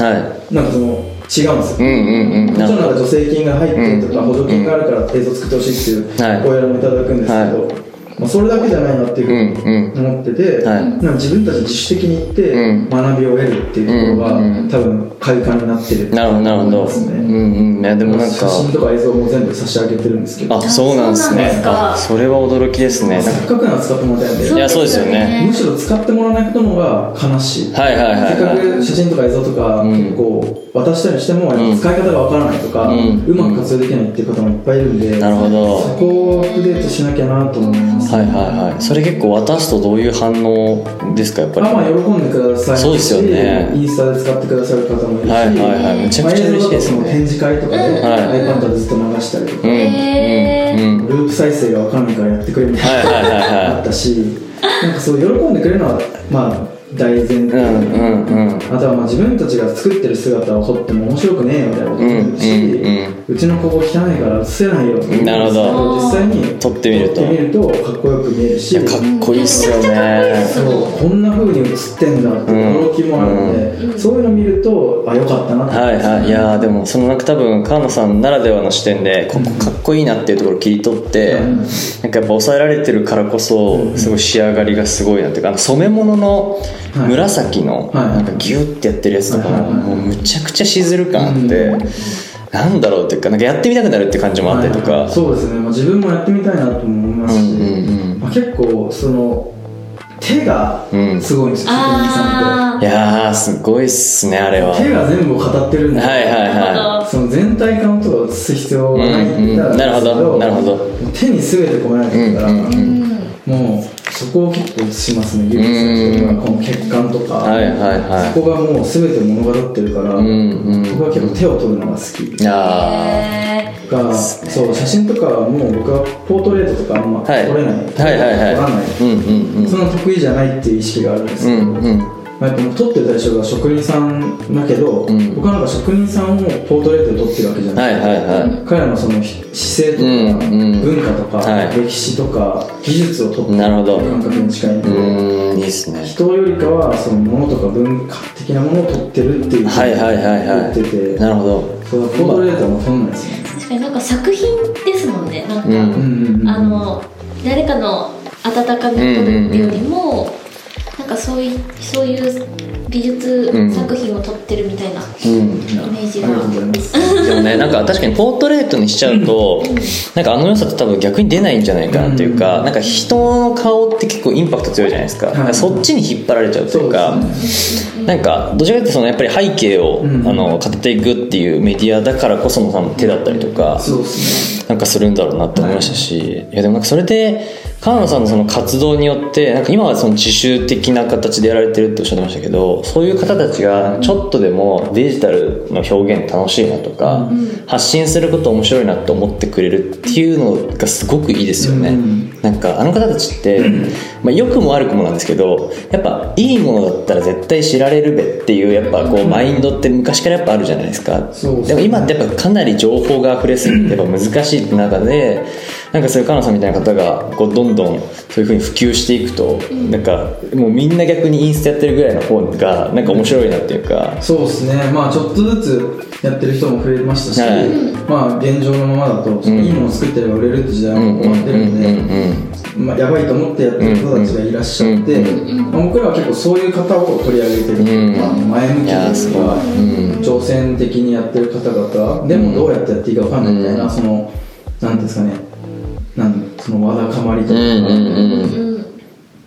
[SPEAKER 3] なんかその違うんですよ、
[SPEAKER 1] いうんうんうん
[SPEAKER 3] も
[SPEAKER 1] な
[SPEAKER 3] ち
[SPEAKER 1] る
[SPEAKER 3] ろ
[SPEAKER 1] ほ
[SPEAKER 3] んなん
[SPEAKER 1] ど
[SPEAKER 3] か助成金が入ってるとか補助金があるから映像作ってほしいっていう
[SPEAKER 1] はい
[SPEAKER 3] お選びいただくんですけど、まあ、それだけじゃないなって
[SPEAKER 1] うん
[SPEAKER 3] いうふう
[SPEAKER 1] うん
[SPEAKER 3] に思ってて、
[SPEAKER 1] はい
[SPEAKER 3] なんか自分たち自主的に行っ
[SPEAKER 1] うん
[SPEAKER 3] て学びを得るっていうところが、
[SPEAKER 1] うん
[SPEAKER 3] 多分快感になってる
[SPEAKER 1] なるほどなるほどうんうんいやでもなん
[SPEAKER 3] 写
[SPEAKER 1] か
[SPEAKER 3] 真とか映像も全部差し上げてるんですけど
[SPEAKER 1] あそうなんです
[SPEAKER 2] そうなんで
[SPEAKER 1] ね
[SPEAKER 2] すか
[SPEAKER 1] あそれは驚きですねなん
[SPEAKER 3] せ
[SPEAKER 1] か
[SPEAKER 3] っかくなら使ってもらいたいんで
[SPEAKER 1] いやそうですよね
[SPEAKER 3] むしろ使ってもらわないことの方が悲しい
[SPEAKER 1] はいはいはいはい
[SPEAKER 3] せっかく写真とか映像とか
[SPEAKER 1] うん
[SPEAKER 3] 結構渡したりしても
[SPEAKER 1] ん
[SPEAKER 3] 使い方がわからないとか、
[SPEAKER 1] う
[SPEAKER 3] うんまく活用できないっていう方もいっぱいいるんで、
[SPEAKER 1] なるほど
[SPEAKER 3] そこをアップデートしなきゃなと思います、
[SPEAKER 1] はいはいはいそれ結構渡すとどういう反応ですかやっぱり
[SPEAKER 3] あまあ喜んでください
[SPEAKER 1] そうですよね
[SPEAKER 3] インスタで使ってくださる方もいるし、
[SPEAKER 1] はいはいはいめちゃくちゃ嬉しいです
[SPEAKER 3] まあ映像だと
[SPEAKER 1] ね
[SPEAKER 3] その展示会とか
[SPEAKER 2] う
[SPEAKER 3] で
[SPEAKER 2] ん
[SPEAKER 3] iPad でずっと流したりと
[SPEAKER 1] う
[SPEAKER 3] か、
[SPEAKER 1] ん
[SPEAKER 2] へー
[SPEAKER 1] うんうん
[SPEAKER 3] ループ再生がわからないからやってくれみたいな
[SPEAKER 1] はいはいはい
[SPEAKER 3] あ
[SPEAKER 1] は
[SPEAKER 3] ったし、なんかそう喜んでくれるのはまあ大前提、
[SPEAKER 1] いうんうんうん
[SPEAKER 3] あとはまあ自分たちが作ってる姿を撮っても面白くねえよみたいなこと言うし、
[SPEAKER 1] うんうん
[SPEAKER 3] うちのここ汚いから映せないよって
[SPEAKER 1] なるほど
[SPEAKER 3] 実際に
[SPEAKER 1] 撮ってみると
[SPEAKER 3] 撮ってみるとかっこよく見える
[SPEAKER 1] い
[SPEAKER 3] し
[SPEAKER 1] やかっこいいっすよ
[SPEAKER 2] めちゃくちゃかっこいいっ
[SPEAKER 1] ね
[SPEAKER 2] す
[SPEAKER 3] そうこんな風に映ってんだって驚きもあるので、そういうの見るとあよかったなって、
[SPEAKER 1] はいはいいやーでもそのなんか多分川野さんならではの視点でここかっこいいなっていうところを切り取って、
[SPEAKER 3] うん
[SPEAKER 1] なんかやっぱ抑えられてるからこそすごい仕上がりがすごいなっていうかあの染め物の
[SPEAKER 3] はい
[SPEAKER 1] 紫の
[SPEAKER 3] はい
[SPEAKER 1] なんかギュッてやってるやつとか
[SPEAKER 3] はい
[SPEAKER 1] も
[SPEAKER 3] はいはい
[SPEAKER 1] もうむちゃくちゃしずる感あってなんだろうっていうかなんかやってみたくなるって感じもあったりと
[SPEAKER 3] はい
[SPEAKER 1] か
[SPEAKER 3] はいそうですね、まあ、自分もやってみたいなとも思いますし、
[SPEAKER 1] うんうんうん
[SPEAKER 3] まあ、結構その手が
[SPEAKER 1] うん
[SPEAKER 3] すごいんですよ、職人さんって。
[SPEAKER 2] あ
[SPEAKER 1] いやーすごいっすねあれは
[SPEAKER 3] 手が全部を語ってるんで、
[SPEAKER 1] はいはいは
[SPEAKER 2] あ
[SPEAKER 3] その全体感とか映す必要がないって言ったら
[SPEAKER 1] うんうんなるほど
[SPEAKER 3] ですけ
[SPEAKER 1] なるほど
[SPEAKER 3] もう手に全て込められてるから、
[SPEAKER 1] うんうん
[SPEAKER 2] ーうん
[SPEAKER 3] もうそこを結構映しますね指先とかこの血管とか、
[SPEAKER 1] はいはいはい
[SPEAKER 3] そこがもう全て物語ってるか
[SPEAKER 1] い
[SPEAKER 3] ら、
[SPEAKER 1] うんうん
[SPEAKER 3] 僕は結構手を取るのが好き
[SPEAKER 1] いや
[SPEAKER 2] へー
[SPEAKER 3] が、そう写真とかはもう僕はポートレートとかあんま撮
[SPEAKER 1] は
[SPEAKER 3] れ
[SPEAKER 1] い
[SPEAKER 3] ない、
[SPEAKER 1] ーはいはい
[SPEAKER 3] 撮らな、
[SPEAKER 1] はいいうんうんうん
[SPEAKER 3] そんな得意じゃないっていう意識があるんです
[SPEAKER 1] う
[SPEAKER 3] けど、
[SPEAKER 1] んうん
[SPEAKER 3] まあ、やっぱ撮ってる対象が職人さんだけど、
[SPEAKER 1] ん
[SPEAKER 3] 僕はなんか職人さんをポートレートで撮ってるわけじゃ
[SPEAKER 1] は
[SPEAKER 3] ないい、
[SPEAKER 1] はいは
[SPEAKER 3] 彼らのその姿勢とか、
[SPEAKER 1] うんうん
[SPEAKER 3] 文化とか、
[SPEAKER 1] はい
[SPEAKER 3] 歴史とか技術を撮って
[SPEAKER 1] い
[SPEAKER 3] る
[SPEAKER 1] なるほど
[SPEAKER 3] 感覚に近いんで、
[SPEAKER 1] うーんいいっすね
[SPEAKER 3] 人よりかはその物とか文化的なものを撮ってるっていう
[SPEAKER 1] はいはいはいは
[SPEAKER 3] 言ってて、
[SPEAKER 1] いなるほど
[SPEAKER 3] そうポートレートはもう撮んないですね、
[SPEAKER 2] 確かになんか作品ですもんねなんか、
[SPEAKER 1] うん
[SPEAKER 3] うんうんうん
[SPEAKER 2] あの誰かの温かみを取るっていうよりも、なんかそういそういう美術作品を撮ってるみたいなイ
[SPEAKER 1] うん
[SPEAKER 2] メージ
[SPEAKER 3] あ
[SPEAKER 2] が、
[SPEAKER 3] りがとうございます
[SPEAKER 1] ですよねなんか確かにポートレートにしちゃうとなんかあの良さって多分逆に出ないんじゃないかなというか、
[SPEAKER 3] うん
[SPEAKER 1] なんか人の顔って結構インパクト強いじゃないですか,、
[SPEAKER 3] い
[SPEAKER 1] なんかそっちに引っ張られちゃうというか
[SPEAKER 3] そうで
[SPEAKER 1] なんかどちらかというとそのやっぱり背景を、
[SPEAKER 3] うん
[SPEAKER 1] あの語っていくっていうメディアだからこその多分手だったりとか
[SPEAKER 3] そうですね
[SPEAKER 1] なんかするんだろうなって思いましたし、い、やでもなんかそれで川野さんのその活動によってなんか今はその自主的な形でやられてるっておっしゃってましたけどそういう方たちがちょっとでもデジタルの表現楽しいなとか、発信すること面白いなって思ってくれるっていうのがすごくいいですよね。
[SPEAKER 3] うん
[SPEAKER 1] なんかあの方たちって、まあ、良くも悪くもなんですけどやっぱいいものだったら絶対知られるべっていうやっぱこうマインドって昔からやっぱあるじゃないですか
[SPEAKER 3] そうそう
[SPEAKER 1] でも今ってやっぱかなり情報が溢れすぎてやっぱ難しいって中でなんかそういうカナさんみたいな方がこうどんどんそういうふうに普及していくとなんかもうみんな逆にインスタやってるぐらいの方がなんか面白いなっていうか
[SPEAKER 3] そうですねまあちょっとずつやってる人も増えましたし、
[SPEAKER 1] はい
[SPEAKER 3] まあ現状のままだとちょっといいもの作ってれば売れるって時代
[SPEAKER 1] う
[SPEAKER 3] は
[SPEAKER 1] ん
[SPEAKER 3] もう
[SPEAKER 1] うんう
[SPEAKER 3] 終わっ
[SPEAKER 1] ん
[SPEAKER 3] て
[SPEAKER 1] う
[SPEAKER 3] るんで、
[SPEAKER 1] んうん
[SPEAKER 3] まあ、やばいと思ってやってる人たちがいらっしゃって、まあ、僕らは結構そういう方を取り上げてる、
[SPEAKER 1] うん
[SPEAKER 3] まあ、前向きと
[SPEAKER 1] いやーす
[SPEAKER 3] いう
[SPEAKER 1] ごい
[SPEAKER 3] か、
[SPEAKER 1] う
[SPEAKER 3] 挑戦的にやってる方々でもどうやってやっていいか分かんないみたいな、
[SPEAKER 1] うん
[SPEAKER 3] そのなんていうんですかねなんそのわだかまりと
[SPEAKER 1] う
[SPEAKER 3] か、
[SPEAKER 1] んうんうん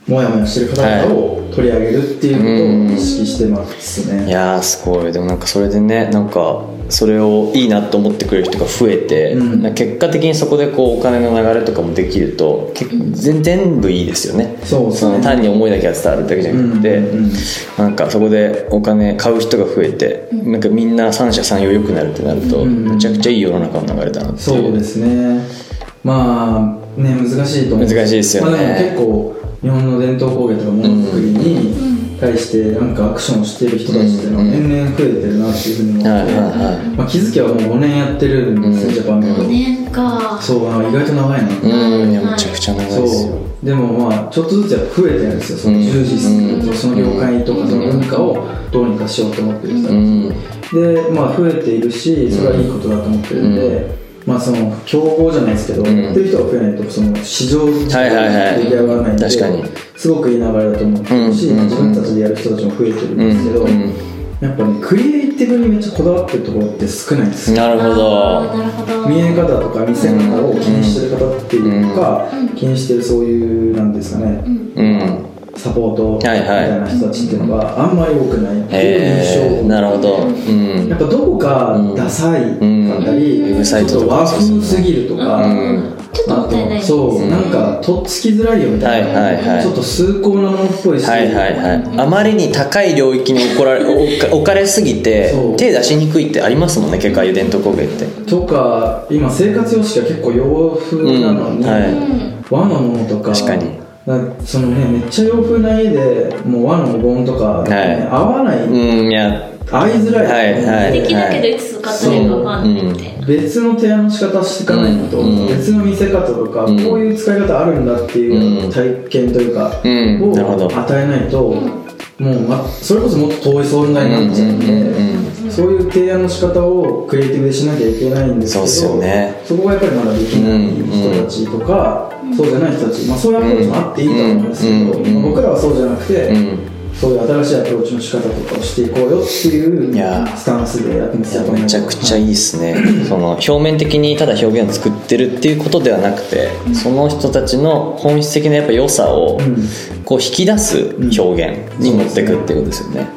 [SPEAKER 3] もやもやしてる方々を取り上げるっていうことを意識してますね、
[SPEAKER 1] いやーすごいでもなんかそれでねなんかそれをいいなと思ってくれる人が増えて、
[SPEAKER 3] うん
[SPEAKER 1] なんか結果的にそこでこうお金の流れとかもできると結全全部いいですよね
[SPEAKER 3] そうですね
[SPEAKER 1] の単に思いだけが伝わるだけじゃなくて、
[SPEAKER 3] うんうん
[SPEAKER 1] なんかそこでお金買う人が増えて、なんかみんな三者三様良くなるってなると、
[SPEAKER 3] うん
[SPEAKER 1] めちゃくちゃいい世の中の流れだなっていう
[SPEAKER 3] そうですねまあね難しいと思う
[SPEAKER 1] 難しいですよね
[SPEAKER 3] まあ、でも結構日本の伝統工芸とかものづくりに対してなんかアクションをしてる人たちっていうのは
[SPEAKER 1] うん
[SPEAKER 3] 年々増えてるなっていうふうに思って、
[SPEAKER 1] はいはいはい
[SPEAKER 3] まあ、気づきはもう5年やってるんですね、
[SPEAKER 1] うん
[SPEAKER 3] ジャパン
[SPEAKER 2] 五
[SPEAKER 3] が
[SPEAKER 2] 年か
[SPEAKER 3] そうあの意外と長いな、
[SPEAKER 1] うんいやめちゃくちゃ長いですよ
[SPEAKER 3] そうでもまあちょっとずつやっぱ増えてるんですよその従事する、その業界とかその文化をどうにかしようと思ってる人たち
[SPEAKER 1] うん
[SPEAKER 3] でまあ増えているしそれはいいことだと思ってるんで、まあその競合じゃないですけど、
[SPEAKER 1] ん
[SPEAKER 3] やってる人が増えないとその市場自
[SPEAKER 1] はい
[SPEAKER 3] 体
[SPEAKER 1] はいは
[SPEAKER 3] が
[SPEAKER 1] い
[SPEAKER 3] 出来上がらないんで、
[SPEAKER 1] 確かに
[SPEAKER 3] すごくいい流れだと思ってるし、
[SPEAKER 1] うんうんうん
[SPEAKER 3] 自分たちでやる人たちも増えてるんですけど、
[SPEAKER 1] うんうん
[SPEAKER 3] やっぱねクリエイティブにめっちゃこだわってるところって少ないんですよ
[SPEAKER 1] なるほ
[SPEAKER 2] あー
[SPEAKER 1] ど
[SPEAKER 2] なるほど
[SPEAKER 3] 見え方とか見せ方を気にしてる方っていうか、気にしてるそういうなんですかね、
[SPEAKER 1] うん
[SPEAKER 3] サポートみたいな人たちっていうのがあんまり多くないっていう印象を持
[SPEAKER 1] え
[SPEAKER 3] って
[SPEAKER 1] ー、
[SPEAKER 3] て
[SPEAKER 1] なるほどうん
[SPEAKER 3] やっぱどこかダサいかったり、
[SPEAKER 1] うんうん
[SPEAKER 3] ちょっと和風すぎるとか、
[SPEAKER 1] うん
[SPEAKER 2] ちょっともったいない
[SPEAKER 3] あとそう、なんかとっつきづらいよみたいな、
[SPEAKER 1] はいはいはい
[SPEAKER 3] ちょっと崇高なものっぽいし、
[SPEAKER 1] はいはいはい、あまりに高い領域に置られ置か置かれすぎて
[SPEAKER 3] そう
[SPEAKER 1] 手出しにくいってありますもんね結構ああいう伝統工芸って
[SPEAKER 3] とか今生活様式が結構洋風なのに、
[SPEAKER 1] うんはい
[SPEAKER 3] 和のものとか
[SPEAKER 1] 確かに
[SPEAKER 3] なんかそのねめっちゃ洋風な家でもう和のお盆とか、
[SPEAKER 1] はい
[SPEAKER 3] 合わない、
[SPEAKER 1] うんいや
[SPEAKER 3] 合いづらい、
[SPEAKER 1] はいはい
[SPEAKER 2] できないけどいつ使ったらいいかわかんないみたいな
[SPEAKER 3] 別の提案の仕方していかないと、
[SPEAKER 1] うん
[SPEAKER 3] 別の見せ方とか、
[SPEAKER 1] うん
[SPEAKER 3] こういう使い方あるんだっていう
[SPEAKER 1] うん
[SPEAKER 3] 体験というか、
[SPEAKER 1] うんなるほど
[SPEAKER 3] を与えないと、もうまそれこそもっと遠い存在になっちゃうんで、
[SPEAKER 1] うんうん
[SPEAKER 3] そういう提案の仕方をクリエイティブでしなきゃいけないんですけど
[SPEAKER 1] そうっすよね
[SPEAKER 3] そこがやっぱりまだできない人たちとか、そうじゃない人たち、まあ、そういうアプローチもあっていいと思うんですけど、
[SPEAKER 1] うんうん
[SPEAKER 3] まあ僕らはそうじゃなくて、
[SPEAKER 1] うん
[SPEAKER 3] そういう新しいアプローチの仕方とかをしていこうよっていう
[SPEAKER 1] いやー
[SPEAKER 3] スタンスでやってます
[SPEAKER 1] いやめちゃくちゃいいですね [clears throat] その表面的にただ表現を作ってるっていうことではなくてその人たちの本質的なやっぱ良さを
[SPEAKER 3] うん
[SPEAKER 1] こう引き出す表現に持っていくっていうことですよね、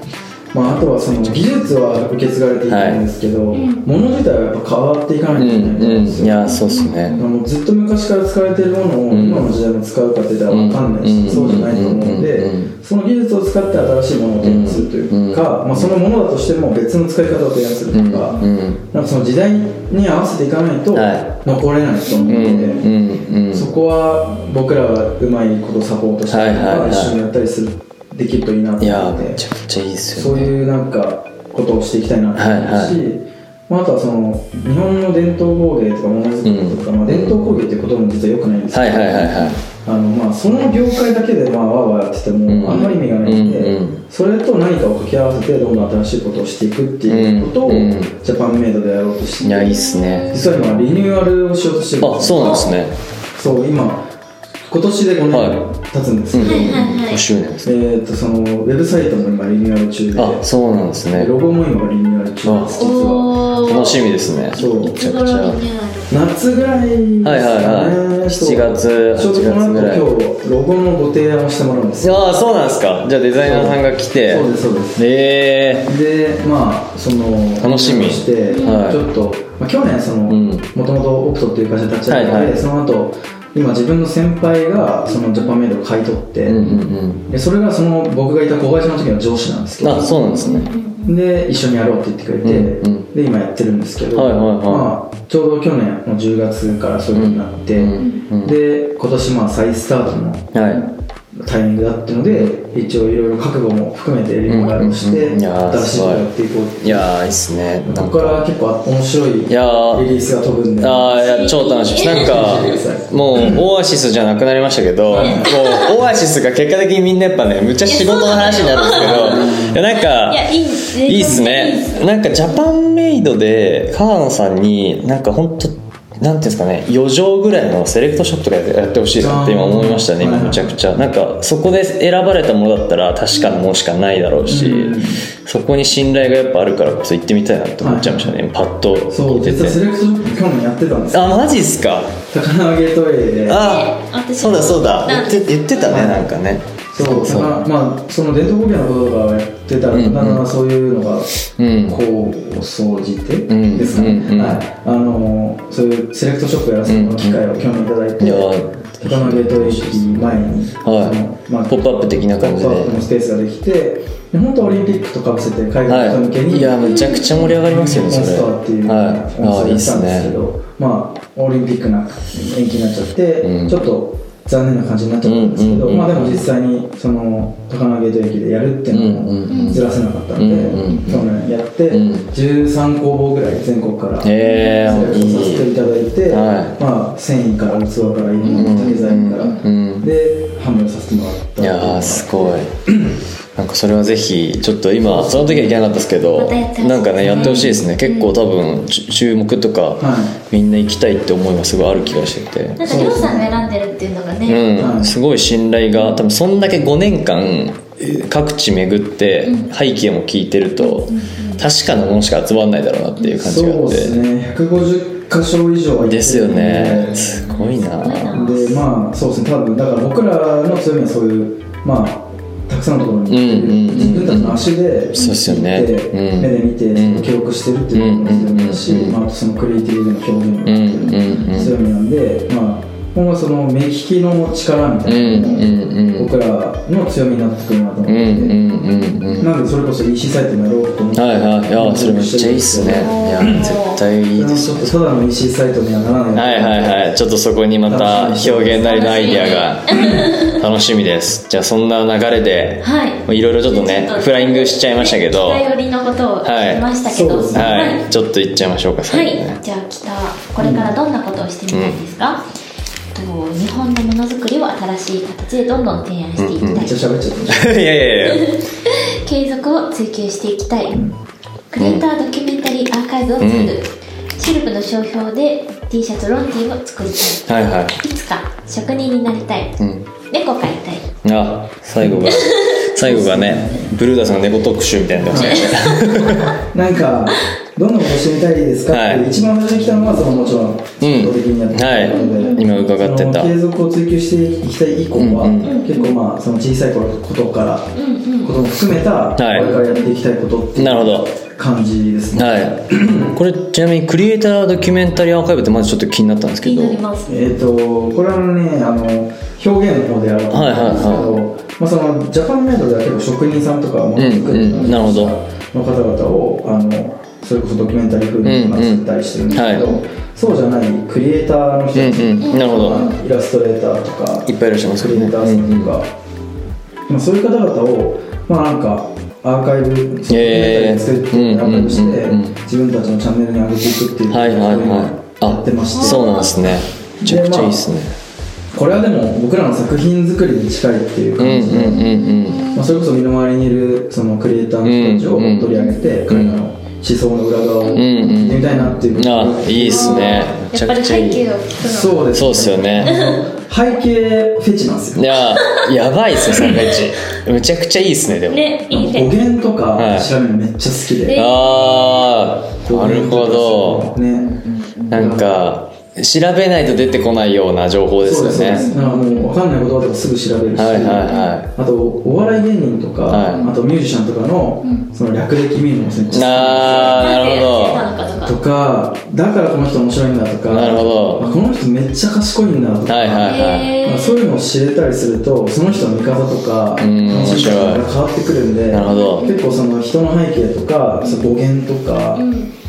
[SPEAKER 3] まあ、あとはその技術は受け継がれていくんですけど、物自体はやっぱ変わっていか
[SPEAKER 1] う
[SPEAKER 3] ない
[SPEAKER 1] ん
[SPEAKER 3] といけないと思
[SPEAKER 1] う
[SPEAKER 3] うん
[SPEAKER 1] ん
[SPEAKER 3] です
[SPEAKER 1] い
[SPEAKER 3] よ、
[SPEAKER 1] やそうですね
[SPEAKER 3] あのずっと昔から使われているものを
[SPEAKER 1] ん
[SPEAKER 3] 今の時代も使うかって言ったら分かんないし、
[SPEAKER 1] うん
[SPEAKER 3] そうじゃないと思うんで、
[SPEAKER 1] う
[SPEAKER 3] その技術を使って新しいものを提案するというか、まあ、そのものだとしても別の使い方を提案するとか,、
[SPEAKER 1] うん
[SPEAKER 3] なんかその時代に合わせていかないと
[SPEAKER 1] は
[SPEAKER 3] 残れないと思う
[SPEAKER 1] うん
[SPEAKER 3] で、
[SPEAKER 1] うんうん
[SPEAKER 3] そこは僕らがうまいことサポートしたりとか、
[SPEAKER 1] はいはいはい
[SPEAKER 3] 一緒にやったりするできるといいなと
[SPEAKER 1] いや
[SPEAKER 3] 思っ
[SPEAKER 1] ーめ
[SPEAKER 3] て
[SPEAKER 1] ちゃくちゃいいです
[SPEAKER 3] そ
[SPEAKER 1] よ
[SPEAKER 3] う
[SPEAKER 1] ね
[SPEAKER 3] いうなんかことをしていきたいなと思うし、まあ、あとはその日本の伝統工芸とかものづくりとか、まあ、伝統工芸っていうことも実はよくないんです
[SPEAKER 1] は
[SPEAKER 3] け
[SPEAKER 1] い
[SPEAKER 3] ど、
[SPEAKER 1] はいはいはい
[SPEAKER 3] あのまあ、その業界だけでまあわーわーやってて
[SPEAKER 1] うん
[SPEAKER 3] もあんまり意味がないんで、
[SPEAKER 1] うんうん
[SPEAKER 3] それと何かを掛け合わせてどんどん新しいことをしていくっていうことを、
[SPEAKER 1] うんうん
[SPEAKER 3] ジャパンメイドでやろうとして
[SPEAKER 1] いやいいっすね
[SPEAKER 3] 実は今リニューアルをしようとしてる
[SPEAKER 1] あそうなんですね
[SPEAKER 3] そう今今年で5
[SPEAKER 1] は
[SPEAKER 3] 年経つんですけど、
[SPEAKER 2] はいはいはい
[SPEAKER 1] 5周年ですね
[SPEAKER 3] えー、とそのウェブサイトも今リニューアル中
[SPEAKER 1] あ
[SPEAKER 3] で
[SPEAKER 1] そうなんですね
[SPEAKER 3] ロゴも今リニューアル中です実は
[SPEAKER 2] おー
[SPEAKER 1] 楽しみですね
[SPEAKER 3] そう
[SPEAKER 1] め
[SPEAKER 2] い
[SPEAKER 1] ちゃ
[SPEAKER 2] つ
[SPEAKER 1] く
[SPEAKER 2] 頃
[SPEAKER 1] ちゃ
[SPEAKER 2] リニューアル
[SPEAKER 3] 夏ぐらいですか
[SPEAKER 1] は
[SPEAKER 3] ね
[SPEAKER 1] いはいはい
[SPEAKER 3] そう
[SPEAKER 1] 7月
[SPEAKER 3] ちょうど
[SPEAKER 1] 8
[SPEAKER 3] こ
[SPEAKER 1] 月
[SPEAKER 3] の
[SPEAKER 1] ぐらい
[SPEAKER 3] 後今日ロゴのご提案をしてもらうんですよ
[SPEAKER 1] ああそうなんですかじゃあデザイナーさんが来て
[SPEAKER 3] そうですそうです
[SPEAKER 1] え
[SPEAKER 3] でまあその
[SPEAKER 1] 楽しみ
[SPEAKER 3] して、
[SPEAKER 1] はい
[SPEAKER 3] ちょっと、まあ、去年その
[SPEAKER 1] うん
[SPEAKER 3] もともとオクトっていう会社立ち上げて、
[SPEAKER 1] はいはい
[SPEAKER 3] その後今自分の先輩がそのジャパンメイドを買い取って、
[SPEAKER 1] えうんうん
[SPEAKER 3] でそれがその僕がいた子会社の時の上司なんですけ
[SPEAKER 1] うんあ
[SPEAKER 3] ど
[SPEAKER 1] そうなんですね
[SPEAKER 3] で一緒にやろうって言ってくれて、
[SPEAKER 1] うんうん
[SPEAKER 3] で今やってるんですけど、
[SPEAKER 1] はいはいはい
[SPEAKER 3] まあ、ちょうど去年の10月からそういうふうになって、
[SPEAKER 1] うんうん
[SPEAKER 3] で今年まあ再スタートの
[SPEAKER 1] はい
[SPEAKER 3] タイミングだったので一応いろいろ覚悟も含めてリニューアルをして、
[SPEAKER 1] うんうんうんいやー
[SPEAKER 3] 新しいことやっていこうって
[SPEAKER 1] いやーいいっすねな
[SPEAKER 3] こ
[SPEAKER 1] ん
[SPEAKER 3] こから
[SPEAKER 1] か
[SPEAKER 3] 結構面白いリ
[SPEAKER 1] い
[SPEAKER 3] リ
[SPEAKER 1] やー
[SPEAKER 3] ースが飛ぶんで
[SPEAKER 1] あーいや超楽しいですなんかもうオアシスじゃなくなりましたけどもうオアシスが結果的にみんなやっぱねむっちゃ仕事の話にな
[SPEAKER 3] [laughs]
[SPEAKER 1] るんですけどいやなんか
[SPEAKER 2] いやいいね
[SPEAKER 1] いいっすねなんかジャパンメイドで川野さんになんか本当なんていうんですかね4畳ぐらいのセレクトショップとかやってほしいなって今思いましたね
[SPEAKER 3] あー
[SPEAKER 1] 今むちゃくちゃなんかそこで選ばれたものだったら確かなものしかないだろうし、
[SPEAKER 3] うん
[SPEAKER 1] そこに信頼がやっぱあるからこそ行ってみたいなって思っちゃいましたね、パッと
[SPEAKER 3] そ
[SPEAKER 1] 聞いうて
[SPEAKER 3] 実はセ
[SPEAKER 1] て
[SPEAKER 3] レクト去年やってたんですよ
[SPEAKER 1] あマジっすか
[SPEAKER 3] 高輪ゲートウェイで
[SPEAKER 1] あ
[SPEAKER 2] え私
[SPEAKER 1] そ
[SPEAKER 2] も
[SPEAKER 1] うだそうだ言
[SPEAKER 2] なん
[SPEAKER 1] って言ってたねなんかね
[SPEAKER 3] そう
[SPEAKER 1] そう
[SPEAKER 3] まあまあその伝統工芸のこととかをやってたら
[SPEAKER 1] うんうん
[SPEAKER 3] だんだんそういうのが
[SPEAKER 1] うん
[SPEAKER 3] こう総じて
[SPEAKER 1] ん
[SPEAKER 3] ですかね、
[SPEAKER 1] うんうん
[SPEAKER 3] はいあのーそういうセレクトショップやらせる機会を去年いただいて、
[SPEAKER 1] いやー
[SPEAKER 3] 高輪ゲートウェイ駅前に、
[SPEAKER 1] はい
[SPEAKER 3] そのまあ
[SPEAKER 1] ポップアップ的な感じで
[SPEAKER 3] ポップアップのスペースができてで本当はオリンピックとかぶせて海外の人向け
[SPEAKER 1] はい
[SPEAKER 3] に、
[SPEAKER 1] いやむちゃくちゃ盛り上がりますよねそ
[SPEAKER 3] モンス
[SPEAKER 1] れ
[SPEAKER 3] ターっていう
[SPEAKER 1] はいあー
[SPEAKER 3] お店
[SPEAKER 1] いい
[SPEAKER 3] や
[SPEAKER 1] っ
[SPEAKER 3] った
[SPEAKER 1] す
[SPEAKER 3] んですけ
[SPEAKER 1] ね
[SPEAKER 3] ど、まあオリンピックな延期になっちゃって、
[SPEAKER 1] うん
[SPEAKER 3] ちょっと残念な感じになっちゃったんですけど、
[SPEAKER 1] うんうんうん
[SPEAKER 3] まあでも実際にその高輪ゲート駅でやるっていうの
[SPEAKER 1] うんうん
[SPEAKER 2] うん
[SPEAKER 3] もずらせなかったんで、
[SPEAKER 1] うんうんうん
[SPEAKER 3] 去年やって、
[SPEAKER 1] うん
[SPEAKER 3] 13工房ぐらい全国からセ
[SPEAKER 1] へ
[SPEAKER 3] レ
[SPEAKER 1] ー
[SPEAKER 3] クトさせていただいて、
[SPEAKER 1] は
[SPEAKER 3] まあ繊維から器からいろんな竹細工から、
[SPEAKER 1] うんうん
[SPEAKER 3] で販売させてもらったっ
[SPEAKER 1] い
[SPEAKER 3] て
[SPEAKER 1] う
[SPEAKER 3] の
[SPEAKER 1] や
[SPEAKER 3] が
[SPEAKER 1] ーすごいなんかそれはぜひちょっと今その時は行けなかったですけど
[SPEAKER 2] またやってほしい
[SPEAKER 1] なんかねやってほしいですね結構多分ち注目とか
[SPEAKER 3] は
[SPEAKER 1] みんな行きたいって思いがすごいある気がしてて
[SPEAKER 2] なんかりょうさんが選んでるっていうのがね、
[SPEAKER 1] う
[SPEAKER 3] は
[SPEAKER 1] ん、
[SPEAKER 3] い
[SPEAKER 1] すごい信頼が多分そんだけ5年間えー各地巡って背景も聞いてると確かなものしか集まらないだろうなっていう感じがあ
[SPEAKER 3] そう
[SPEAKER 1] っ
[SPEAKER 3] です
[SPEAKER 1] て
[SPEAKER 3] ね150箇所以上は行ってるん
[SPEAKER 1] ですよねすごいな
[SPEAKER 3] でまあそうですね多分だから僕らの強みはそういうまあたくさんのところに行っ
[SPEAKER 1] うんうんうんうん
[SPEAKER 3] てる、自分たちの足で
[SPEAKER 1] そうっすよね
[SPEAKER 3] 行って
[SPEAKER 1] うん
[SPEAKER 3] 目で見て
[SPEAKER 1] うん
[SPEAKER 3] 記録してるっていうのも強みだし、
[SPEAKER 1] うんうんうんうん
[SPEAKER 3] まあ、あとそのクリエイティブでの表
[SPEAKER 1] う
[SPEAKER 3] 現
[SPEAKER 1] ん
[SPEAKER 3] も
[SPEAKER 1] うんうん
[SPEAKER 3] 強みなんで、まあ、今後はその目利きの力みたいな
[SPEAKER 1] う
[SPEAKER 3] の
[SPEAKER 1] んうんうん
[SPEAKER 3] も僕らの強みになってくるなと思っ
[SPEAKER 1] う
[SPEAKER 3] て、
[SPEAKER 1] んうんうんうん
[SPEAKER 3] なんでそれこそ EC サイトもやろうと思って、
[SPEAKER 1] はいはいいやそれめっちゃいいっすねいや絶対いいです
[SPEAKER 3] ちょっとただの EC サイトにはなら
[SPEAKER 1] は
[SPEAKER 3] ない
[SPEAKER 1] いはいはいちょっとそこにまた表現なりのアイディアが楽しみですじゃあそんな流れで
[SPEAKER 2] はい
[SPEAKER 1] いろいろちょっとねフライングしちゃいましたけど
[SPEAKER 2] 北寄りのことを言いましたけど、
[SPEAKER 3] はいそうですね
[SPEAKER 2] はい
[SPEAKER 1] はい、ちょっと行っちゃいましょうか、
[SPEAKER 2] は
[SPEAKER 1] 最後ね
[SPEAKER 2] い、じゃあ北これからどんなことをしてみたいですか、と日本のものづくりを新しい形でどんどん提案していきたい、
[SPEAKER 3] めっちゃ喋っちゃっ
[SPEAKER 1] [laughs]
[SPEAKER 3] た
[SPEAKER 1] い、やいやいや、
[SPEAKER 2] 継続を追求していきたい、クリエイタードキュメンタリーアーカイブを作る、シルクの商標で T シャツロンティーを作りた
[SPEAKER 1] はいはい
[SPEAKER 2] いつか職人になりたい、
[SPEAKER 1] ん
[SPEAKER 2] 猫飼いたい
[SPEAKER 1] い。あ、最後が、最後がね、ブルーダスの猫特集みたいになってましたね。
[SPEAKER 3] なんか、どんなことしてみたいですか
[SPEAKER 1] は
[SPEAKER 3] っ
[SPEAKER 1] い
[SPEAKER 3] て、一番最初に来たのは、そのもちろん、
[SPEAKER 1] うん
[SPEAKER 3] 仕事的にやってたので、
[SPEAKER 1] はい今伺ってた
[SPEAKER 3] その継続を追求していきたい以降は、
[SPEAKER 1] うん
[SPEAKER 3] 結構まあ、その小さい頃のことから、
[SPEAKER 2] うんうん
[SPEAKER 3] ことも含めた、これからやっていきたいこと
[SPEAKER 1] [laughs]
[SPEAKER 3] ってい
[SPEAKER 1] なるほ
[SPEAKER 3] う
[SPEAKER 1] ど。
[SPEAKER 3] 感じですね。
[SPEAKER 1] はい。 [clears throat] これ、ちなみに、クリエイタードキュメンタリーアーカイブってまずちょっと気になったんですけ
[SPEAKER 2] 気に
[SPEAKER 1] ど。
[SPEAKER 2] なります
[SPEAKER 3] えっ、と、これはね、あの、表現の方でやろうと思うんですけど、
[SPEAKER 1] はい
[SPEAKER 3] まあ、そのジャパンメイドでは結構職人さんとかものづくり
[SPEAKER 1] うんうんなるほど
[SPEAKER 3] の方々をあのそれこそドキュメンタリー風に今作ったりしてるんですけど、
[SPEAKER 1] うんうん
[SPEAKER 3] そうじゃないクリエイターの人たち
[SPEAKER 1] うんうんなるほど
[SPEAKER 3] まあイラストレーターとか
[SPEAKER 1] いっぱいいらっしゃいます
[SPEAKER 3] ク
[SPEAKER 1] よ
[SPEAKER 3] リエ
[SPEAKER 1] ね
[SPEAKER 3] イターさんとか、まあ、そういう方々をまあなんかアーカイブドキュメンタリー作ってアップして、
[SPEAKER 1] うんうんうんうん
[SPEAKER 3] 自分たちのチャンネルに上げていくっていう
[SPEAKER 1] はいはいは
[SPEAKER 3] こ
[SPEAKER 1] い。
[SPEAKER 3] とをやってまして
[SPEAKER 1] そうなんですね。めちゃくちゃいいですね。
[SPEAKER 3] これはでも僕らの作品作りに近いっていう
[SPEAKER 1] うん
[SPEAKER 3] 感じで、
[SPEAKER 1] うんうんうん。
[SPEAKER 3] まあ、それこそ身の回りにいるそのクリエイターの人たちを取り上げて、
[SPEAKER 1] うん
[SPEAKER 3] 彼らの想の裏側を
[SPEAKER 1] うんうん
[SPEAKER 3] 聞いてみたいなっていう、
[SPEAKER 1] あいいっすねめち
[SPEAKER 2] や
[SPEAKER 1] ゃ
[SPEAKER 2] っぱ
[SPEAKER 1] く
[SPEAKER 2] り
[SPEAKER 1] ちゃ
[SPEAKER 2] 背
[SPEAKER 1] いい
[SPEAKER 2] 景を聞くの
[SPEAKER 3] そうです
[SPEAKER 1] そうっすよね
[SPEAKER 3] 背景フェチなんで
[SPEAKER 1] い
[SPEAKER 3] すよ
[SPEAKER 1] ややばいっすねサンドイッチめちゃくちゃいいっすねでも
[SPEAKER 2] ねいい
[SPEAKER 3] 語
[SPEAKER 2] ね
[SPEAKER 3] 源とか
[SPEAKER 1] はい
[SPEAKER 3] 調べるのめっちゃ好きで、
[SPEAKER 1] ああなるほど
[SPEAKER 3] ね
[SPEAKER 1] なんか調べないと出てこないような情報です
[SPEAKER 3] そう
[SPEAKER 1] よ
[SPEAKER 3] で
[SPEAKER 1] ね
[SPEAKER 3] すねだからもう分かんないこととかすぐ調べるし、
[SPEAKER 1] はいはいは
[SPEAKER 3] あとお笑い芸人とか、
[SPEAKER 1] はい
[SPEAKER 3] あとミュージシャンとかのその略歴見るのもめっちゃ
[SPEAKER 1] ああ
[SPEAKER 2] なん
[SPEAKER 1] な
[SPEAKER 2] で
[SPEAKER 1] る
[SPEAKER 2] やっ
[SPEAKER 1] ほ
[SPEAKER 2] てた
[SPEAKER 1] ど
[SPEAKER 2] のかとか
[SPEAKER 3] 好きとかだからこの人面白いんだとか
[SPEAKER 1] なるほど
[SPEAKER 3] あこの人めっちゃ賢いんだとか、
[SPEAKER 1] はいはいはい
[SPEAKER 2] へー
[SPEAKER 3] まあそういうのを知れたりするとその人の見方とか
[SPEAKER 1] うん
[SPEAKER 3] 楽しみ方が変わってくるんで
[SPEAKER 1] なるほど
[SPEAKER 3] 結構その人の背景とかその語源とか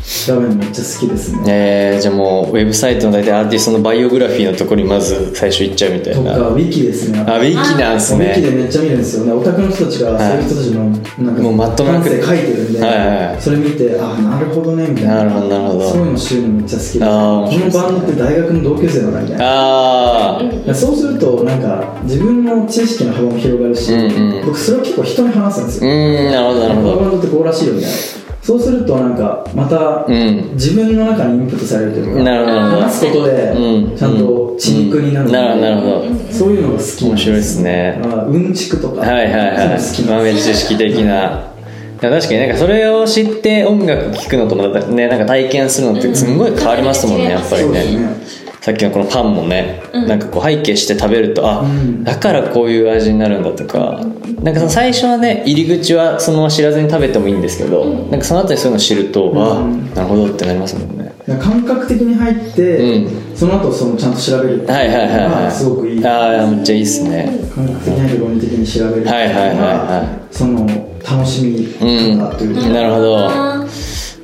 [SPEAKER 3] 調べるのめっちゃ好きですね、
[SPEAKER 1] えー、じゃあもうウェブサイトの大体アーティストのバイオグラフィーのところにまず最初行っちゃうみたい
[SPEAKER 3] と
[SPEAKER 1] な
[SPEAKER 3] かウィキですね
[SPEAKER 1] あウィキなんす
[SPEAKER 3] ウィキで
[SPEAKER 1] ね
[SPEAKER 3] めっちゃ見るんですよねオタクの人たちがそういう人たちのなんか
[SPEAKER 1] もうまとめま
[SPEAKER 3] 感
[SPEAKER 1] くる
[SPEAKER 3] 性書いてるんで、
[SPEAKER 1] はいはいはい
[SPEAKER 3] それ見てあなるほどねみたいな
[SPEAKER 1] なるほどなるほど
[SPEAKER 3] そういうの知るのめっちゃ好きで
[SPEAKER 1] あー面
[SPEAKER 3] こ
[SPEAKER 1] 白い
[SPEAKER 3] の
[SPEAKER 1] っすね
[SPEAKER 3] バンドって大学の同級生だなみたいな
[SPEAKER 1] あー
[SPEAKER 3] いやそうするとなんか自分の知識の幅も広がるし、
[SPEAKER 1] うんうん
[SPEAKER 3] 僕それを結構人に話すんです
[SPEAKER 1] う
[SPEAKER 3] よ、
[SPEAKER 1] ーんなるほどなる
[SPEAKER 3] こ
[SPEAKER 1] ほ
[SPEAKER 3] の
[SPEAKER 1] ど
[SPEAKER 3] バンドってこうらしいよみたいなそうするとなんかまた
[SPEAKER 1] うん
[SPEAKER 3] 自分の中にインプットされるというか
[SPEAKER 1] なるほどなるほど
[SPEAKER 3] 話すことで
[SPEAKER 1] うん
[SPEAKER 3] ちゃんと血肉になるんで
[SPEAKER 1] うんなるほどなるほ
[SPEAKER 3] そういうのが好きなん
[SPEAKER 1] 面白いですね
[SPEAKER 3] あうんちくとか
[SPEAKER 1] はいはいは
[SPEAKER 3] そ
[SPEAKER 1] い
[SPEAKER 3] ういうの好きなん
[SPEAKER 1] 豆
[SPEAKER 3] で
[SPEAKER 1] 知
[SPEAKER 3] す
[SPEAKER 1] 識的な。いや確かになんかそれを知って音楽聴くのとまたねなんか体験するのってすんごい変わりますもんねやっぱり
[SPEAKER 3] そうで
[SPEAKER 1] ね
[SPEAKER 3] すね
[SPEAKER 1] さっきのこのパンもね、なんかこう背景して食べるとあ、
[SPEAKER 3] うん
[SPEAKER 1] だからこういう味になるんだとかなんかその最初はね入り口はそのまま知らずに食べてもいいんですけど、なんかその後にそういうの知ると、あ
[SPEAKER 3] うん
[SPEAKER 1] なるほどってなりますもんね
[SPEAKER 3] なんか感覚的に入って、
[SPEAKER 1] う
[SPEAKER 3] その後そのちゃんと調べるって
[SPEAKER 1] はいはいはいいう
[SPEAKER 3] の
[SPEAKER 1] は
[SPEAKER 3] がすごくいい
[SPEAKER 1] ああめっちゃいいっすね
[SPEAKER 3] 感覚的に入って論理的に調べるって
[SPEAKER 1] はいはいはいいう
[SPEAKER 3] の
[SPEAKER 1] は
[SPEAKER 3] がその楽しみ
[SPEAKER 1] うん
[SPEAKER 3] 方というか、
[SPEAKER 1] なるほど
[SPEAKER 2] あ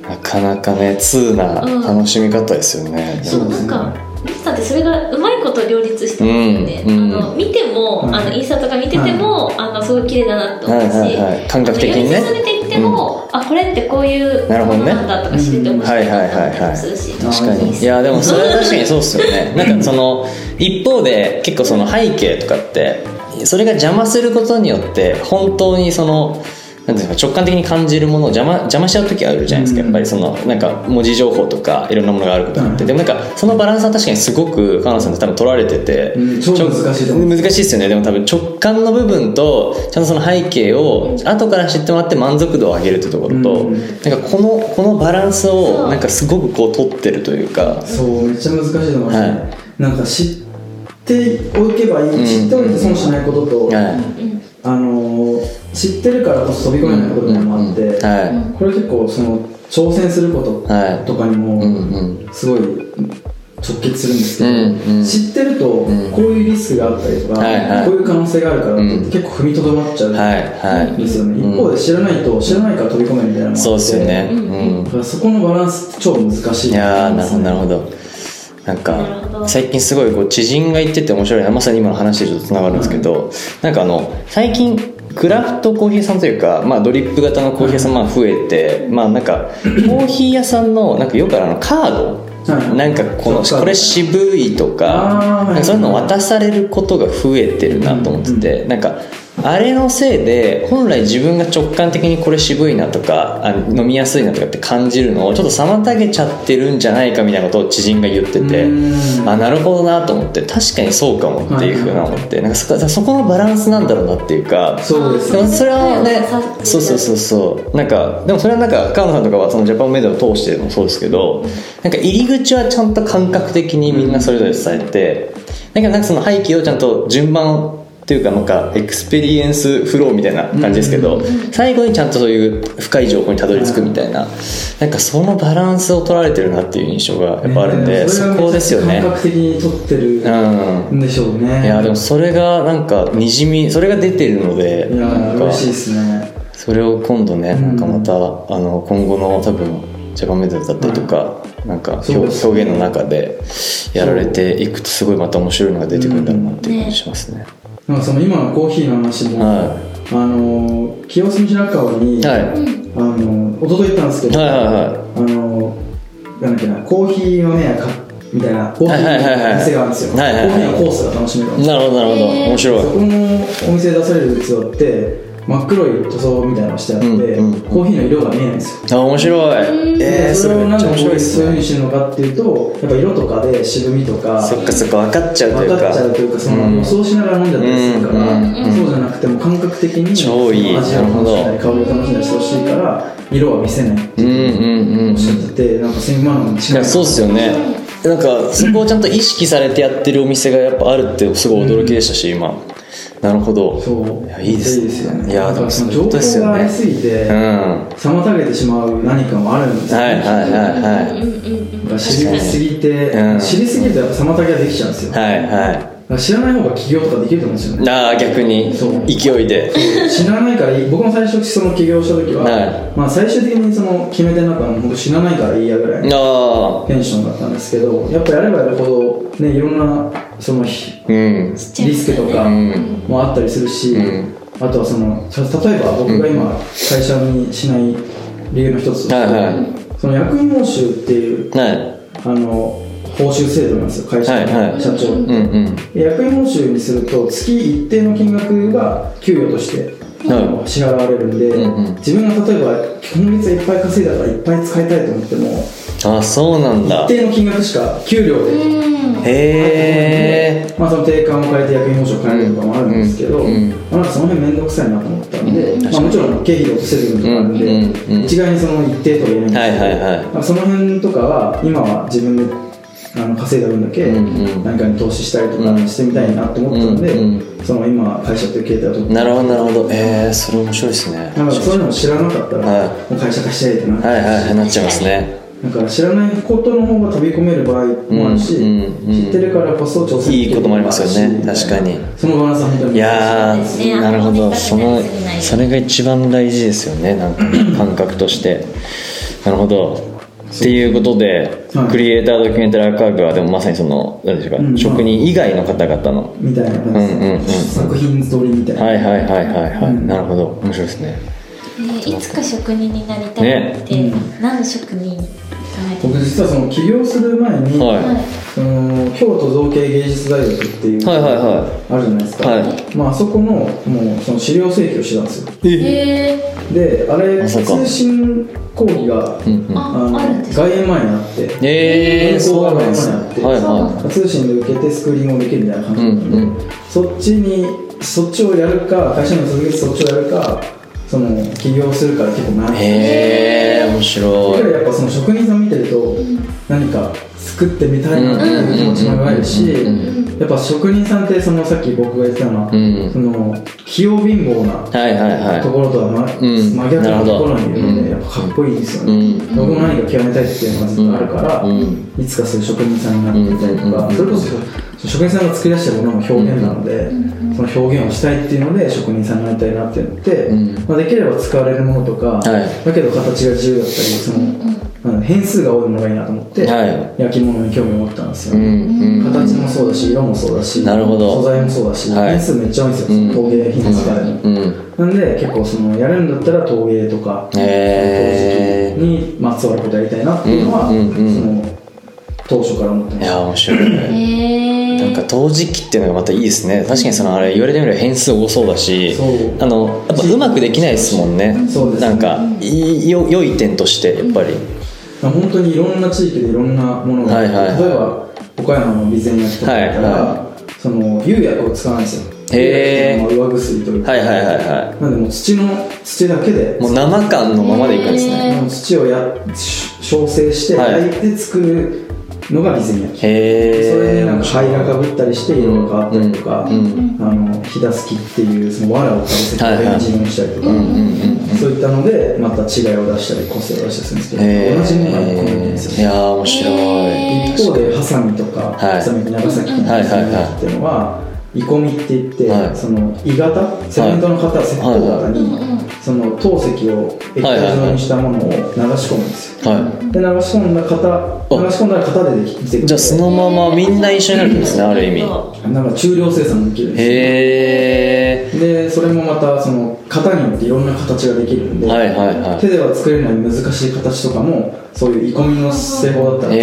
[SPEAKER 1] なかなかね通な楽しみ方ですよね、
[SPEAKER 2] ーそうなんかミスさんってそれがうまいこと両立してますよね、
[SPEAKER 1] うんうん
[SPEAKER 2] あの見ても、
[SPEAKER 3] はい
[SPEAKER 2] あのインスタとか見てても、あのすごい綺麗だなと思うし、
[SPEAKER 1] はいはいはい感覚的にね
[SPEAKER 2] あの両立されていっても、あこれってこういう
[SPEAKER 1] なるほどね
[SPEAKER 2] ものなんだとか知れて面白いなと思ったりもするし、
[SPEAKER 1] 確か
[SPEAKER 2] いいっ
[SPEAKER 1] に
[SPEAKER 2] す
[SPEAKER 1] いやでもそれは確かにそうっすよ
[SPEAKER 3] [laughs]
[SPEAKER 1] ねなんかその一方で結構その背景とかってそれが邪魔することによって本当にそのなんていうんですか直感的に感じるものを邪魔邪魔しちゃう時あるじゃないですか
[SPEAKER 3] うん
[SPEAKER 1] やっぱりそのなんか文字情報とかいろんなものがあることによって
[SPEAKER 3] うん
[SPEAKER 1] でもなんかそのバランスは確かにすごく川野さんって多分取られてて
[SPEAKER 3] うん超難しいと思う
[SPEAKER 1] 難しいですよねでも多分直感の部分とちゃんとその背景を後から知ってもらって満足度を上げるってところと、
[SPEAKER 3] うん
[SPEAKER 1] なんかこのこのバランス
[SPEAKER 2] そ
[SPEAKER 1] を
[SPEAKER 2] う
[SPEAKER 1] なんかすごくこう取ってるというか
[SPEAKER 3] そうめっちゃ難しいと思いますね、
[SPEAKER 1] は
[SPEAKER 3] なんか知っておけばいい、
[SPEAKER 1] うん
[SPEAKER 3] 知っておいて損しないことと、
[SPEAKER 1] は
[SPEAKER 3] あのー知ってるからこそ飛び込めないことみたいなのもあって、
[SPEAKER 1] うんうんうんはい
[SPEAKER 3] これ結構その挑戦すること
[SPEAKER 1] はい
[SPEAKER 3] とかに
[SPEAKER 1] い、うん
[SPEAKER 3] も
[SPEAKER 1] うん、
[SPEAKER 3] すごい直結するんですけど、
[SPEAKER 1] うんうん
[SPEAKER 3] 知ってるとこういうリスクがあったりとか、
[SPEAKER 1] はいはい
[SPEAKER 3] こういう可能性があるからって言って
[SPEAKER 1] うん
[SPEAKER 3] 結構踏みとどまっちゃう、
[SPEAKER 1] はいは
[SPEAKER 3] ですよね、
[SPEAKER 1] うん
[SPEAKER 3] 一方で知らないと知らないから飛び込めみたいなのもあっ
[SPEAKER 1] い
[SPEAKER 3] て
[SPEAKER 1] そうですよね、
[SPEAKER 2] う
[SPEAKER 1] うんん
[SPEAKER 3] だからそこのバランスって超難しいと思います
[SPEAKER 1] い
[SPEAKER 3] ね
[SPEAKER 1] やーなるほどなるほどなん
[SPEAKER 2] なるほど
[SPEAKER 1] か最近すごいこう知人が言ってて面白いなまさに今の話でちょっとつながるんですけど、なんかあの最近クラフトコーヒーさんというか、まあ、ドリップ型のコーヒー屋さんまあ増えて、まあ、なんかコーヒー屋さんのなんかよくあるあのカード
[SPEAKER 3] はい
[SPEAKER 1] なんかこの
[SPEAKER 3] そうか
[SPEAKER 1] これ渋いとか
[SPEAKER 3] あー
[SPEAKER 1] なんかそういうのを渡されることが増えてるなと思っててなんかあれのせいで本来自分が直感的にこれ渋いなとかあ飲みやすいなとかって感じるのをちょっと妨げちゃってるんじゃないかみたいなことを知人が言ってて
[SPEAKER 3] うん
[SPEAKER 1] あなるほどなと思って確かにそうかもっていうふうな思ってなんかそこそこのバランスなんだろうなっていうか
[SPEAKER 3] そうです
[SPEAKER 1] でもそれはね
[SPEAKER 2] うん
[SPEAKER 1] そうそうそうそうなんかでもそれはなんか川野さんとかはそのジャパンメディアを通してもそうですけどなんか入り口はちゃんと感覚的にみんなそれぞれ伝えてだけどなんかその背景をちゃんと順番っていうかなんかエクスペリエンスフローみたいな感じですけど最後にちゃんとそういう深い情報にたどり着くみたいななんかそのバランスを取られてるなっていう印象がやっぱあるんで
[SPEAKER 3] ねれ
[SPEAKER 1] そ
[SPEAKER 3] が
[SPEAKER 1] こですよね
[SPEAKER 3] 感覚的に取って
[SPEAKER 1] うん
[SPEAKER 3] るんでしょうね
[SPEAKER 1] いやでもそれがなんかにじみそれが出てるので
[SPEAKER 3] いや
[SPEAKER 1] なんか
[SPEAKER 3] 嬉しいですね
[SPEAKER 1] それを今度ね
[SPEAKER 3] ん
[SPEAKER 1] なんかまた、あの今後の多分ジャパンメディアだったりとか、なんか表
[SPEAKER 3] そうですね
[SPEAKER 1] 表現の中でやられていくとすごいまた面白いのが出てくるんだろうなっていう感じしますね。
[SPEAKER 3] なんかその今のコーヒーの話も、
[SPEAKER 1] は
[SPEAKER 3] あのー清澄白河に、
[SPEAKER 1] い、はい、
[SPEAKER 3] あのー一昨日行ったんですけど、
[SPEAKER 1] はいはいは
[SPEAKER 3] あのーなんだっけなコーヒー豆屋かみたいなコーヒーの店があるんですよ、
[SPEAKER 1] はいはいはいはいはいはい
[SPEAKER 3] コーヒーのコースが楽しめるお店
[SPEAKER 1] いなるほどなるほど
[SPEAKER 2] へー
[SPEAKER 1] 面白い
[SPEAKER 3] そこのお店で出される器って真っ黒い塗装みたいなのしてあって、
[SPEAKER 1] うんうん
[SPEAKER 3] コーヒーの色が見えないんですよ
[SPEAKER 1] あ面白いえー、
[SPEAKER 3] そ
[SPEAKER 1] そ
[SPEAKER 3] れ
[SPEAKER 1] れ
[SPEAKER 3] を
[SPEAKER 1] め
[SPEAKER 3] な
[SPEAKER 1] っ
[SPEAKER 3] ん
[SPEAKER 1] ちゃ
[SPEAKER 3] で
[SPEAKER 1] 面
[SPEAKER 3] こ
[SPEAKER 1] 白いで
[SPEAKER 3] ういう
[SPEAKER 1] す
[SPEAKER 3] そういう風
[SPEAKER 1] ね
[SPEAKER 3] にしてるのかっていうとやっぱ色とかで渋みとか
[SPEAKER 1] そっかそっか分かっちゃうという
[SPEAKER 3] 分
[SPEAKER 1] か
[SPEAKER 3] かっちゃうというかその予想しながら飲んじゃったりするから、
[SPEAKER 1] うんうん
[SPEAKER 3] そうじゃなくても感覚的に
[SPEAKER 1] 超いい
[SPEAKER 3] 味を楽しんだ
[SPEAKER 1] なる
[SPEAKER 3] り香
[SPEAKER 2] ほ
[SPEAKER 3] り
[SPEAKER 2] ど
[SPEAKER 3] を楽しんだりしてほしいから色は見せないって
[SPEAKER 1] うんうんうんう
[SPEAKER 3] お
[SPEAKER 1] ん
[SPEAKER 3] っしゃっててなんかそういう今のも違
[SPEAKER 1] いやそうっすよねなんかそこをちゃんと意識されてやってるお店がやっぱあるってすごい驚きでしたし今なるほど
[SPEAKER 3] そう
[SPEAKER 1] いやいいです
[SPEAKER 3] いいですよね
[SPEAKER 1] いや
[SPEAKER 3] なん
[SPEAKER 1] で
[SPEAKER 3] か
[SPEAKER 1] も
[SPEAKER 3] そ
[SPEAKER 1] そう
[SPEAKER 3] の
[SPEAKER 1] いう
[SPEAKER 3] 情
[SPEAKER 1] こ
[SPEAKER 3] 報
[SPEAKER 1] とです
[SPEAKER 3] が
[SPEAKER 1] よ
[SPEAKER 3] あ
[SPEAKER 1] ね
[SPEAKER 3] りすぎて、
[SPEAKER 1] うんはい
[SPEAKER 3] 妨げてしまう何かもあるんですよ
[SPEAKER 1] はい
[SPEAKER 3] ね
[SPEAKER 1] はいはい
[SPEAKER 2] うんうんうん
[SPEAKER 3] 知りすぎて、
[SPEAKER 1] うん
[SPEAKER 3] 知りすぎるとやっぱ妨げができちゃうんですよ、
[SPEAKER 1] はいは
[SPEAKER 3] だから知らない方が起業とかできると思うんですよね
[SPEAKER 1] いああ逆に
[SPEAKER 3] そう
[SPEAKER 1] 勢いで
[SPEAKER 3] 知らないからいい僕も最初その起業した時は、
[SPEAKER 1] は
[SPEAKER 3] まあ、最終的にその決め手の中の本当知らないからいいやぐらいの
[SPEAKER 1] ああ
[SPEAKER 3] テンションだったんですけどやっぱやればやるほど、ね、いろんなそのひ
[SPEAKER 1] うん
[SPEAKER 3] リスクとか
[SPEAKER 1] うん
[SPEAKER 3] もあったりするし、
[SPEAKER 1] うん
[SPEAKER 3] あとはそのた例えば僕が今会社にしない理由の一つとして、
[SPEAKER 1] はいはい
[SPEAKER 3] その役員報酬っていう
[SPEAKER 1] はい
[SPEAKER 3] あの報酬制度なんですよ会社
[SPEAKER 1] はいは
[SPEAKER 3] の
[SPEAKER 1] い
[SPEAKER 3] 社長、
[SPEAKER 2] うん
[SPEAKER 1] うんうん
[SPEAKER 3] で役員報酬にすると月一定の金額が給与として、あの支払われるんで、
[SPEAKER 1] うんうん
[SPEAKER 3] 自分が例えば今月いっぱい稼いだからいっぱい使いたいと思っても
[SPEAKER 1] ああそうなんだ
[SPEAKER 3] 一定の金額しか給料で、
[SPEAKER 2] うん
[SPEAKER 1] へえ
[SPEAKER 3] まあ、その定款を変えて役員報酬を変えるとかもあるんですけど、
[SPEAKER 1] うんうん
[SPEAKER 3] まあ、なんかその辺面倒くさいなと思ったんで、
[SPEAKER 2] うん
[SPEAKER 3] まあ、もちろん経費で落とせる部分とかあるんで、
[SPEAKER 1] うんうんうん
[SPEAKER 3] 一概にその一定とは言えないんですけど、
[SPEAKER 1] はいはいはい
[SPEAKER 3] まあその辺とかは今は自分であの稼いだ分だけ
[SPEAKER 1] うんうん
[SPEAKER 3] 何かに投資したりとかしてみたいなと思ったので、
[SPEAKER 1] うん
[SPEAKER 3] その今会社という形態を取って
[SPEAKER 1] なるほどなるほどえー、それ面白いですね
[SPEAKER 3] なんかそういうのも知らなかったら、
[SPEAKER 1] はい
[SPEAKER 3] もう会社化したいってなって、
[SPEAKER 1] はいはいはいなっちゃいますね
[SPEAKER 3] なんか知らないことの方が飛び込める場合もあるし、
[SPEAKER 1] うんうんうん
[SPEAKER 3] 知ってるからこそ挑戦でき
[SPEAKER 1] いいこともありますよね確かに
[SPEAKER 3] そのバランスは本当に
[SPEAKER 1] いや
[SPEAKER 2] そうですね
[SPEAKER 1] ーなるほ
[SPEAKER 2] あん
[SPEAKER 1] ど
[SPEAKER 2] まり
[SPEAKER 1] その
[SPEAKER 2] 考えすぎない
[SPEAKER 1] それが一番大事ですよね [clears throat] なんか感覚としてなるほどっていうことで、
[SPEAKER 3] はい
[SPEAKER 1] クリエイタードキュメンタリーアーカイブはでもまさにその何でしょうか、
[SPEAKER 3] うん
[SPEAKER 1] 職人以外の方々の
[SPEAKER 3] みたいな感じ
[SPEAKER 1] うんうんうん
[SPEAKER 3] 作品通りみたいな、
[SPEAKER 1] はいはいはいはいはい、
[SPEAKER 3] うん
[SPEAKER 1] なるほど面白いですね
[SPEAKER 2] ねいつか職人になりたいって、
[SPEAKER 3] ね
[SPEAKER 2] 何の職人考えて
[SPEAKER 3] 僕実はその起業する前に、
[SPEAKER 1] はい
[SPEAKER 3] その京都造形芸術大学っていう、
[SPEAKER 1] はいはいは
[SPEAKER 3] あるじゃないですか、
[SPEAKER 1] は
[SPEAKER 3] まああそこのもうその資料請求をしてたんですよ
[SPEAKER 1] いえ
[SPEAKER 2] へえ
[SPEAKER 3] であれ
[SPEAKER 1] あそっか
[SPEAKER 3] 通信講義が、
[SPEAKER 1] うんうん
[SPEAKER 2] あ
[SPEAKER 3] あの
[SPEAKER 2] あるんですか
[SPEAKER 3] 外苑前にあって
[SPEAKER 1] えー、そうなんですね
[SPEAKER 3] 学校
[SPEAKER 1] は
[SPEAKER 3] が
[SPEAKER 1] い
[SPEAKER 2] 前にあ
[SPEAKER 1] は
[SPEAKER 3] 通信で受けてスクリーンをできるみたいな感
[SPEAKER 1] い
[SPEAKER 3] じ
[SPEAKER 1] う
[SPEAKER 3] なんんで、
[SPEAKER 1] うん
[SPEAKER 3] そっちにそっちをやるか会社に続けてそっちをやるかその起業するから結構悩んで
[SPEAKER 1] へえー、面
[SPEAKER 3] だ
[SPEAKER 1] 白
[SPEAKER 3] か
[SPEAKER 1] い
[SPEAKER 3] らやっぱその職人さん見てると何か作ってみたいなっていう気持ちも芽生えるし
[SPEAKER 1] うんうん
[SPEAKER 2] うん
[SPEAKER 3] やっぱ職人さんってそのさっき僕が言ってたのは、
[SPEAKER 1] うん
[SPEAKER 3] その器用貧乏な
[SPEAKER 1] はいはいはい
[SPEAKER 3] ところとは、
[SPEAKER 1] う
[SPEAKER 3] ま
[SPEAKER 1] ん
[SPEAKER 3] 真逆
[SPEAKER 1] なる
[SPEAKER 3] の
[SPEAKER 1] ほど
[SPEAKER 3] ところにいるの
[SPEAKER 1] うん
[SPEAKER 3] でやっぱかっこいいですよ
[SPEAKER 1] う
[SPEAKER 3] ね、
[SPEAKER 1] ん
[SPEAKER 3] 僕も何か極めたいっていうのがずっとあるから、
[SPEAKER 1] うん
[SPEAKER 3] いつかそういう職人さんになってみたいとか、
[SPEAKER 1] うん
[SPEAKER 3] それこそ職人さんが作り出したものも表現なので、その表現をしたいっていうので職人さんになりたいなっていうのって、
[SPEAKER 1] うん
[SPEAKER 3] まあ、できれば使われるものとか、
[SPEAKER 1] い
[SPEAKER 3] だけど形が自由だったりその、なんだ変数が多いものがいいなと思って、
[SPEAKER 1] は
[SPEAKER 3] 焼き物に興味を持ったんですよ、
[SPEAKER 1] うんうんうん
[SPEAKER 3] 形もそうだし色もそうだし
[SPEAKER 1] なるほど
[SPEAKER 3] 素材もそうだし、
[SPEAKER 1] はい
[SPEAKER 3] 変数めっちゃ多いんですよ、
[SPEAKER 1] うん
[SPEAKER 3] 陶芸品とかでも、
[SPEAKER 1] うん
[SPEAKER 3] なんで結構そのやるんだったら陶芸とか
[SPEAKER 1] へー
[SPEAKER 3] 陶磁器にまつわることやりたいなっていうのは、
[SPEAKER 1] うんうんうん
[SPEAKER 3] その当初から思って
[SPEAKER 1] い
[SPEAKER 3] まし
[SPEAKER 1] や
[SPEAKER 3] た
[SPEAKER 1] 面白いね
[SPEAKER 2] へえ
[SPEAKER 1] なんか陶磁器っていうのがまたいいですね確かにそのあれ言われてみれば変数多そうだし
[SPEAKER 3] そう
[SPEAKER 1] あのやっぱうまくできないですもんね
[SPEAKER 3] そうですね
[SPEAKER 1] なんかいいよ良い点としてやっぱり
[SPEAKER 3] 本当にいろんな地域でいろんなものが、
[SPEAKER 1] はいはいはい
[SPEAKER 3] 例えば岡山の備前焼きとかだったら、
[SPEAKER 1] はい
[SPEAKER 3] その釉薬を使わないんですよ
[SPEAKER 1] へー
[SPEAKER 3] 釉薬っていうのは上薬というか、
[SPEAKER 1] はいはいはいは
[SPEAKER 3] なんでもう土の土だけで
[SPEAKER 1] いもう生感のままでいくんですね
[SPEAKER 3] もう土をやし調整して
[SPEAKER 1] はい
[SPEAKER 3] 焼いて作るのが備前焼き、それ
[SPEAKER 1] へ
[SPEAKER 3] でなん
[SPEAKER 1] え
[SPEAKER 3] か灰がかぶったりして色が変わったりとか、
[SPEAKER 1] うんうん
[SPEAKER 3] あのひだすきっていうその藁をかぶせて
[SPEAKER 1] はいはい
[SPEAKER 3] オレンジ色にしたりとか、
[SPEAKER 1] うんうん
[SPEAKER 3] そういったのでまた違いを出したり個性を出したりするん
[SPEAKER 1] へ
[SPEAKER 3] ですけど同じものが込めてるんです
[SPEAKER 1] ーい
[SPEAKER 3] よ
[SPEAKER 1] やー面白
[SPEAKER 2] へ
[SPEAKER 1] い
[SPEAKER 3] 一方でハサミとか、
[SPEAKER 1] はい
[SPEAKER 3] ハサミって長崎とか
[SPEAKER 1] はいはいはい
[SPEAKER 3] っていうのは鋳込みって言って、
[SPEAKER 1] はい
[SPEAKER 3] その鋳型セメントの型、石膏型に、その陶石を液体状にしたものを流し込むんですよ、
[SPEAKER 1] は
[SPEAKER 3] で流し込んだ型流し込んだら型でできて
[SPEAKER 1] いじゃあそのままみんな一緒になるんですねある意味
[SPEAKER 3] なんか中量生産もできるんですよ
[SPEAKER 1] へえ
[SPEAKER 3] でそれもまたその型によっていろんな形ができるんで、
[SPEAKER 1] はいはいはい
[SPEAKER 3] 手では作れない難しい形とかもそういう煮込みの製法だったん
[SPEAKER 1] え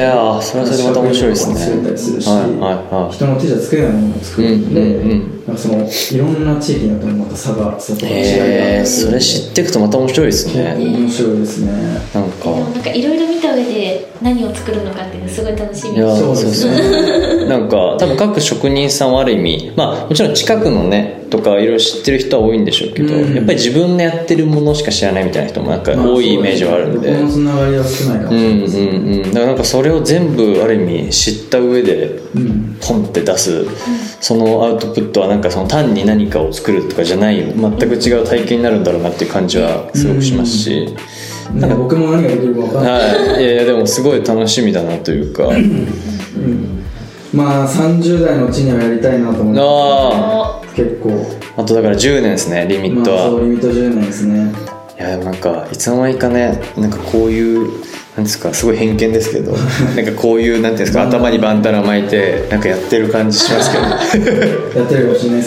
[SPEAKER 1] え
[SPEAKER 3] けど
[SPEAKER 1] あそれはそれでまた面白いですね
[SPEAKER 3] 作ったりするし、
[SPEAKER 1] はいはいはい
[SPEAKER 3] 人の手じゃ作れないものを作るんで、
[SPEAKER 1] うんうんうん
[SPEAKER 3] なんかそのいろんな地域によってもまた差が差とか違いがあ
[SPEAKER 1] ええ
[SPEAKER 3] って
[SPEAKER 1] それ知っていくとまた面白いです
[SPEAKER 3] 結構
[SPEAKER 1] ね
[SPEAKER 3] 面白いですね
[SPEAKER 1] なん
[SPEAKER 2] でも
[SPEAKER 1] か
[SPEAKER 2] なんかいろいろ見た上で何を作るのかっていうのすごい楽しみ
[SPEAKER 1] いや
[SPEAKER 3] そうですね
[SPEAKER 1] なんか多分各職人さんはある意味まあもちろん近くのねとかいろいろ知ってる人は多いんでしょうけど、
[SPEAKER 3] うん
[SPEAKER 1] やっぱり自分のやってるものしか知らないみたいな人もなんか多いイメージはあるんで、
[SPEAKER 3] まそうすね僕のつながりは少ないかも
[SPEAKER 1] う
[SPEAKER 3] しれな
[SPEAKER 1] ん
[SPEAKER 3] いで
[SPEAKER 1] う
[SPEAKER 3] すね
[SPEAKER 1] んうんだからなんかそれを全部ある意味知った上で
[SPEAKER 3] うん
[SPEAKER 1] ポンって出すそのアウトプットはなんかその単に何かを作るとかじゃない全く違う体験になるんだろうなっていう感じはすごくしますし、
[SPEAKER 3] なんか僕も何ができるか分かんない
[SPEAKER 1] はい、いやいやでもすごい楽しみだなというか
[SPEAKER 3] うんまあ30代のうちにはやりたいなと思って
[SPEAKER 1] あ
[SPEAKER 3] 結構
[SPEAKER 1] ああとだから10年ですねリミット
[SPEAKER 3] まあ
[SPEAKER 1] は
[SPEAKER 3] そ。うリミット10年ですね
[SPEAKER 1] いやでもなんかいつの間にかねなんかこういうなんですかすごい偏見です
[SPEAKER 3] [laughs]
[SPEAKER 1] けどなんかこういうなんていうんですか頭にバンダナ巻いてなんかやってる感じしますけ
[SPEAKER 3] [laughs]
[SPEAKER 1] ど
[SPEAKER 3] やってるかもしれないで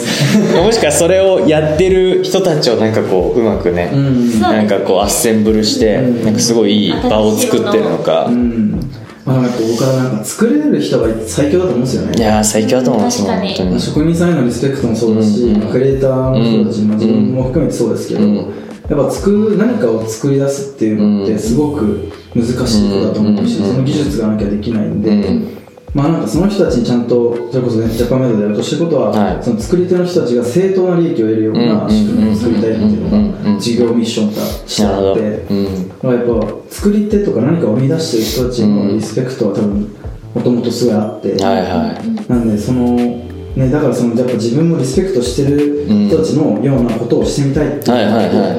[SPEAKER 1] [laughs]
[SPEAKER 3] すね
[SPEAKER 1] もしかしたらそれをやってる人たちをなんかこううまくね、
[SPEAKER 3] うん
[SPEAKER 1] なんかこうアッセンブルして、
[SPEAKER 3] うん
[SPEAKER 1] なんかすごいいい場を作ってるのか、
[SPEAKER 3] うんまあなんかここからなんか作れる人が最強だと思うんですよ
[SPEAKER 1] い
[SPEAKER 3] ね
[SPEAKER 1] やー最強だと思うんですよ
[SPEAKER 2] 確か
[SPEAKER 1] 本
[SPEAKER 2] に
[SPEAKER 1] 当に
[SPEAKER 3] 職人さんへのリスペクトもそうだし、
[SPEAKER 1] うん
[SPEAKER 3] クリエイターもそうだし、
[SPEAKER 1] うん
[SPEAKER 3] まあ、自分も含めてそうですけど、
[SPEAKER 1] うん
[SPEAKER 3] やっぱ作る何かを作り出すっていうのってすごく難しいことだと思うし、
[SPEAKER 1] うん
[SPEAKER 3] その技術がなきゃできないんで、
[SPEAKER 1] うん
[SPEAKER 3] まあなんかその人たちにちゃんとそれこそねジャパンメイドでやるとしたことは、
[SPEAKER 1] はい
[SPEAKER 3] その作り手の人たちが正当な利益を得るような仕組みを作りたいっていう
[SPEAKER 1] うんうんうん
[SPEAKER 3] の
[SPEAKER 1] うん
[SPEAKER 3] が事業ミッション化して
[SPEAKER 1] なるほ
[SPEAKER 3] あ
[SPEAKER 1] ど、
[SPEAKER 3] っ
[SPEAKER 1] う
[SPEAKER 3] て
[SPEAKER 1] ん、
[SPEAKER 3] まあやっぱ作り手とか何かを生み出してる人たちのリスペクトは多分もともとすごいあって、
[SPEAKER 1] はいはい
[SPEAKER 3] なんでその、ね、だからそのやっぱ自分もリスペクトしてる人たちのようなことをしてみたいっていうのがあって
[SPEAKER 1] はいはいはい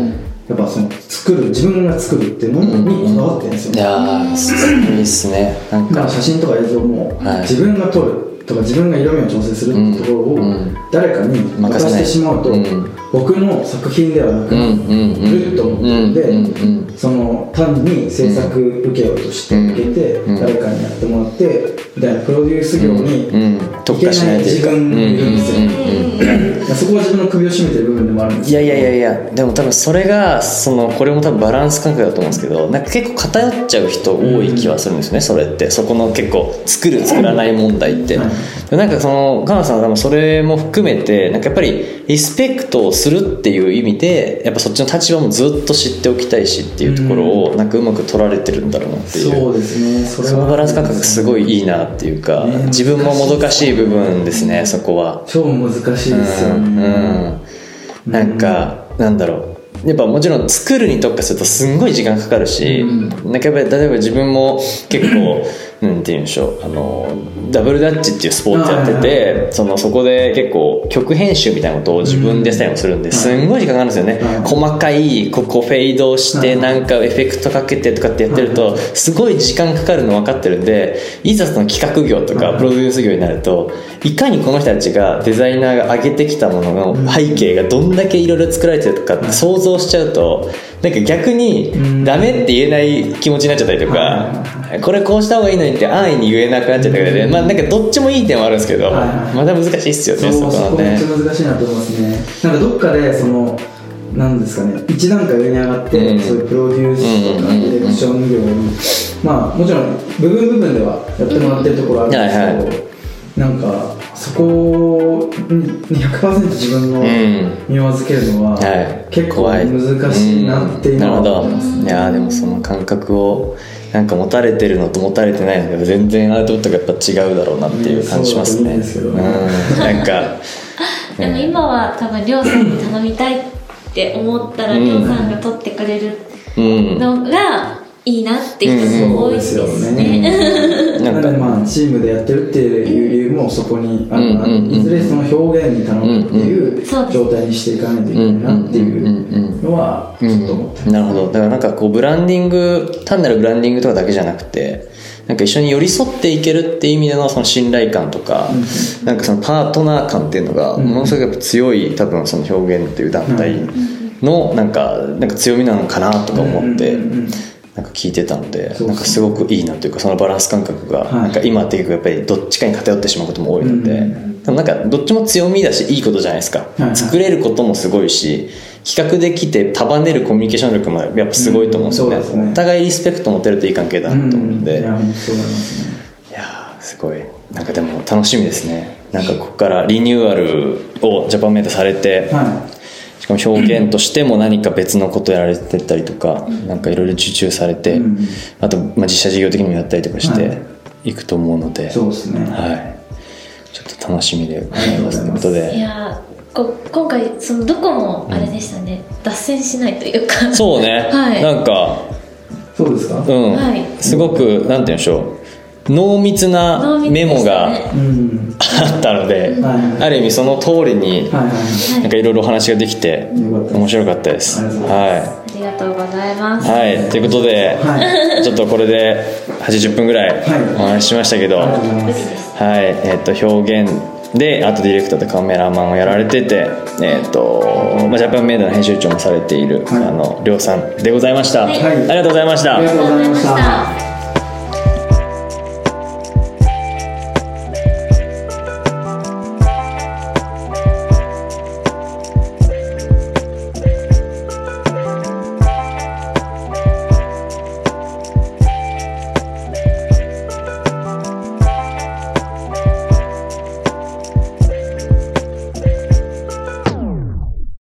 [SPEAKER 3] やっぱその作る自分が作るっていうのにこだわってるんですよ、
[SPEAKER 1] いやーすごいですねなん
[SPEAKER 3] だか
[SPEAKER 1] から
[SPEAKER 3] 写真とか映像も
[SPEAKER 1] はい
[SPEAKER 3] 自分が撮るとか自分が色味を調整するっていうところ
[SPEAKER 1] う
[SPEAKER 3] を
[SPEAKER 1] ん
[SPEAKER 3] 誰かに
[SPEAKER 1] 任
[SPEAKER 3] 渡
[SPEAKER 1] せ
[SPEAKER 3] し
[SPEAKER 1] ない
[SPEAKER 3] てしまうと
[SPEAKER 1] うん
[SPEAKER 3] 僕の作品ではなく
[SPEAKER 1] うん
[SPEAKER 3] な
[SPEAKER 1] うんうん
[SPEAKER 3] ると思って
[SPEAKER 1] う
[SPEAKER 3] るん
[SPEAKER 1] んうん
[SPEAKER 3] でその単に制作受けようとして受けて
[SPEAKER 1] うん
[SPEAKER 3] 誰かにやってもらってみたいなプロデュース業に
[SPEAKER 1] うん特化しないというか
[SPEAKER 3] いけない自分がいるんですよ
[SPEAKER 1] うんうんうん
[SPEAKER 3] そこは自分の首を絞めてる部分でもあるんです
[SPEAKER 1] いやいやいやいやでも多分それがそのこれも多分バランス感覚だと思うんですけどなんか結構偏っちゃう人多い気はするんですよね、それってそこの結構作る作らない問題って、
[SPEAKER 3] はい
[SPEAKER 1] でなんかそのカナさんは多分それも含めてなんかやっぱりリスペクトをするっていう意味でやっぱそっちの立場もずっと知っておきたいしっていうところをなんかうまく取られてるんだろうなっていう。
[SPEAKER 3] そうですねそれは
[SPEAKER 1] そのバランス感覚すごいいいなっていうか、
[SPEAKER 3] ね
[SPEAKER 1] 自分ももどかしい部分ですねそこは
[SPEAKER 3] 超難しいですよね
[SPEAKER 1] うん、なんか、なんだろうやっぱもちろん作るに特化するとすんごい時間かかるし、なんかやっぱり例えば自分も結構 [coughs] なんて言うんでしょうあのダブルダッチっていうスポーツやって
[SPEAKER 3] はい
[SPEAKER 1] てそのそこで結構曲編集みたいなことを自分でさえもするんですんごい時間かかるんですよね、
[SPEAKER 3] はい
[SPEAKER 1] 細かいここフェードをして
[SPEAKER 3] はい
[SPEAKER 1] なんかエフェクトかけてとかってやってるとすごい時間かかるの分かってるんでいざその企画業と
[SPEAKER 3] は
[SPEAKER 1] か
[SPEAKER 3] い
[SPEAKER 1] プロデュース業になるといかにこの人たちがデザイナーが上げてきたものの背景がどんだけいろいろ作られてるとかって想像しちゃうとなんか逆
[SPEAKER 3] うん
[SPEAKER 1] にダメって言えない気持ちになっちゃったりとかこれこうした方がいいのにって安易に言えなくなっちゃったりとかでまあなんかどっちもいい点はあるんですけど
[SPEAKER 3] はいはい
[SPEAKER 1] また難しいっすよね
[SPEAKER 3] そう
[SPEAKER 1] そこ
[SPEAKER 3] そ
[SPEAKER 1] は
[SPEAKER 3] こめっ
[SPEAKER 1] ね
[SPEAKER 3] ちゃ。難しいなと思いますねなんかどっかでそのなんですかね一段階上に上がって、
[SPEAKER 1] うん
[SPEAKER 3] そういうプロデュースとか
[SPEAKER 1] う
[SPEAKER 3] デ
[SPEAKER 1] んうんうんうん
[SPEAKER 3] ィレクション業にまあもちろん部分部分ではやってもらってるところあるんですけど、
[SPEAKER 1] はいは
[SPEAKER 3] なんかそこに100%自分の
[SPEAKER 1] うん
[SPEAKER 3] 身を預けるのは、
[SPEAKER 1] はい、
[SPEAKER 3] 結構
[SPEAKER 1] 怖い
[SPEAKER 3] 難しいなって今は
[SPEAKER 1] うんなる
[SPEAKER 3] 思います
[SPEAKER 1] ほどいやーでもその感覚をなんか持たれてるのと持たれてないのでは全然アウトプットがやっぱ違うだろうなっていう感じしますね、
[SPEAKER 3] うんそううんだといいん
[SPEAKER 1] なんか
[SPEAKER 2] でも今は多分りょうさんに頼みたいって思ったら
[SPEAKER 1] うん
[SPEAKER 2] りょうさんが取ってくれる
[SPEAKER 1] うん
[SPEAKER 2] のがいいなって人も多いです
[SPEAKER 3] そうですよ
[SPEAKER 2] ね。
[SPEAKER 1] な
[SPEAKER 3] なんの
[SPEAKER 1] か
[SPEAKER 3] でまあチームでやってるっていう理由もそこにあるな、
[SPEAKER 1] うんうんうん
[SPEAKER 3] いずれその表現に頼むっていう
[SPEAKER 2] そうです
[SPEAKER 3] 状態にしていかないといけないなっていうのはちょっと思って
[SPEAKER 1] なるほどだからなんかこうブランディング単なるブランディングとかだけじゃなくてなんか一緒に寄り添っていけるっていう意味でのその信頼感とか、なんかそのパートナー感っていうのが
[SPEAKER 3] ん
[SPEAKER 1] ものすごくやっぱ強い多分その表現っていう団体のなんかなんか強みなのかなとか思って
[SPEAKER 3] うんうんうんうん
[SPEAKER 1] なんか聞いてたので
[SPEAKER 3] そうそう
[SPEAKER 1] なんかすごくいいなというかそのバランス感覚が
[SPEAKER 3] はい
[SPEAKER 1] なんか今って結構やっぱりどっちかに偏ってしまうことも多いので
[SPEAKER 3] うん
[SPEAKER 1] でもなんかどっちも強みだしいいことじいいことじゃないですか、
[SPEAKER 3] いはい
[SPEAKER 1] 作れることもすごいし企画できて束ねるコミュニケーション力もやっぱすごいと思うんですよね,、
[SPEAKER 3] うんそうですね
[SPEAKER 1] お互いリスペクト持てるといい関係だなと思うんで、
[SPEAKER 3] いや本当そう思いますね
[SPEAKER 1] いやーすごいなんかでも楽しみですねなんかここからリニューアルをジャパンメイトされて、
[SPEAKER 3] はい
[SPEAKER 1] しかも表現としても何か別のことやられてたりとか、なんかいろいろ受注されて、
[SPEAKER 3] うん
[SPEAKER 1] あと、まあ、実写事業的にもやったりとかし
[SPEAKER 3] は
[SPEAKER 1] ていくと思うので、
[SPEAKER 3] そうですね
[SPEAKER 1] はい、ちょっと楽しみでご
[SPEAKER 3] あり
[SPEAKER 1] ざい
[SPEAKER 3] がとうご
[SPEAKER 1] ま
[SPEAKER 3] ざ
[SPEAKER 1] す
[SPEAKER 3] い
[SPEAKER 1] という
[SPEAKER 3] ま
[SPEAKER 1] こ
[SPEAKER 3] す
[SPEAKER 1] と
[SPEAKER 2] い
[SPEAKER 1] で
[SPEAKER 2] やーこ今回そのどこもあれでしたね、脱線しないというか [laughs]
[SPEAKER 1] そうね、
[SPEAKER 2] はい
[SPEAKER 1] なんか
[SPEAKER 3] そうですか
[SPEAKER 1] うん、
[SPEAKER 2] はい
[SPEAKER 1] すごくなんて言うんでしょう濃密な
[SPEAKER 2] 濃密
[SPEAKER 1] メ
[SPEAKER 2] で
[SPEAKER 1] モ
[SPEAKER 2] し
[SPEAKER 1] が
[SPEAKER 2] た
[SPEAKER 1] あ
[SPEAKER 2] ね
[SPEAKER 3] うん
[SPEAKER 1] ったので、
[SPEAKER 3] はい
[SPEAKER 1] ある意味その通りに
[SPEAKER 3] はいはい
[SPEAKER 1] なんかいろいろお話ができて
[SPEAKER 3] よかったです
[SPEAKER 1] 面白かったです。
[SPEAKER 3] ありがとうご
[SPEAKER 1] は
[SPEAKER 2] ありがと
[SPEAKER 3] ざ
[SPEAKER 2] うございま
[SPEAKER 1] い、
[SPEAKER 2] す、
[SPEAKER 1] はい、ということで、
[SPEAKER 3] はい
[SPEAKER 1] ちょっとこれで80分ぐらい
[SPEAKER 3] はい
[SPEAKER 1] お話ししましたけど、
[SPEAKER 3] ありが
[SPEAKER 1] は
[SPEAKER 3] とうござい
[SPEAKER 2] 無
[SPEAKER 3] ま
[SPEAKER 2] 理
[SPEAKER 3] す
[SPEAKER 2] です
[SPEAKER 1] い、えっ、と表現であとディレクターとカメラマンをやられてて、えっ、とまあジャパンメイドの編集長もされている、
[SPEAKER 3] はい
[SPEAKER 1] あのりょうさんでございました。
[SPEAKER 2] はい
[SPEAKER 1] ありがとうございました。
[SPEAKER 3] ありがとうござい
[SPEAKER 2] あ
[SPEAKER 3] まし
[SPEAKER 2] りがとうございましたた